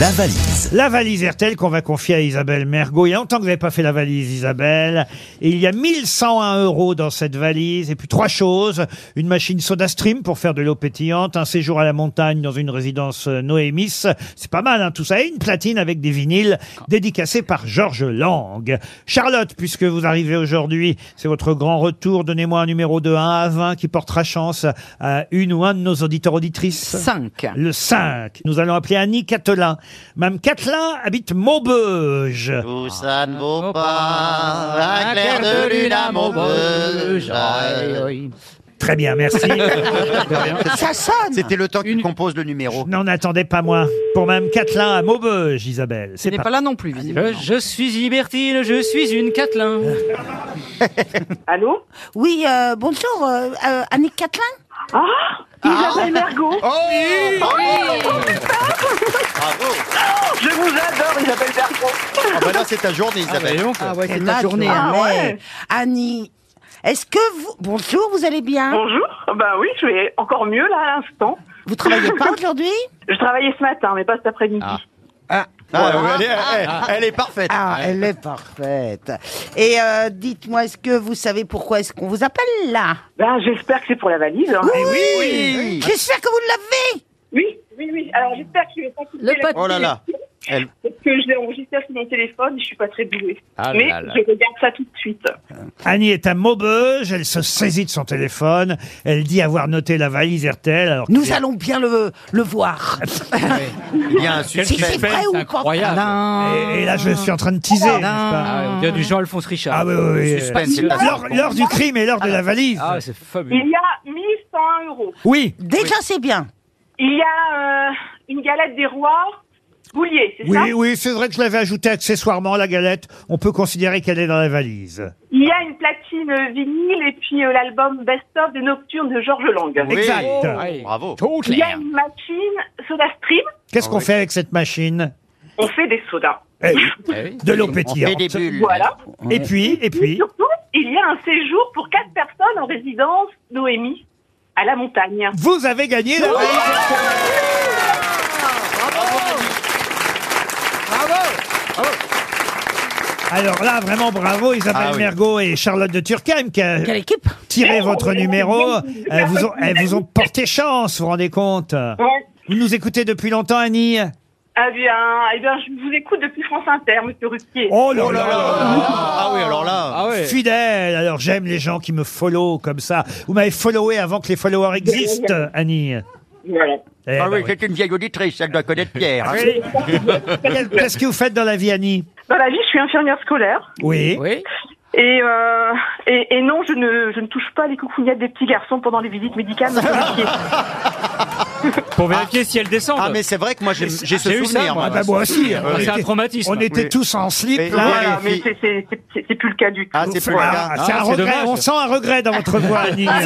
la valise.
La valise RTL qu'on va confier à Isabelle Mergot. Il y a longtemps que vous n'avez pas fait la valise, Isabelle. Et il y a 1101 euros dans cette valise. Et puis trois choses. Une machine soda stream pour faire de l'eau pétillante. Un séjour à la montagne dans une résidence euh, Noémis. C'est pas mal, hein, tout ça. Et une platine avec des vinyles dédicacés par Georges Lang. Charlotte, puisque vous arrivez aujourd'hui, c'est votre grand retour. Donnez-moi un numéro de 1 à 20 qui portera chance à une ou un de nos auditeurs auditrices.
5.
Le 5. Nous allons appeler Annie Catelin. Mme Catelin habite Maubeuge.
Tout ça ne vaut
Euh, Ah,
pas un clair ah, de lune à Maubeuge.
Très bien,
Ah,
merci.
bah
Ah, Ça sonne C'était le temps qu'il compose le numéro.
N'en attendez pas moins. Pour Mme Catelin à Maubeuge, Isabelle.
Ce n'est pas
là non plus,
Je suis libertine, je suis une Catelin.
Allô Oui, euh, bonjour, euh, euh, Annick Catlin Ah
Isabelle Mergo.
Oh
Oui.
Bravo
Je vous adore, Isabelle Bertrand.
Ah bah là, c'est ta journée, Isabelle.
Ah ouais, c'est ta
Quelle nature.
journée.
Ah
hein.
ouais.
Annie, est-ce que vous... Bonjour, vous allez bien
Bonjour. Bah oui, je vais encore mieux là à l'instant.
Vous travaillez pas aujourd'hui
Je travaillais ce matin, mais pas cet après-midi.
Ah, elle, est, elle- elle est parfaite.
Ah, elle est parfaite. Et euh, dites-moi, est-ce que vous savez pourquoi est-ce qu'on vous appelle là
Ben, j'espère que c'est pour la valise. hein.
Eh Oui,
Eh oui.
J'espère que vous l'avez
Oui, oui, oui. Alors j'espère que je vais pas couper la
Oh là là. Elle-
Parce que je l'ai enregistré sur mon téléphone, je suis pas très douée.
Ah
mais
là là.
je regarde ça tout de suite.
Annie est à Maubeuge, elle se saisit de son téléphone, elle dit avoir noté la valise RTL. Alors
Nous allons bien le, le voir.
Il y a un
Si c'est vrai ou pas
Et, et là, je suis en train de teaser. n'est-ce pas
Il y a du Jean-Alphonse Richard.
Ah oui, oui, oui.
Suspense.
L'heure l'heure du crime et l'heure de la valise.
Ah, c'est fabuleux.
Il y a 1101 euros.
Oui.
Déjà, c'est bien.
Il y a euh, une galette des rois, Boulier, c'est ça
Oui, oui, c'est vrai que je l'avais ajouté accessoirement, la galette. On peut considérer qu'elle est dans la valise.
Il y a une platine euh, vinyle et puis euh, l'album Best of des Nocturnes de Georges Lang.
Exact.
Oh, Bravo.
Il y a une machine Soda Stream.
Oh. Qu'est-ce qu'on fait avec cette machine
On fait des sodas.
Eh oui. De l'eau
On
pétillante.
fait des bulles.
Voilà.
Et puis, et puis.
Surtout, il y a un séjour pour quatre personnes en résidence Noémie à la montagne.
Vous avez gagné la valise Alors là, vraiment bravo Isabelle
Ah oui.
Mergot et Charlotte de Turckheim qui a tiré votre numéro. Elles vous, ont, elles vous ont porté chance, vous vous rendez compte Vous nous écoutez depuis longtemps, Annie
Ah bien, eh bien, je vous écoute depuis France Inter, Monsieur Ruquier.
Oh là là là
Ah oui, alors là.
Fidèle. Alors j'aime les gens qui me follow comme ça. Vous m'avez followé avant que les followers existent, Annie. Eh
ah
ben
oui, c'est une vieille auditrice, elle doit connaître Pierre. hein.
Oui. Quel- Qu'est-ce que vous faites dans la vie, Annie
Dans la vie, je suis infirmière scolaire.
Oui.
Et, euh, et, et non, je ne, je ne touche pas les coucougnettes des petits garçons pendant les visites médicales. monsieur Ruquier.
Pour vérifier si elles descendent.
Ah mais c'est vrai que moi j'ai j'ai ce
J'ai eu ça,
souvenir.
moi.
moi.
Ah bah moi aussi.
Ah,
on
c'est
était-
un traumatisme.
On était
Oui.
tous en slip.
Et-
là.
Voilà, mais c'est- c'est c'est- c'est plus le cas du tout.
Ah, c'est plus le cas.
Ah, c'est
Ah,
un
c'est
regret.
dommage.
On sent un regret dans votre voix, Annie.
Et Ah, Il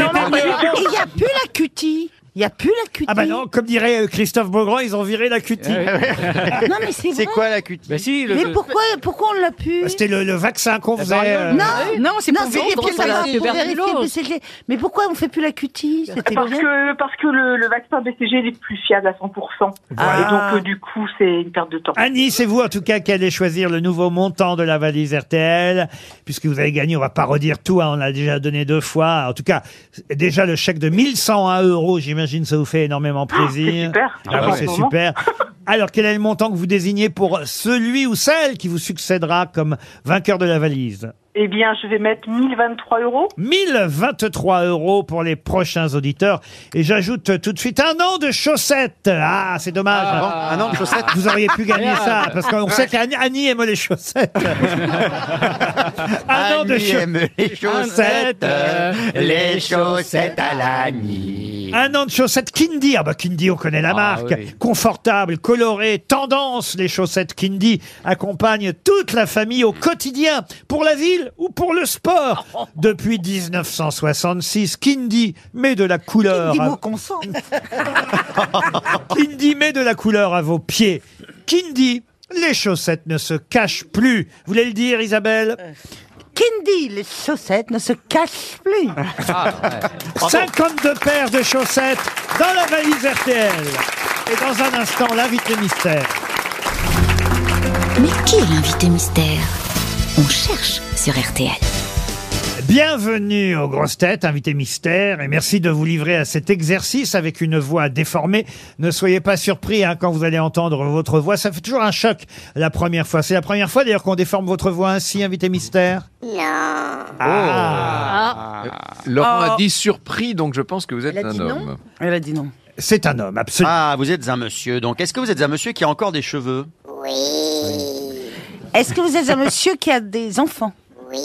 n'y a plus la cutie. Il n'y a plus la cutie.
Ah bah non, comme dirait euh, Christophe Beaugrand, ils ont viré la cutie.
Non, mais c'est vrai.
la cutie
Mais si, le-
Mais pourquoi, pourquoi on l'a pu
Bah, C'était le, le vaccin qu'on faisait. euh,
Non,
non, c'est pour
vérifier
vendre,
le
ça,
tabac,
c'est
pour
tuberculose.
vérifier le BCG. Mais pourquoi on fait plus la cutie C'était
Parce
bien.
que, parce que le, le vaccin BCG il est plus fiable à 100%.
Voilà.
Et donc, euh, du coup, c'est une perte de temps.
Annie, c'est vous en tout cas qui allez choisir le nouveau montant de la valise RTL, puisque vous avez gagné, on va pas redire tout, hein, on l'a déjà donné deux fois. En tout cas, déjà le chèque de 1101 euros, j'imagine ça vous fait énormément plaisir.
super.
Ah oui,
Ah,
c'est
en ce moment.
super. Alors, quel est le montant que vous désignez pour celui ou celle qui vous succédera comme vainqueur de la valise
Eh bien, je vais mettre 1023 euros.
1023 euros pour les prochains auditeurs. Et j'ajoute tout de suite un an de chaussettes. Ah, c'est dommage.
Ah, bon Un an de chaussettes
Vous auriez pu gagner ça, parce qu'on sait qu'Annie Annie aime les chaussettes. un an de
Annie
cha-
aime les chaussettes, euh, les chaussettes à l'ami.
Un an de chaussettes Kindy. Ah bah Kindy, on connaît la marque.
oui.
Confortable, coloré, tendance. Les chaussettes Kindy accompagnent toute la famille au quotidien, pour la ville ou pour le sport. Depuis 1966, Kindy met de la couleur.
Dis-moi
à-
qu'on sent.
Kindy met de la couleur à vos pieds. Kindy, les chaussettes ne se cachent plus. Vous voulez le dire, Isabelle
Euh. Kindy, les chaussettes ne se cachent plus.
Ah,
52 paires de chaussettes dans la valise RTL. Et dans un instant, l'invité mystère.
Mais qui est l'invité mystère On cherche sur RTL.
Bienvenue aux grosses têtes, invité mystère, et merci de vous livrer à cet exercice avec une voix déformée. Ne soyez pas surpris hein, quand vous allez entendre votre voix, ça fait toujours un choc la première fois. C'est la première fois d'ailleurs qu'on déforme votre voix ainsi, invité mystère.
Non.
Ah. Euh, Laurent
Ah.
a dit surpris, donc je pense que vous êtes
Elle a
un
dit non.
homme.
Elle a dit non.
C'est un homme, absolument.
Ah, vous êtes un monsieur. Donc, est-ce que vous êtes un monsieur qui a encore des cheveux
Est-ce que vous êtes un monsieur qui a des enfants
Oui.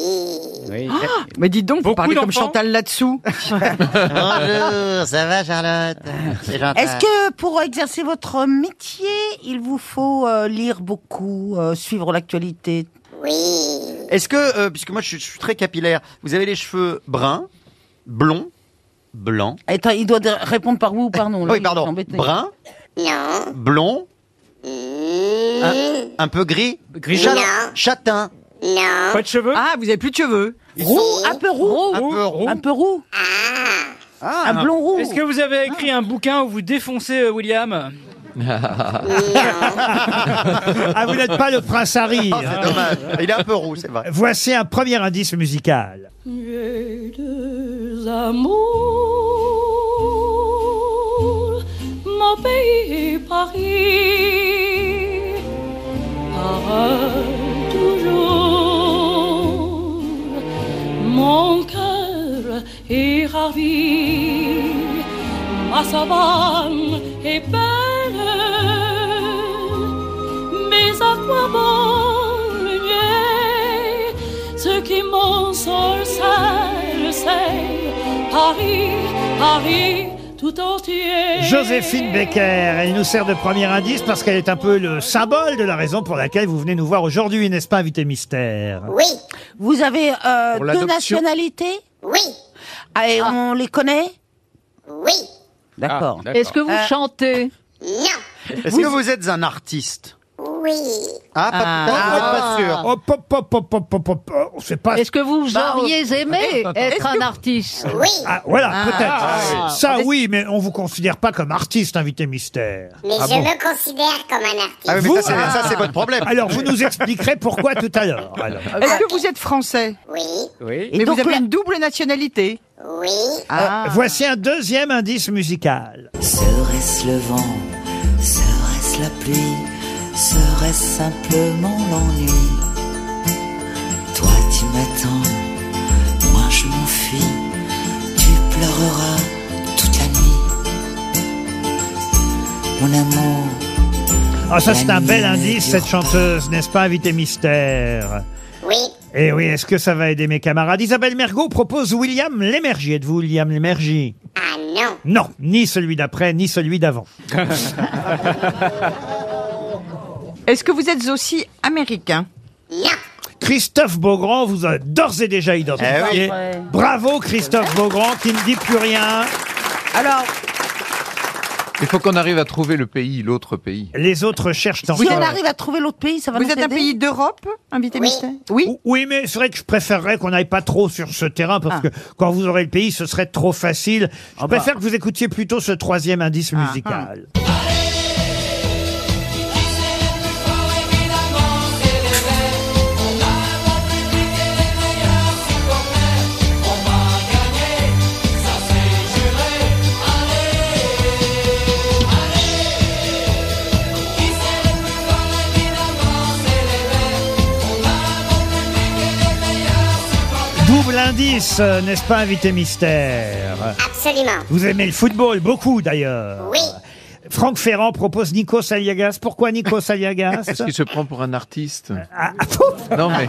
Ah
Mais dites donc, vous parlez comme
d'enfants.
Chantal là-dessous.
Bonjour, ça va Charlotte C'est Chantal.
Est-ce que pour exercer votre métier, il vous faut euh, lire beaucoup, euh, suivre l'actualité
Est-ce que, euh, puisque moi je, suis- je suis très capillaire, vous avez les cheveux bruns, blonds, blancs,
Attends, il doit de- répondre par oui ou par non.
Oui, pardon. Brun
Non.
blonds,
Euh,
un, un peu gris,
Gris.
châtain,
Non.
châtain.
Non.
Pas de cheveux
Ah, vous avez plus de cheveux.
Roux, un peu roux.
Un peu roux.
Un peu roux.
Ah,
un blond roux. Ah.
Est-ce que vous avez écrit un bouquin où vous défoncez euh, William
Ah, vous n'êtes pas le prince Harry. hein.
Ah, c'est dommage. Il est un peu roux, c'est vrai.
Voici un premier indice musical.
J'ai deux amours, mon pays et Paris, par toujours, mon cœur est ravi, ma savane est belle, mais à quoi bon le nier Ce qui m'ensorcelle, c'est Paris, Paris tout entier.
Joséphine Becker, elle nous sert de premier indice parce qu'elle est un peu le symbole de la raison pour laquelle vous venez nous voir aujourd'hui, n'est-ce pas, invité mystère
Vous avez euh,
Pour
deux
l'adoption.
nationalités Oui. et on les connaît Oui.
D'accord.
Est-ce que vous
Euh,
chantez
Est-ce que vous êtes un artiste
Oui.
Ah, pas,
Ah.
peut-être, vous n'êtes pas sûr.
Hop, hop, hop, hop, hop, hop, hop, hop, on sait pas.
Est-ce que vous
Bah, on-
auriez aimé
Attends, attends.
être
Est-ce
un
que-
artiste
Ah, voilà,
Ah.
peut-être.
Ah, oui.
Ça, oui, mais on vous considère pas comme artiste, invité mystère.
Mais
Ah
je
bon
me considère comme un artiste.
Ah oui, mais ça, c'est- ça, c'est votre problème.
Alors, vous nous expliquerez pourquoi tout à l'heure. alors.
Est-ce que vous êtes français
Oui.
Oui.
Mais
Et
vous
donc
avez Ah.
la-
une double nationalité
Oui.
Euh, Voici un deuxième indice musical.
Serait-ce le vent Serait-ce la pluie Serait-ce simplement l'ennui Toi tu m'attends, moi je m'enfuis. Tu pleureras toute la nuit. Mon amour.
Ah, ça, c'est un
la
bel
nuit ne
indice,
dure
cette chanteuse, n'est-ce pas, invité mystère
Oui.
Eh oui, est-ce que ça va aider mes camarades Isabelle Mergot propose William Lémergie. Êtes-vous William Lémergie
Ah non.
Non, ni celui d'après, ni celui d'avant.
Est-ce que vous êtes aussi américain
Christophe Beaugrand vous a d'ores et déjà identifié.
Eh oui.
Bravo Christophe Beaugrand qui ne dit plus rien.
Alors,
Il faut qu'on arrive à trouver le pays, l'autre pays.
Les autres cherchent
si on arrive à trouver l'autre pays, ça va
Vous
nous
êtes un
aider
pays d'Europe, invité mystère Oui.
Oui, mais c'est vrai que je préférerais qu'on n'aille pas trop sur ce terrain parce que quand vous aurez le pays, ce serait trop facile. Je préfère que vous écoutiez plutôt ce troisième indice musical. l'indice, euh, n'est-ce pas, invité mystère
Absolument.
Vous aimez le football, beaucoup d'ailleurs.
Oui.
Franck Ferrand propose Nico Saliagas. Pourquoi Nico Saliagas Ah,
Est-ce qu'il se prend pour un artiste
Non,
mais-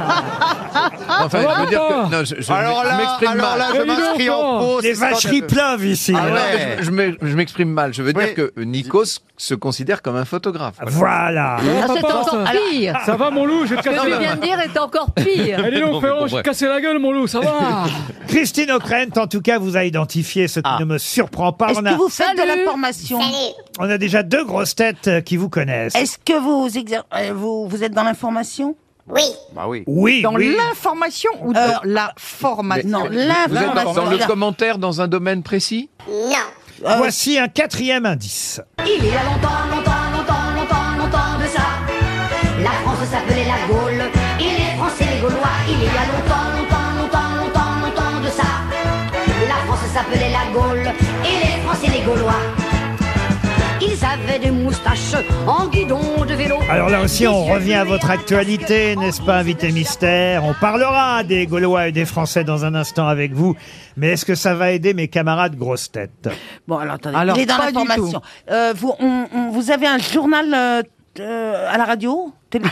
Enfin, je veux dire que. Non, je, je
Alors là,
m'exprime
alors
mal.
là, je Mais dis m'inscris donc, en faux,
Des c'est vacheries scandaleux. pleuvent ici.
Ah
Ah
non,
ouais.
mais je- je m'ex- Je m'exprime mal. Je veux dire que Nikos se considère comme un photographe.
Voilà.
Ah, c'est encore pire.
Ça va, mon loup, je vais te
Ce
casser
que
la
tu viens de dire est encore pire.
Allez,
Non,
donc,
mais
Ferrand,
pour
je
vrai.
vais te casser la gueule, mon loup, ça va
Christine O'Krent, en tout cas, vous a identifié ce qui ne me surprend pas.
Ah. Est-ce
On a,
que vous faites de la formation
on a déjà deux grosses têtes euh, qui vous connaissent.
Est-ce que vous, exer- euh, vous, vous êtes dans l'information
Oui.
Bah oui.
Oui,
Dans
oui.
l'information ou dans la formation
Mais- mais- vous êtes dans, dans le commentaire dans un domaine précis
Non.
Voici un quatrième indice.
Il y a longtemps, longtemps, longtemps, longtemps, longtemps de ça. La France s'appelait la Gaule et les Français les Gaulois. Il y a longtemps, longtemps, longtemps, longtemps, longtemps de ça. La France s'appelait la Gaule et les Français les Gaulois. Ils avaient des moustaches en guidon de vélo.
Alors là aussi, on revient à votre actualité, n'est-ce pas, invité mystère On parlera des Gaulois et des Français dans un instant avec vous. Mais est-ce que ça va aider mes camarades grosses têtes
Bon, alors attendez,
Alors,
il est dans
pas du
l'information. Euh, vous, on- on- vous avez un journal euh, euh, à la radio Télé-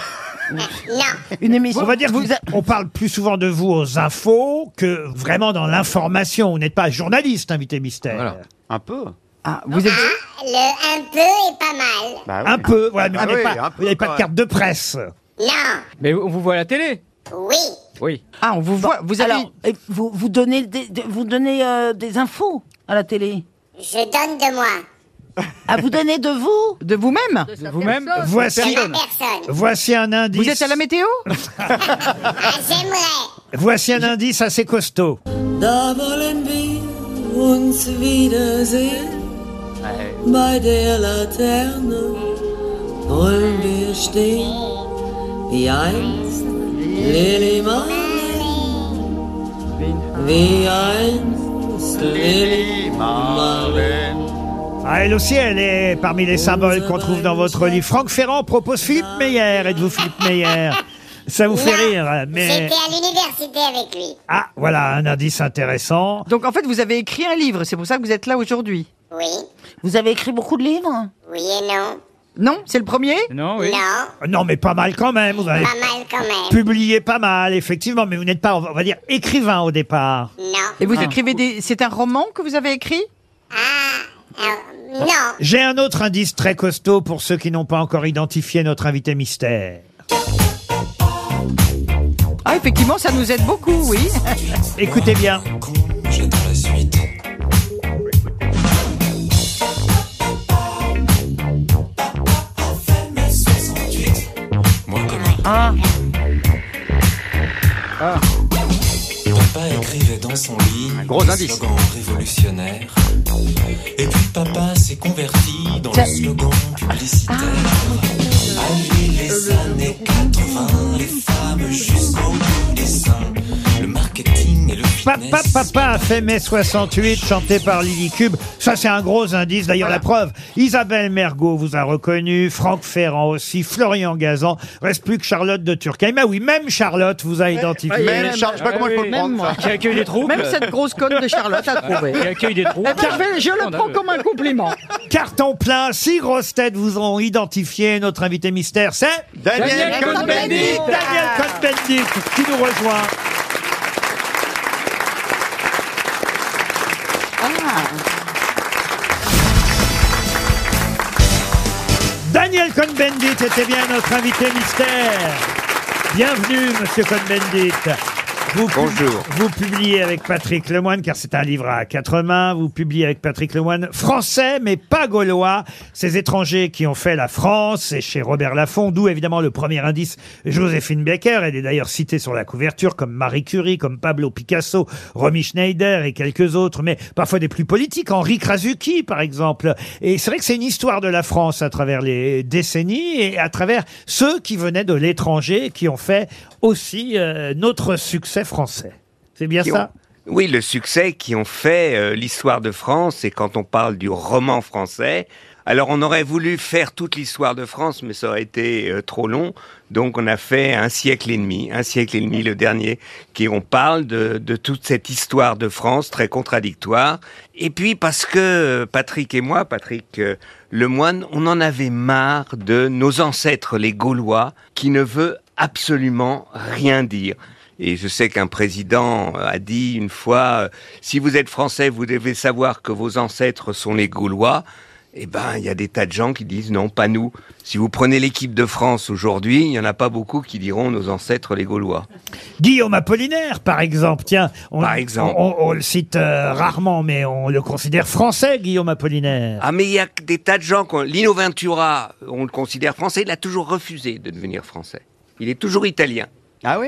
Une émission
On va dire que vous- on parle plus souvent de vous aux infos que vraiment dans l'information. Vous n'êtes pas journaliste, invité mystère.
Un peu.
Ah, vous êtes
Le un peu est pas mal.
un peu. Voilà, mais
Ah
vous n'avez
oui,
pas-
un
vous n'avez pas, de carte de presse.
Non.
Mais on vous voit à la télé
Oui.
Oui.
Ah, on vous
voit, vous avez-
Alors, et vous, vous donnez, des, de- vous donnez euh, des infos à la télé.
Je donne de moi.
Ah, vous donnez de vous
De vous-même
De
vous-même
Voici,
De la personne.
voici un indice.
Vous êtes à la météo
Ah, j'aimerais.
Voici un indice assez costaud.
Da wollen wir uns wiedersehen. Bei der Laterne wollen wir stehen. Wie einst Lili Marleen. Wie einst Lili Marleen.
Ah, elle aussi, elle est parmi les symboles qu'on trouve dans votre livre. Franck Ferrand propose Philippe Meyer. Êtes-vous Philippe Meyer Ça vous fait
Non.
rire, hein, mais
J'étais à l'université avec lui.
ah, voilà un indice intéressant.
Donc en fait, vous avez écrit un livre, c'est pour ça que vous êtes là aujourd'hui.
Oui.
Vous avez écrit beaucoup de livres
Oui et non.
Non C'est le premier
Non,
Non.
Non, mais pas mal quand même. Vous
Pas
avez
mal quand même.
publié pas mal, effectivement, mais vous n'êtes pas, on va on va dire, écrivain au départ.
Non.
Et vous
Ah.
écrivez des. C'est un roman que vous avez écrit Ah,
Non.
J'ai un autre indice très costaud pour ceux qui n'ont pas encore identifié notre invité mystère.
Ah, effectivement, ça nous aide beaucoup, oui.
Écoutez bien.
Ah,
Papa écrivait dans son lit un
gros indice.
slogan révolutionnaire. Et puis papa s'est converti dans le slogan publicitaire. À lui les années 80, les femmes jusqu'au bout des seins. Le marketing et le
Papa, papa a fait mai 68, chanté par Lily Cube. Ça, c'est un gros indice. D'ailleurs, la preuve, Isabelle Mergot vous a reconnu, Franck Ferrand aussi, Florian Gazan. Reste plus que Charlotte de Turckheim. Ah oui, même Charlotte vous Ah, a identifié.
euh, Qui accueille des troubles.
Même cette grosse conne de Charlotte a trouvé.
Qui accueille des Ah, troubles.
Eh ben, je, vais- je le prends comme un compliment.
Carton plein, six grosses têtes vous ont identifié. Notre invité mystère, c'est
Daniel Cohn-Bendit.
Daniel Cohn-Bendit qui nous rejoint. Daniel Cohn-Bendit était bien notre invité mystère. Bienvenue, monsieur Cohn-Bendit. Vous pub- Vous publiez avec Patrick Lemoine, car c'est un livre à quatre mains. Vous publiez avec Patrick Lemoine, français, mais pas gaulois. Ces étrangers qui ont fait la France, et chez Robert Laffont, d'où évidemment le premier indice, Joséphine Baker. Elle est d'ailleurs citée sur la couverture, comme Marie Curie, comme Pablo Picasso, Romy Schneider et quelques autres, mais parfois des plus politiques, Henri Krasuki, par exemple. Et c'est vrai que c'est une histoire de la France à travers les décennies et à travers ceux qui venaient de l'étranger, qui ont fait aussi euh, notre succès français. C'est bien
qui
ça
ont- Oui, le succès qui ont fait euh, l'histoire de France, et quand on parle du roman français,
Alors on aurait voulu faire toute l'histoire de France, mais ça aurait été euh, trop long. Donc on a fait un siècle et demi, un siècle et demi le dernier, qui on parle de, de toute cette histoire de France très contradictoire. Et puis parce que euh, Patrick et moi, Patrick euh, Lemoine, on en avait marre de nos ancêtres, les Gaulois, qui ne veut absolument rien dire. Et je sais qu'un président a dit une fois, euh, si vous êtes français, vous devez savoir que vos ancêtres sont les Gaulois. Eh ben, il y a des tas de gens qui disent non, pas nous. Si vous prenez l'équipe de France aujourd'hui, il n'y en a pas beaucoup qui diront nos ancêtres les Gaulois.
Guillaume Apollinaire, par exemple. Tiens, on,
Par exemple.
on, on le cite euh, rarement, mais on le considère français, Guillaume Apollinaire.
Ah, mais il y a des tas de gens. qui ont- Lino Ventura, on le considère français, il a toujours refusé de devenir français. Il est toujours italien.
Ah oui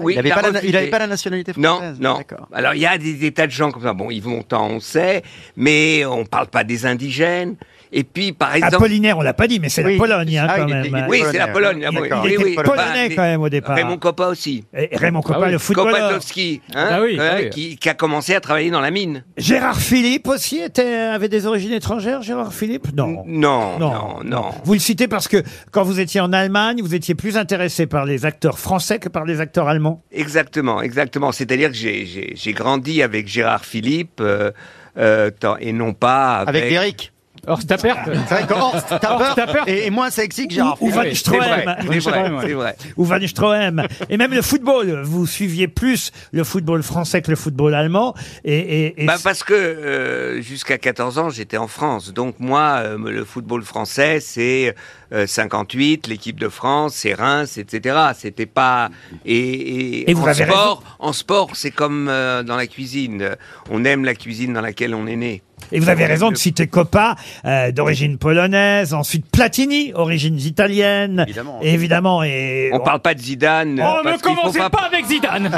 oui,
Il n'avait
il a
pas, la- il
refusé.
avait pas la nationalité
Non,
française.
non. Alors il y a des, des tas de gens comme ça. Bon, Yves Montand, on sait, mais on parle pas des indigènes. Et puis, par exemple,
Apollinaire, Ah, on l'a pas dit, mais c'est la Pologne, hein,
Ah,
quand
il
même.
était- il était Oui, c'est la Pologne. ah
Il,
bon,
était-
oui,
il était
oui, le-
polonais,
bah,
quand même, au départ.
Raymond Coppa aussi.
Et Raymond Coppa, Ah oui. le footballeur.
Kopaczewski, hein,
Ah oui,
hein,
ah oui.
Qui, qui a commencé à travailler dans la mine.
Gérard Philippe aussi était, avait des origines étrangères, Gérard Philippe Non.
Non, non, non.
Vous le citez parce que quand vous étiez en Allemagne, vous étiez plus intéressé par les acteurs français que par les acteurs allemands.
Exactement, exactement. C'est-à-dire que j'ai- j'ai j'ai grandi avec Gérard Philippe euh, euh, tant- et non pas avec...
Avec Eric.
Horst Tappert
C'est vrai que Horst Tappert est, est moins sexy que Gérard
Ou Van
Philippe.
Stroheim.
C'est vrai, c'est vrai.
Ou Van Stroheim. Et même le football. Vous suiviez plus le football français que le football allemand. Et, et- et
Bah, parce que euh, jusqu'à 14 ans, j'étais en France. Donc moi, euh, le football français, c'est euh, 58, l'équipe de France, c'est Reims, etc. C'était pas et, et,
Et vous
en,
avez
sport, en sport, c'est comme euh, dans la cuisine. On aime la cuisine dans laquelle on est né.
Et vous avez raison de citer Coppa, euh, d'origine polonaise, ensuite Platini, origines italiennes.
Évidemment.
Et évidemment, et
On parle pas de Zidane.
Oh, ne
parce qu'il faut
commencez
pas Ah,
avec Zidane.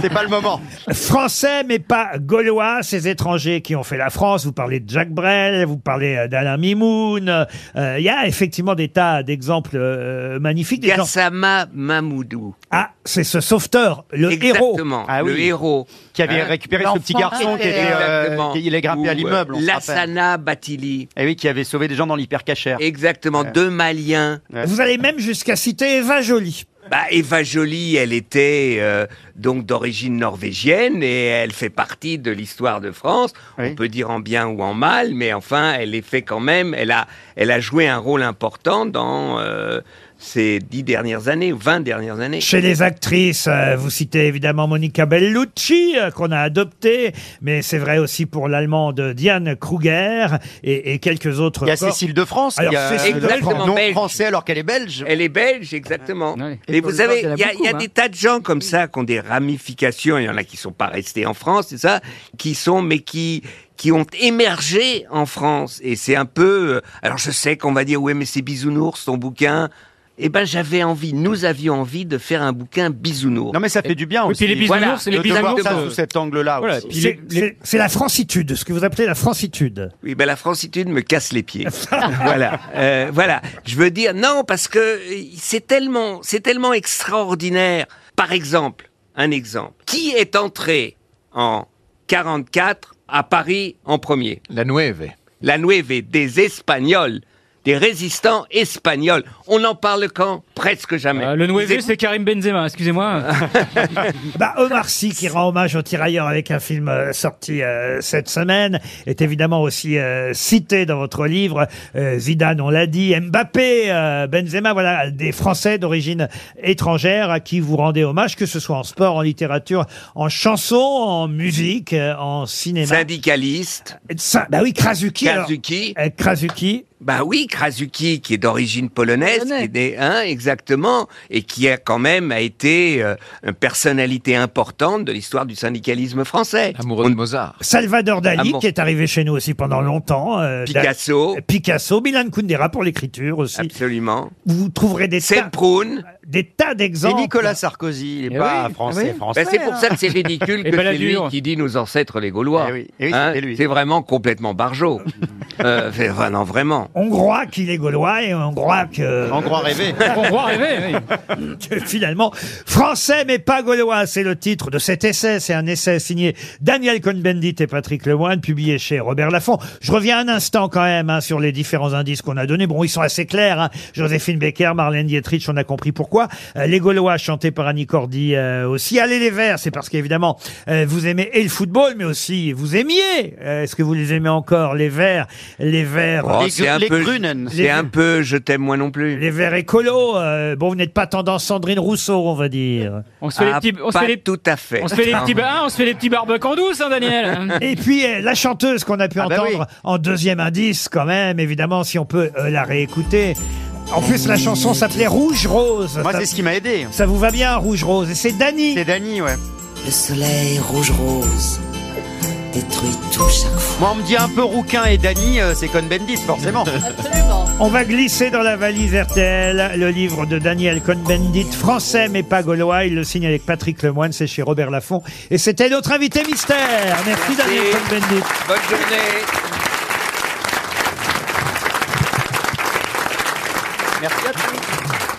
C'est pas le moment.
Français, mais pas gaulois, ces étrangers qui ont fait la France. Vous parlez de Jacques Brel, vous parlez euh, d'Alain Mimoun. Euh, Il y a effectivement des tas d'exemples euh, magnifiques. des gens-
Gassama Mamoudou.
Ah, c'est ce sauveteur, le héros. Ah
Exactement. Le héros.
Ah
Hein
Qui avait récupéré ce petit garçon qui était, euh,
Exactement.
qui- il est grimpé à
Ou,
l'immeuble, on
euh,
se
Lassana Batili.
Et Eh oui, qui avait sauvé des gens dans l'hypercachère.
Exactement, deux Maliens.
Vous allez même jusqu'à citer Eva Jolie.
Bah, Eva Jolie, elle était euh, donc d'origine norvégienne et elle fait partie de l'histoire de France. On peut dire en bien ou en mal, mais enfin, elle est fait quand même. Elle a, elle a joué un rôle important dans euh, ces dix dernières années, ou 20 dernières années.
Chez les actrices, euh, vous citez évidemment Monica Bellucci, euh, qu'on a adoptée, mais c'est vrai aussi pour l'allemande Diane Kruger et, et quelques autres.
Il y a
encore.
Cécile de France,
Alors,
qui a
Cécile de
Exactement,
France.
belge.
français alors qu'elle est belge.
Elle est belge, exactement.
Et
Et
pour
vous
le
savez,
Nord,
il y a,
il y en a
il y a
beaucoup, hein.
des tas de hein. gens comme ça qui ont des ramifications. Il y en a qui sont pas restés en France, c'est ça, qui sont, mais qui qui ont émergé en France. Et c'est un peu. euh, Alors je sais qu'on va dire ouais, mais c'est bisounours ton bouquin. Eh ben j'avais envie, nous avions envie de faire un bouquin bisounours.
Non mais ça fait du bien aussi.
Voilà,
de- de voir ça sous cet angle-là
euh, Voilà,
aussi.
puis
C'est-
les-
c'est- C'est la francitude, ce que vous appelez la francitude.
Oui, ben la francitude me casse les pieds. voilà, euh, voilà. Je veux dire non parce que euh, c'est tellement, c'est tellement extraordinaire. Par exemple, un exemple. Qui est entré en 44 à Paris en premier La Nueve. La Nueve des Espagnols. Des résistants espagnols. On en parle quand Presque jamais.
Euh, Le Nueve,
Vous
c'est Karim Benzema, excusez-moi.
Ah.
Bah, Omar Sy, qui rend hommage aux tirailleurs avec un film euh, sorti euh, cette semaine, est évidemment aussi euh, cité dans votre livre. Euh, Zidane, on l'a dit, Mbappé, euh, Benzema, voilà, des Français d'origine étrangère à qui vous rendez hommage, que ce soit en sport, en littérature, en chanson, en musique, euh, en cinéma.
Syndicaliste.
Ça, bah oui, Krasuki. alors.
Krasuki.
Euh, Krasuki.
Bah oui, Krasuki, qui est d'origine polonaise, qui
Polonais.
est né, hein, exactement, et qui a quand même a été euh, une personnalité importante de l'histoire du syndicalisme français. Amoureux de Mozart.
Salvador Dali,
Ah bon.
qui est arrivé chez nous aussi pendant longtemps. euh,
Picasso.
Da- Picasso, Milan Kundera pour l'écriture aussi.
Absolument.
Vous trouverez des tas.
Proun.
des tas d'exemples.
Et Nicolas Sarkozy, il
Eh
n'est pas
oui,
français,
eh oui.
français.
Ben, c'est pour
hein.
ça que c'est ridicule
que c'est lui qui dit nos ancêtres les Gaulois. Hein, c'est vraiment complètement barjot. euh, c'est- ah non, vraiment.
Hongrois qu'il est gaulois et hongrois que.
Hongrois rêvé. Hongrois rêvé,
Que Finalement, français mais pas gaulois, c'est le titre de cet essai. C'est un essai signé Daniel Cohn-Bendit et Patrick Lemoine, publié chez Robert Laffont. Je reviens un instant quand même hein, sur les différents indices qu'on a donnés. Bon, ils sont assez clairs. hein. Joséphine Baker, Marlène Dietrich, on a compris pourquoi. Euh, les Gaulois chantés par Annie Cordy euh, aussi. Allez les Verts, c'est parce qu'évidemment euh, vous aimez et le football, mais aussi vous aimiez. euh, Est-ce que vous les aimez encore les Verts, les Verts
Oh, c'est un, peu- c'est un peu je t'aime moi non plus.
les verts écolos, euh, bon, vous n'êtes pas tendance Sandrine Rousseau, on va dire.
On se fait
Ah,
Ah,
les petits- on se fait les- On se fait les petits, ba- hein, on se fait les petits barbecues en douce, hein, Daniel.
Et puis, euh, la chanteuse qu'on
Ah
a pu
ben
entendre en deuxième indice, quand même, évidemment, si on peut euh, la réécouter. En plus, la chanson s'appelait Rouge Rose.
Moi,
Ça-
c'est ce qui m'a aidé.
Ça vous va bien, Rouge Rose Et c'est Dany
C'est Dany, ouais.
Le soleil rouge-rose détruit tout chaque fois.
Moi, on me dit un peu rouquin et Dany, euh, c'est Cohn-Bendit, forcément.
On va glisser dans la valise RTL le livre de Daniel Cohn-Bendit, français mais pas gaulois. Il le signe avec Patrick Lemoine, c'est chez Robert Laffont. Et c'était notre invité mystère. Merci, Daniel Cohn-Bendit.
Bonne journée.
Merci à tous.